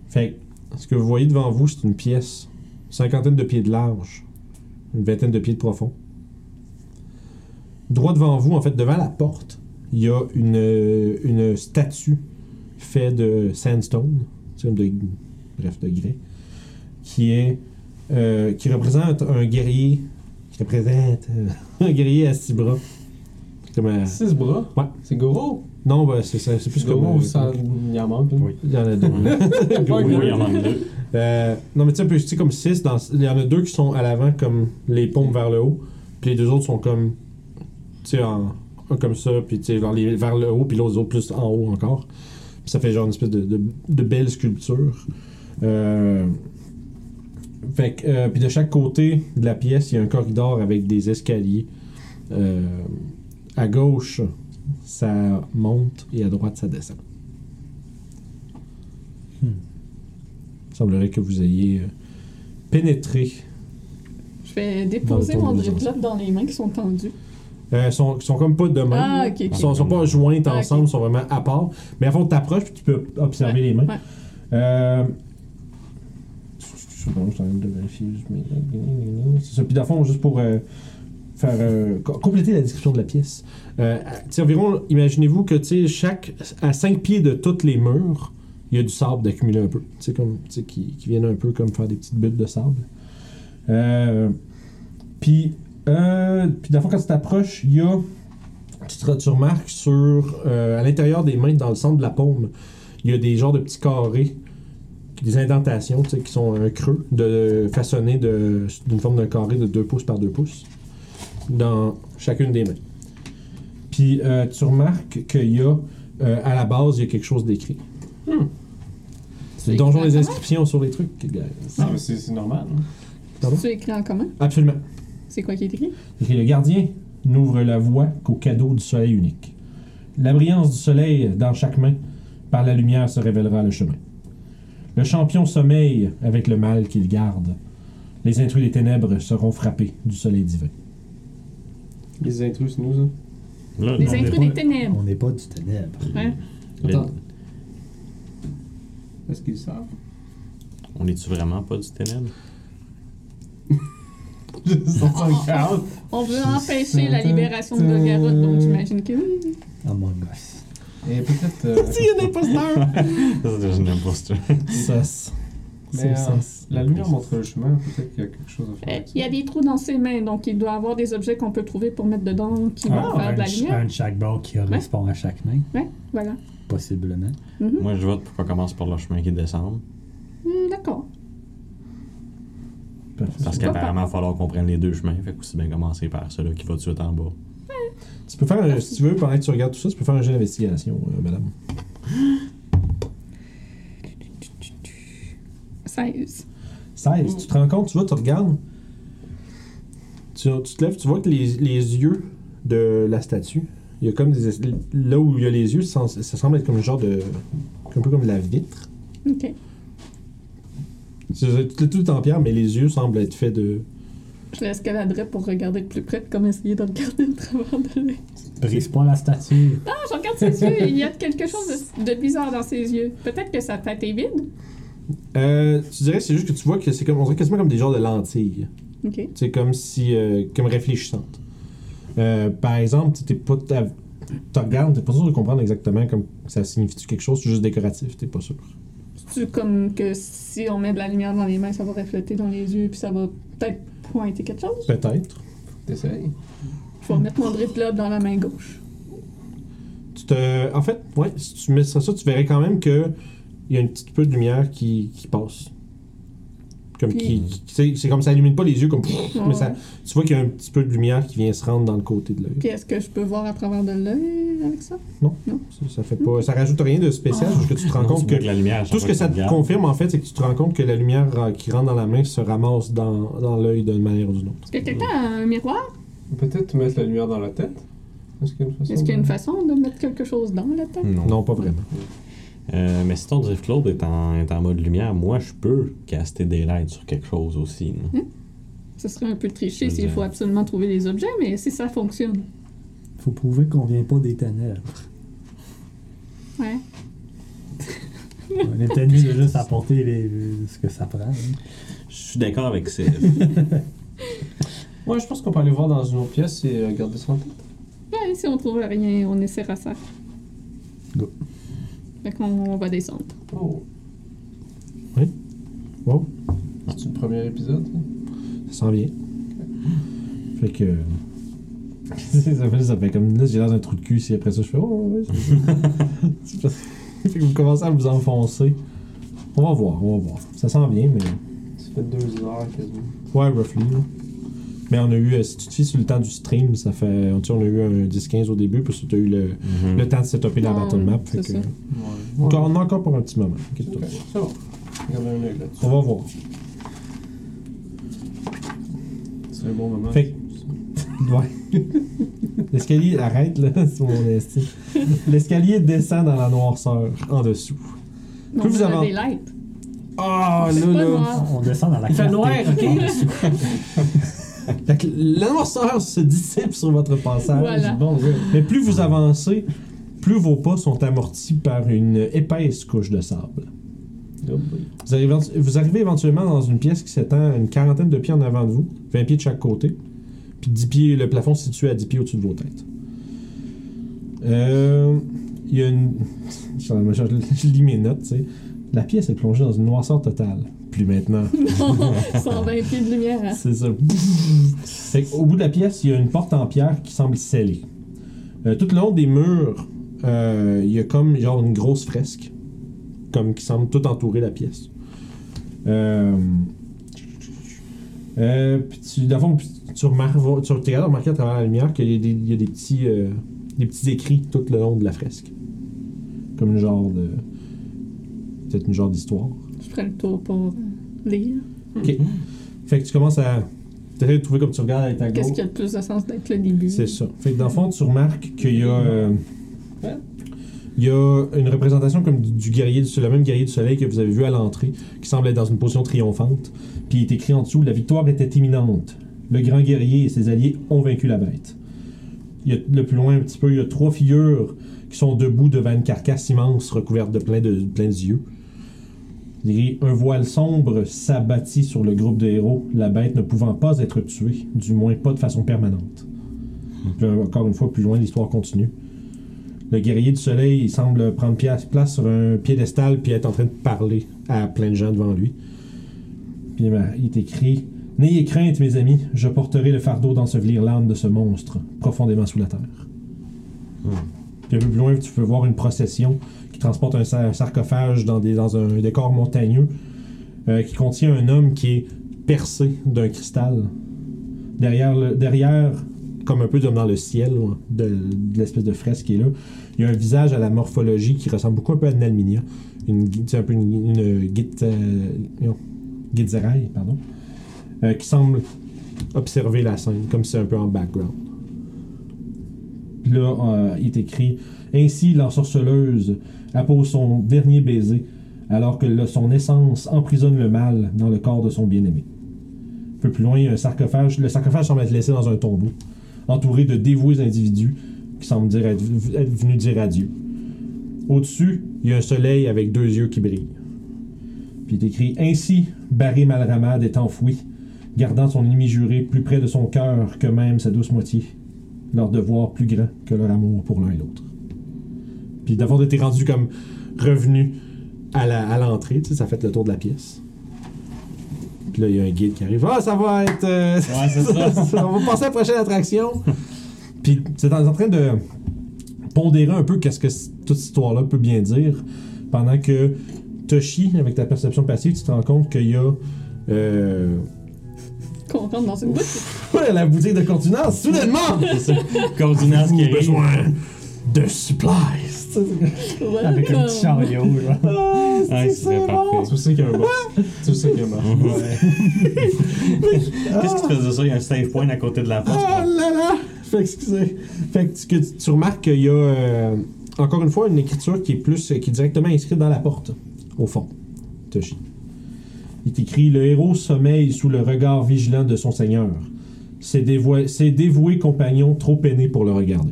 A: Fait que, ce que vous voyez devant vous, c'est une pièce, une cinquantaine de pieds de large, une vingtaine de pieds de profond. Droit devant vous, en fait, devant la porte, il y a une, euh, une statue faite de sandstone, c'est comme de, bref, de grès, qui est euh, qui représente un guerrier, qui représente euh, un guerrier à six bras. C'est Comme un-
B: Six bras.
A: Ouais.
B: C'est Goro.
A: non, ben, c'est c'est- c'est plus comme
B: Goro,
A: euh,
B: ça. Il en manque, là.
D: Oui.
A: Il y en a deux.
D: Oui, oui, il en manque deux.
A: Euh, non, mais tu sais, un peu, tu sais, comme 6, il y en a deux qui sont à l'avant, comme les pompes vers le haut, puis les deux autres sont comme, tu sais, en- un comme ça, puis tu sais, vers, les- vers le haut, puis l'autre autres plus en haut encore. Puis ça fait genre une espèce de, de, de belle sculpture. Euh, fait que, euh, puis de chaque côté de la pièce, il y a un corridor avec des escaliers. Euh, à gauche, ça monte, et à droite, ça descend. Il semblerait que vous ayez euh, pénétré
C: Je vais déposer
A: Dans le
C: mon
A: tombeau,
C: Drift Globe dans les mains qui sont tendues.
A: Euh, sont, sont comme pas de même.
C: Ah, ok, ok.
A: Ils sont, sont pas jointes
C: Ah, ok.
A: ensemble, ils sont vraiment à part. Mais à fond, t'approches puis tu peux observer
C: Ouais,
A: les mains.
C: ouais.
A: Euh... Je suis en train de vérifier. je mets- C'est ça. Puis dans le fond, juste pour euh, faire euh, co- compléter la description de la pièce. Euh, tu sais, environ, imaginez-vous que tu sais, chaque à 5 pieds de toutes les murs, il y a du sable d'accumuler un peu. Tu sais, comme tu sais, qui, qui viennent un peu comme faire des petites buttes de sable. Euh, puis, euh, puis dans le fond, quand tu t'approches, il y a tu, te, tu remarques sur euh, à l'intérieur des mains, dans le centre de la paume, il y a des genres de petits carrés, des indentations, tu sais, qui sont un creux, de, façonnés de- d'une forme d'un carré de 2 pouces par 2 pouces, dans chacune des mains. Puis euh, tu remarques qu'il y a euh, à la base, il y a quelque chose d'écrit.
B: Hmm.
A: C'est le donjon des inscriptions sur les trucs, guys.
B: Non, mais c'est c'est normal. hein.
A: Pardon?
C: C'est écrit en commun?
A: Absolument.
C: C'est quoi qui est écrit?
A: Ok, le gardien n'ouvre la voie qu'au cadeau du soleil unique. La brillance du soleil dans chaque main, par la lumière se révélera le chemin. Le champion sommeille avec le mal qu'il garde. Les intrus des ténèbres seront frappés du soleil divin.
B: Les intrus, c'est nous, hein.
D: Là,
C: Les
D: non, mais-
C: intrus
H: pas-
C: des ténèbres.
H: On n'est pas du ténèbre.
C: Hein?
D: les-
B: Attends. Est-ce qu'ils savent
D: On est-tu vraiment pas du ténèbre?
B: Je sens pas le cadre.
C: On veut empêcher la libération de Golgaroth, donc j'imagine que oui.
H: Among Us.
B: Et peut-être. euh,
D: Ça, c'est juste une imposture.
A: Sas.
B: mais,
A: C'est
B: euh,
A: sas.
B: la lumière montre le chemin, peut-être qu'il y a quelque chose à faire.
C: Euh,
B: avec ça.
C: Il y a des trous dans ses mains, donc il doit avoir des objets qu'on peut trouver pour mettre dedans qui vont faire de
E: un,
C: la
E: ch-
C: lumière.
E: un de chaque bord qui correspond à chaque main,
C: Ouais, voilà.
H: Possiblement.
C: Mhm.
D: Moi, je vote pour qu'on commence par le chemin qui descend.
C: Hmm, D'accord.
D: Parce qu'apparemment, il va falloir qu'on prenne les deux chemins. Fait qu'aussi bien commencer par celui qui va tout de suite en bas.
A: Tu peux faire, euh, si tu veux, pendant que tu regardes tout ça, tu peux faire un jeu d'investigation, euh, madame.
C: 16.
A: 16. Tu te rends compte, tu vois, tu regardes. Tu, tu te lèves, tu vois que les, les yeux de la statue, il y a comme des. es- Là où il y a les yeux, ça, ça semble être comme un genre de. Un peu comme de la vitre.
C: Ok.
A: C'est tout, tout en pierre, mais les yeux semblent être faits de.
C: Je l'escaladerais pour regarder de plus près, comme essayer de regarder au travers de l'œil.
E: brise pas la statue.
C: Ah, je regarde ses yeux, il y a quelque chose de, de bizarre dans ses yeux. Peut-être que sa tête est vide.
A: Euh, tu dirais, c'est juste que tu vois que c'est comme. On dirait quasiment comme des genres de lentilles.
C: Ok.
A: C'est comme si. euh, comme réfléchissante. Euh, par exemple, tu t'es pas. ta- Tu regardes, t'es pas sûr de comprendre exactement comme ça signifie quelque chose, c'est juste décoratif, t'es pas sûr.
C: C'est comme que si on met de la lumière dans les mains, ça va refléter dans les yeux, puis ça va peut-être pointer quelque chose.
A: Peut-être.
B: T'essayes
C: Je vais mettre mon drip là dans la main gauche.
A: tu te- En fait, ouais, si tu mets ça, ça, tu verrais quand même que il y a un petit peu de lumière qui, qui passe. Comme qui,
C: Puis-
A: qui- c'est- c'est comme ça illumine pas les yeux comme mais
C: Ouais.
A: ça tu vois qu'il y a un petit peu de lumière qui vient se rendre dans le côté de l'œil.
C: Puis est-ce que je peux voir à travers de l'œil avec ça?
A: Ça, ça fait pas ça rajoute rien de spécial juste que tu te rends
D: Non,
A: compte
D: c'est
A: que
D: mieux la lumière. à chaque
A: tout ce que
D: fois
A: ça
D: qu'on
A: te
D: regarde.
A: confirme en fait c'est que tu te rends compte que la lumière euh, qui rentre dans la main se ramasse dans, dans l'œil d'une manière ou d'une autre.
C: Est-ce que quelqu'un a un miroir?
B: Peut-être mettre la lumière dans la tête Est-ce qu'il y a une façon
C: Est-ce qu'il y a une
B: de-
C: façon de mettre quelque chose dans la tête?
D: Non.
A: Non, pas vraiment.
D: Euh, mais si ton drift cloud est en, est en mode lumière, moi, je peux caster des lights sur quelque chose aussi. non?
C: Ce serait un peu triché
D: Je
C: s'il
D: veux
C: faut
D: dire-
C: absolument trouver les objets, mais si ça fonctionne.
H: Faut prouver qu'on vient pas des ténèbres.
C: Ouais.
E: On est peut-être mieux de juste apporter les, ce que ça prend. hein.
D: Je suis d'accord avec ça.
B: Ouais, je pense qu'on peut aller voir dans une autre pièce et euh, garder ça en tête.
C: Ouais, si on trouve rien, on essaiera ça.
H: Go.
C: Fait qu'on va descendre.
B: Oh.
A: Oui. Wow.
B: C'est le premier épisode
A: Ça s'en vient. Fait que. ça, fait, ça fait comme. Là, j'ai l'air d'un trou de cul, si après ça, je fais. Oh, ouais, c'est ça. fait que vous commencez à vous enfoncer. On va voir, on va voir. Ça s'en vient, mais.
B: Ça fait deux heures quasiment.
A: Ouais, roughly, là. Mais on a eu. euh, si tu te fies sur le temps du stream, ça fait. On, on a eu un 10-15 au début, parce que tu as eu le,
D: Mhm.
A: le temps de setuper la
C: Ouais,
A: battle map.
C: c'est
A: Fait que.
C: ça.
B: Ouais.
A: Encore- On en a encore pour un petit moment.
B: Ok,
A: inquiète-toi.
B: C'est bon. Gardez un œil là-dessus.
A: On va voir.
B: C'est un bon moment.
A: Fait Ouais. L'escalier arrête là, c'est mon esti. L'escalier descend dans la noirceur en dessous.
C: Donc,
A: Que vous
C: on a
A: avez-
C: des lights.
A: Ah
C: C'est pas noir.
E: On descend dans la clarté.
A: Fait que La noirceur se dissipe sur votre passage.
C: Voilà.
B: Bon, ouais.
A: Mais plus vous avancez, plus vos pas sont amortis par une épaisse couche de sable.
B: Oh boy.
A: Vous arrivez, vous arrivez éventuellement dans une pièce qui s'étend une quarantaine de pieds en avant de vous, 20 pieds de chaque côté, puis 10 pieds, le plafond se situe à 10 pieds au-dessus de vos têtes. Euh, Il y a une. Je, je- je lis mes notes, tu sais. La pièce est plongée dans une noirceur totale. Plus maintenant.
C: Non, 120 pieds de lumière. hein.
A: C'est ça. Fait qu'au bout de la pièce, il y a une porte en pierre qui semble scellée. Euh, tout le long des murs, euh, il y a comme genre une grosse fresque, comme qui semble tout entourer la pièce. Euh, euh, puis tu, dans le fond, puis tu remarques, tu t'es capable de remarquer à travers la lumière qu'il y a des, il y a des petits, euh, des petits écrits tout le long de la fresque. Comme une genre de. Peut-être une genre d'histoire.
C: Je ferai le tour pour euh, lire.
A: Fait que tu commences à. T'essaies de trouver comme tu regardes avec ta
C: Qu'est-ce
A: gauche.
C: qui a le plus de sens d'être le début?
A: C'est ça. Fait que dans le fond, tu remarques qu'il y a. euh, il y a une représentation comme du, du guerrier du soleil, le même guerrier du soleil que vous avez vu à l'entrée, qui semble être dans une position triomphante. Puis il est écrit en dessous La victoire était imminente. Le grand guerrier et ses alliés ont vaincu la bête. Il y a- le plus loin, un petit peu, il y a trois figures qui sont debout devant une carcasse immense recouverte de plein de, plein de yeux. Il est écrit, Un voile sombre s'abattit sur le groupe de héros, la bête ne pouvant pas être tuée, du moins pas de façon permanente. Puis, euh, encore une fois, plus loin, l'histoire continue. Le guerrier du soleil, il semble prendre pia- place sur un piédestal puis être en train de parler à plein de gens devant lui. Puis ben, il t'écrit N'ayez crainte, mes amis, je porterai le fardeau d'ensevelir l'âme de ce monstre, profondément sous la terre. Puis un peu plus loin, tu peux voir une procession qui transporte un, sa- un sarcophage dans, des, dans un décor montagneux euh, qui contient un homme qui est percé d'un cristal. Derrière, le- derrière, comme un peu comme dans le ciel, ouais, de, de l'espèce de fresque qui est là, il y a un visage à la morphologie qui ressemble beaucoup un peu à une alminia. Une, gui- c'est un peu une, une, guite- euh, non, guitzeraille, pardon. euh, qui semble observer la scène, comme si c'est un peu en background. Puis là, euh, il est écrit Ainsi, l'ensorceleuse appose son dernier baiser, alors que le- son essence emprisonne le mal dans le corps de son bien-aimé. Un peu plus loin, il y a un sarcophage. Le sarcophage semble être laissé dans un tombeau, entouré de dévoués individus qui semblent dire être, être venus dire adieu. Au-dessus, il y a un soleil avec deux yeux qui brillent. Puis il est écrit Ainsi, Barry Malramad est enfoui, gardant son ennemi juré plus près de son cœur que même sa douce moitié, leur devoir plus grand que leur amour pour l'un et l'autre. Puis d'avoir été rendu comme revenu à la- à l'entrée, tu sais, ça fait le tour de la pièce. Puis là, il y a un guide qui arrive Ah, ça va être. euh,
D: Ouais, c'est ça.
A: on va passer à la prochaine attraction. Puis c'est en en train de pondérer un peu qu'est-ce que c- toute cette histoire-là peut bien dire. Pendant que Toshi, avec ta perception passive, tu te rends compte qu'il y a euh,
C: Qu'on rentre dans une boutique.
A: la boutique de contenance, soudainement!
D: C'est ça. Coordination qui
A: J'ai
D: arrive.
A: besoin de supplies! Ah,
E: Avec un petit chariot, genre.
D: Ouais, ce serait Ah, parfait.
B: Tu sais qu'il y a un boss. tu sais qu'il y a un boss.
D: Qu'est-ce qui te faisait ça? Il y a un save point à côté de la porte.
A: Ah là là! Fait que, excusez. Fait que tu, que tu- tu remarques qu'il y a, euh, encore une fois, une écriture qui est plus, euh, qui est directement inscrite dans la porte, au fond. Toshi. Il t'écrit Le héros sommeille sous le regard vigilant de son seigneur. Ses, dévoi- ses dévoués compagnons trop peinés pour le regarder.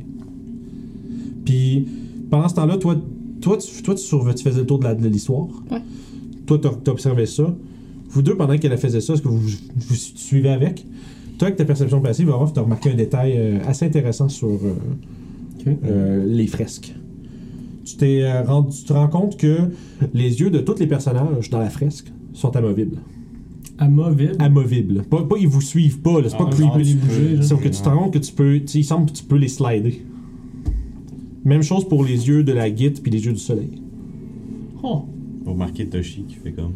A: Puis, pendant ce temps-là, toi, toi, tu, toi tu, surve- tu faisais le tour de la- de l'histoire.
C: Ouais.
A: Toi, t'as- t'observais ça. Vous deux, pendant qu'elle faisait ça, est-ce que vous vous suivez avec? Toi, avec ta perception passive, Orof, t'as remarqué un détail euh, assez intéressant sur euh, euh, les fresques. Tu, t'es, euh, rendu- tu te rends compte que les yeux de tous les personnages dans la fresque sont amovibles.
B: Amovible.
A: Amovibles. Pas, pas ils vous suivent pas, là, c'est pas
B: Ah,
A: que
B: non,
A: ils-
B: tu peux, là.
A: Sauf que tu te rends compte que tu peux. tu sais, Il semble que tu peux les slider. Même chose pour les yeux de la guite puis les yeux du soleil.
B: Oh.
D: Vous remarquez Toshi qui fait comme.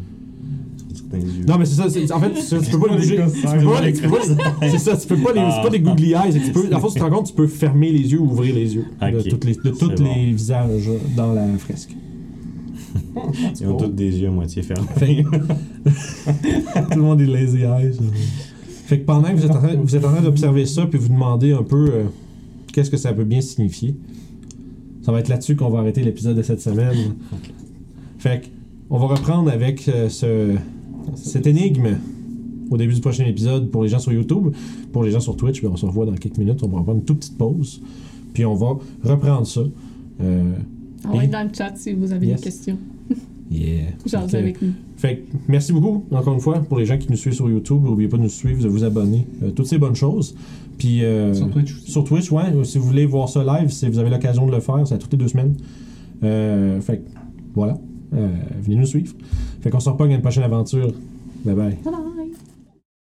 D: sur certains yeux.
A: Non, mais c'est ça. c'est- En fait, tu, tu peux pas les bouger. Tu peux pas les- tu peux pas les- C'est ça, tu peux pas les. C'est pas des googly eyes. Tu peux, en fait, tu te rends compte, tu peux fermer les yeux ou ouvrir les yeux de
D: Ok.
A: tous les, de
D: C'est
A: toutes
D: bon.
A: les visages dans la fresque.
D: Ils ont tous des yeux à moitié fermés.
A: Tout le monde est lazy eyes. Fait que pendant que vous êtes en train, vous êtes en train d'observer ça, puis vous demandez un peu euh, qu'est-ce que ça peut bien signifier. Ça va être là-dessus qu'on va arrêter l'épisode de cette semaine. Fait que, on va reprendre avec euh, ce, cette énigme au début du prochain épisode pour les gens sur YouTube. Pour les gens sur Twitch, ben, on se revoit dans quelques minutes. On va prendre une toute petite pause. Puis on va reprendre ça. Euh,
C: On va être dans le chat si vous avez
A: Yes.
C: des questions.
A: yeah.
C: Genre
A: Fait que-
C: avec nous.
A: fait que, merci beaucoup, encore une fois, pour les gens qui nous suivent sur YouTube. N'oubliez pas de nous suivre, de vous abonner, euh, toutes ces bonnes choses. Puis, euh,
B: Sur Twitch aussi.
A: sur Twitch, ouais, euh, si vous voulez voir ça live, si vous avez l'occasion de le faire, c'est à toutes les deux semaines. Euh, fait que, voilà, Euh, venez nous suivre. Fait qu'on se repogne à une prochaine aventure. Bye bye.
C: Bye bye.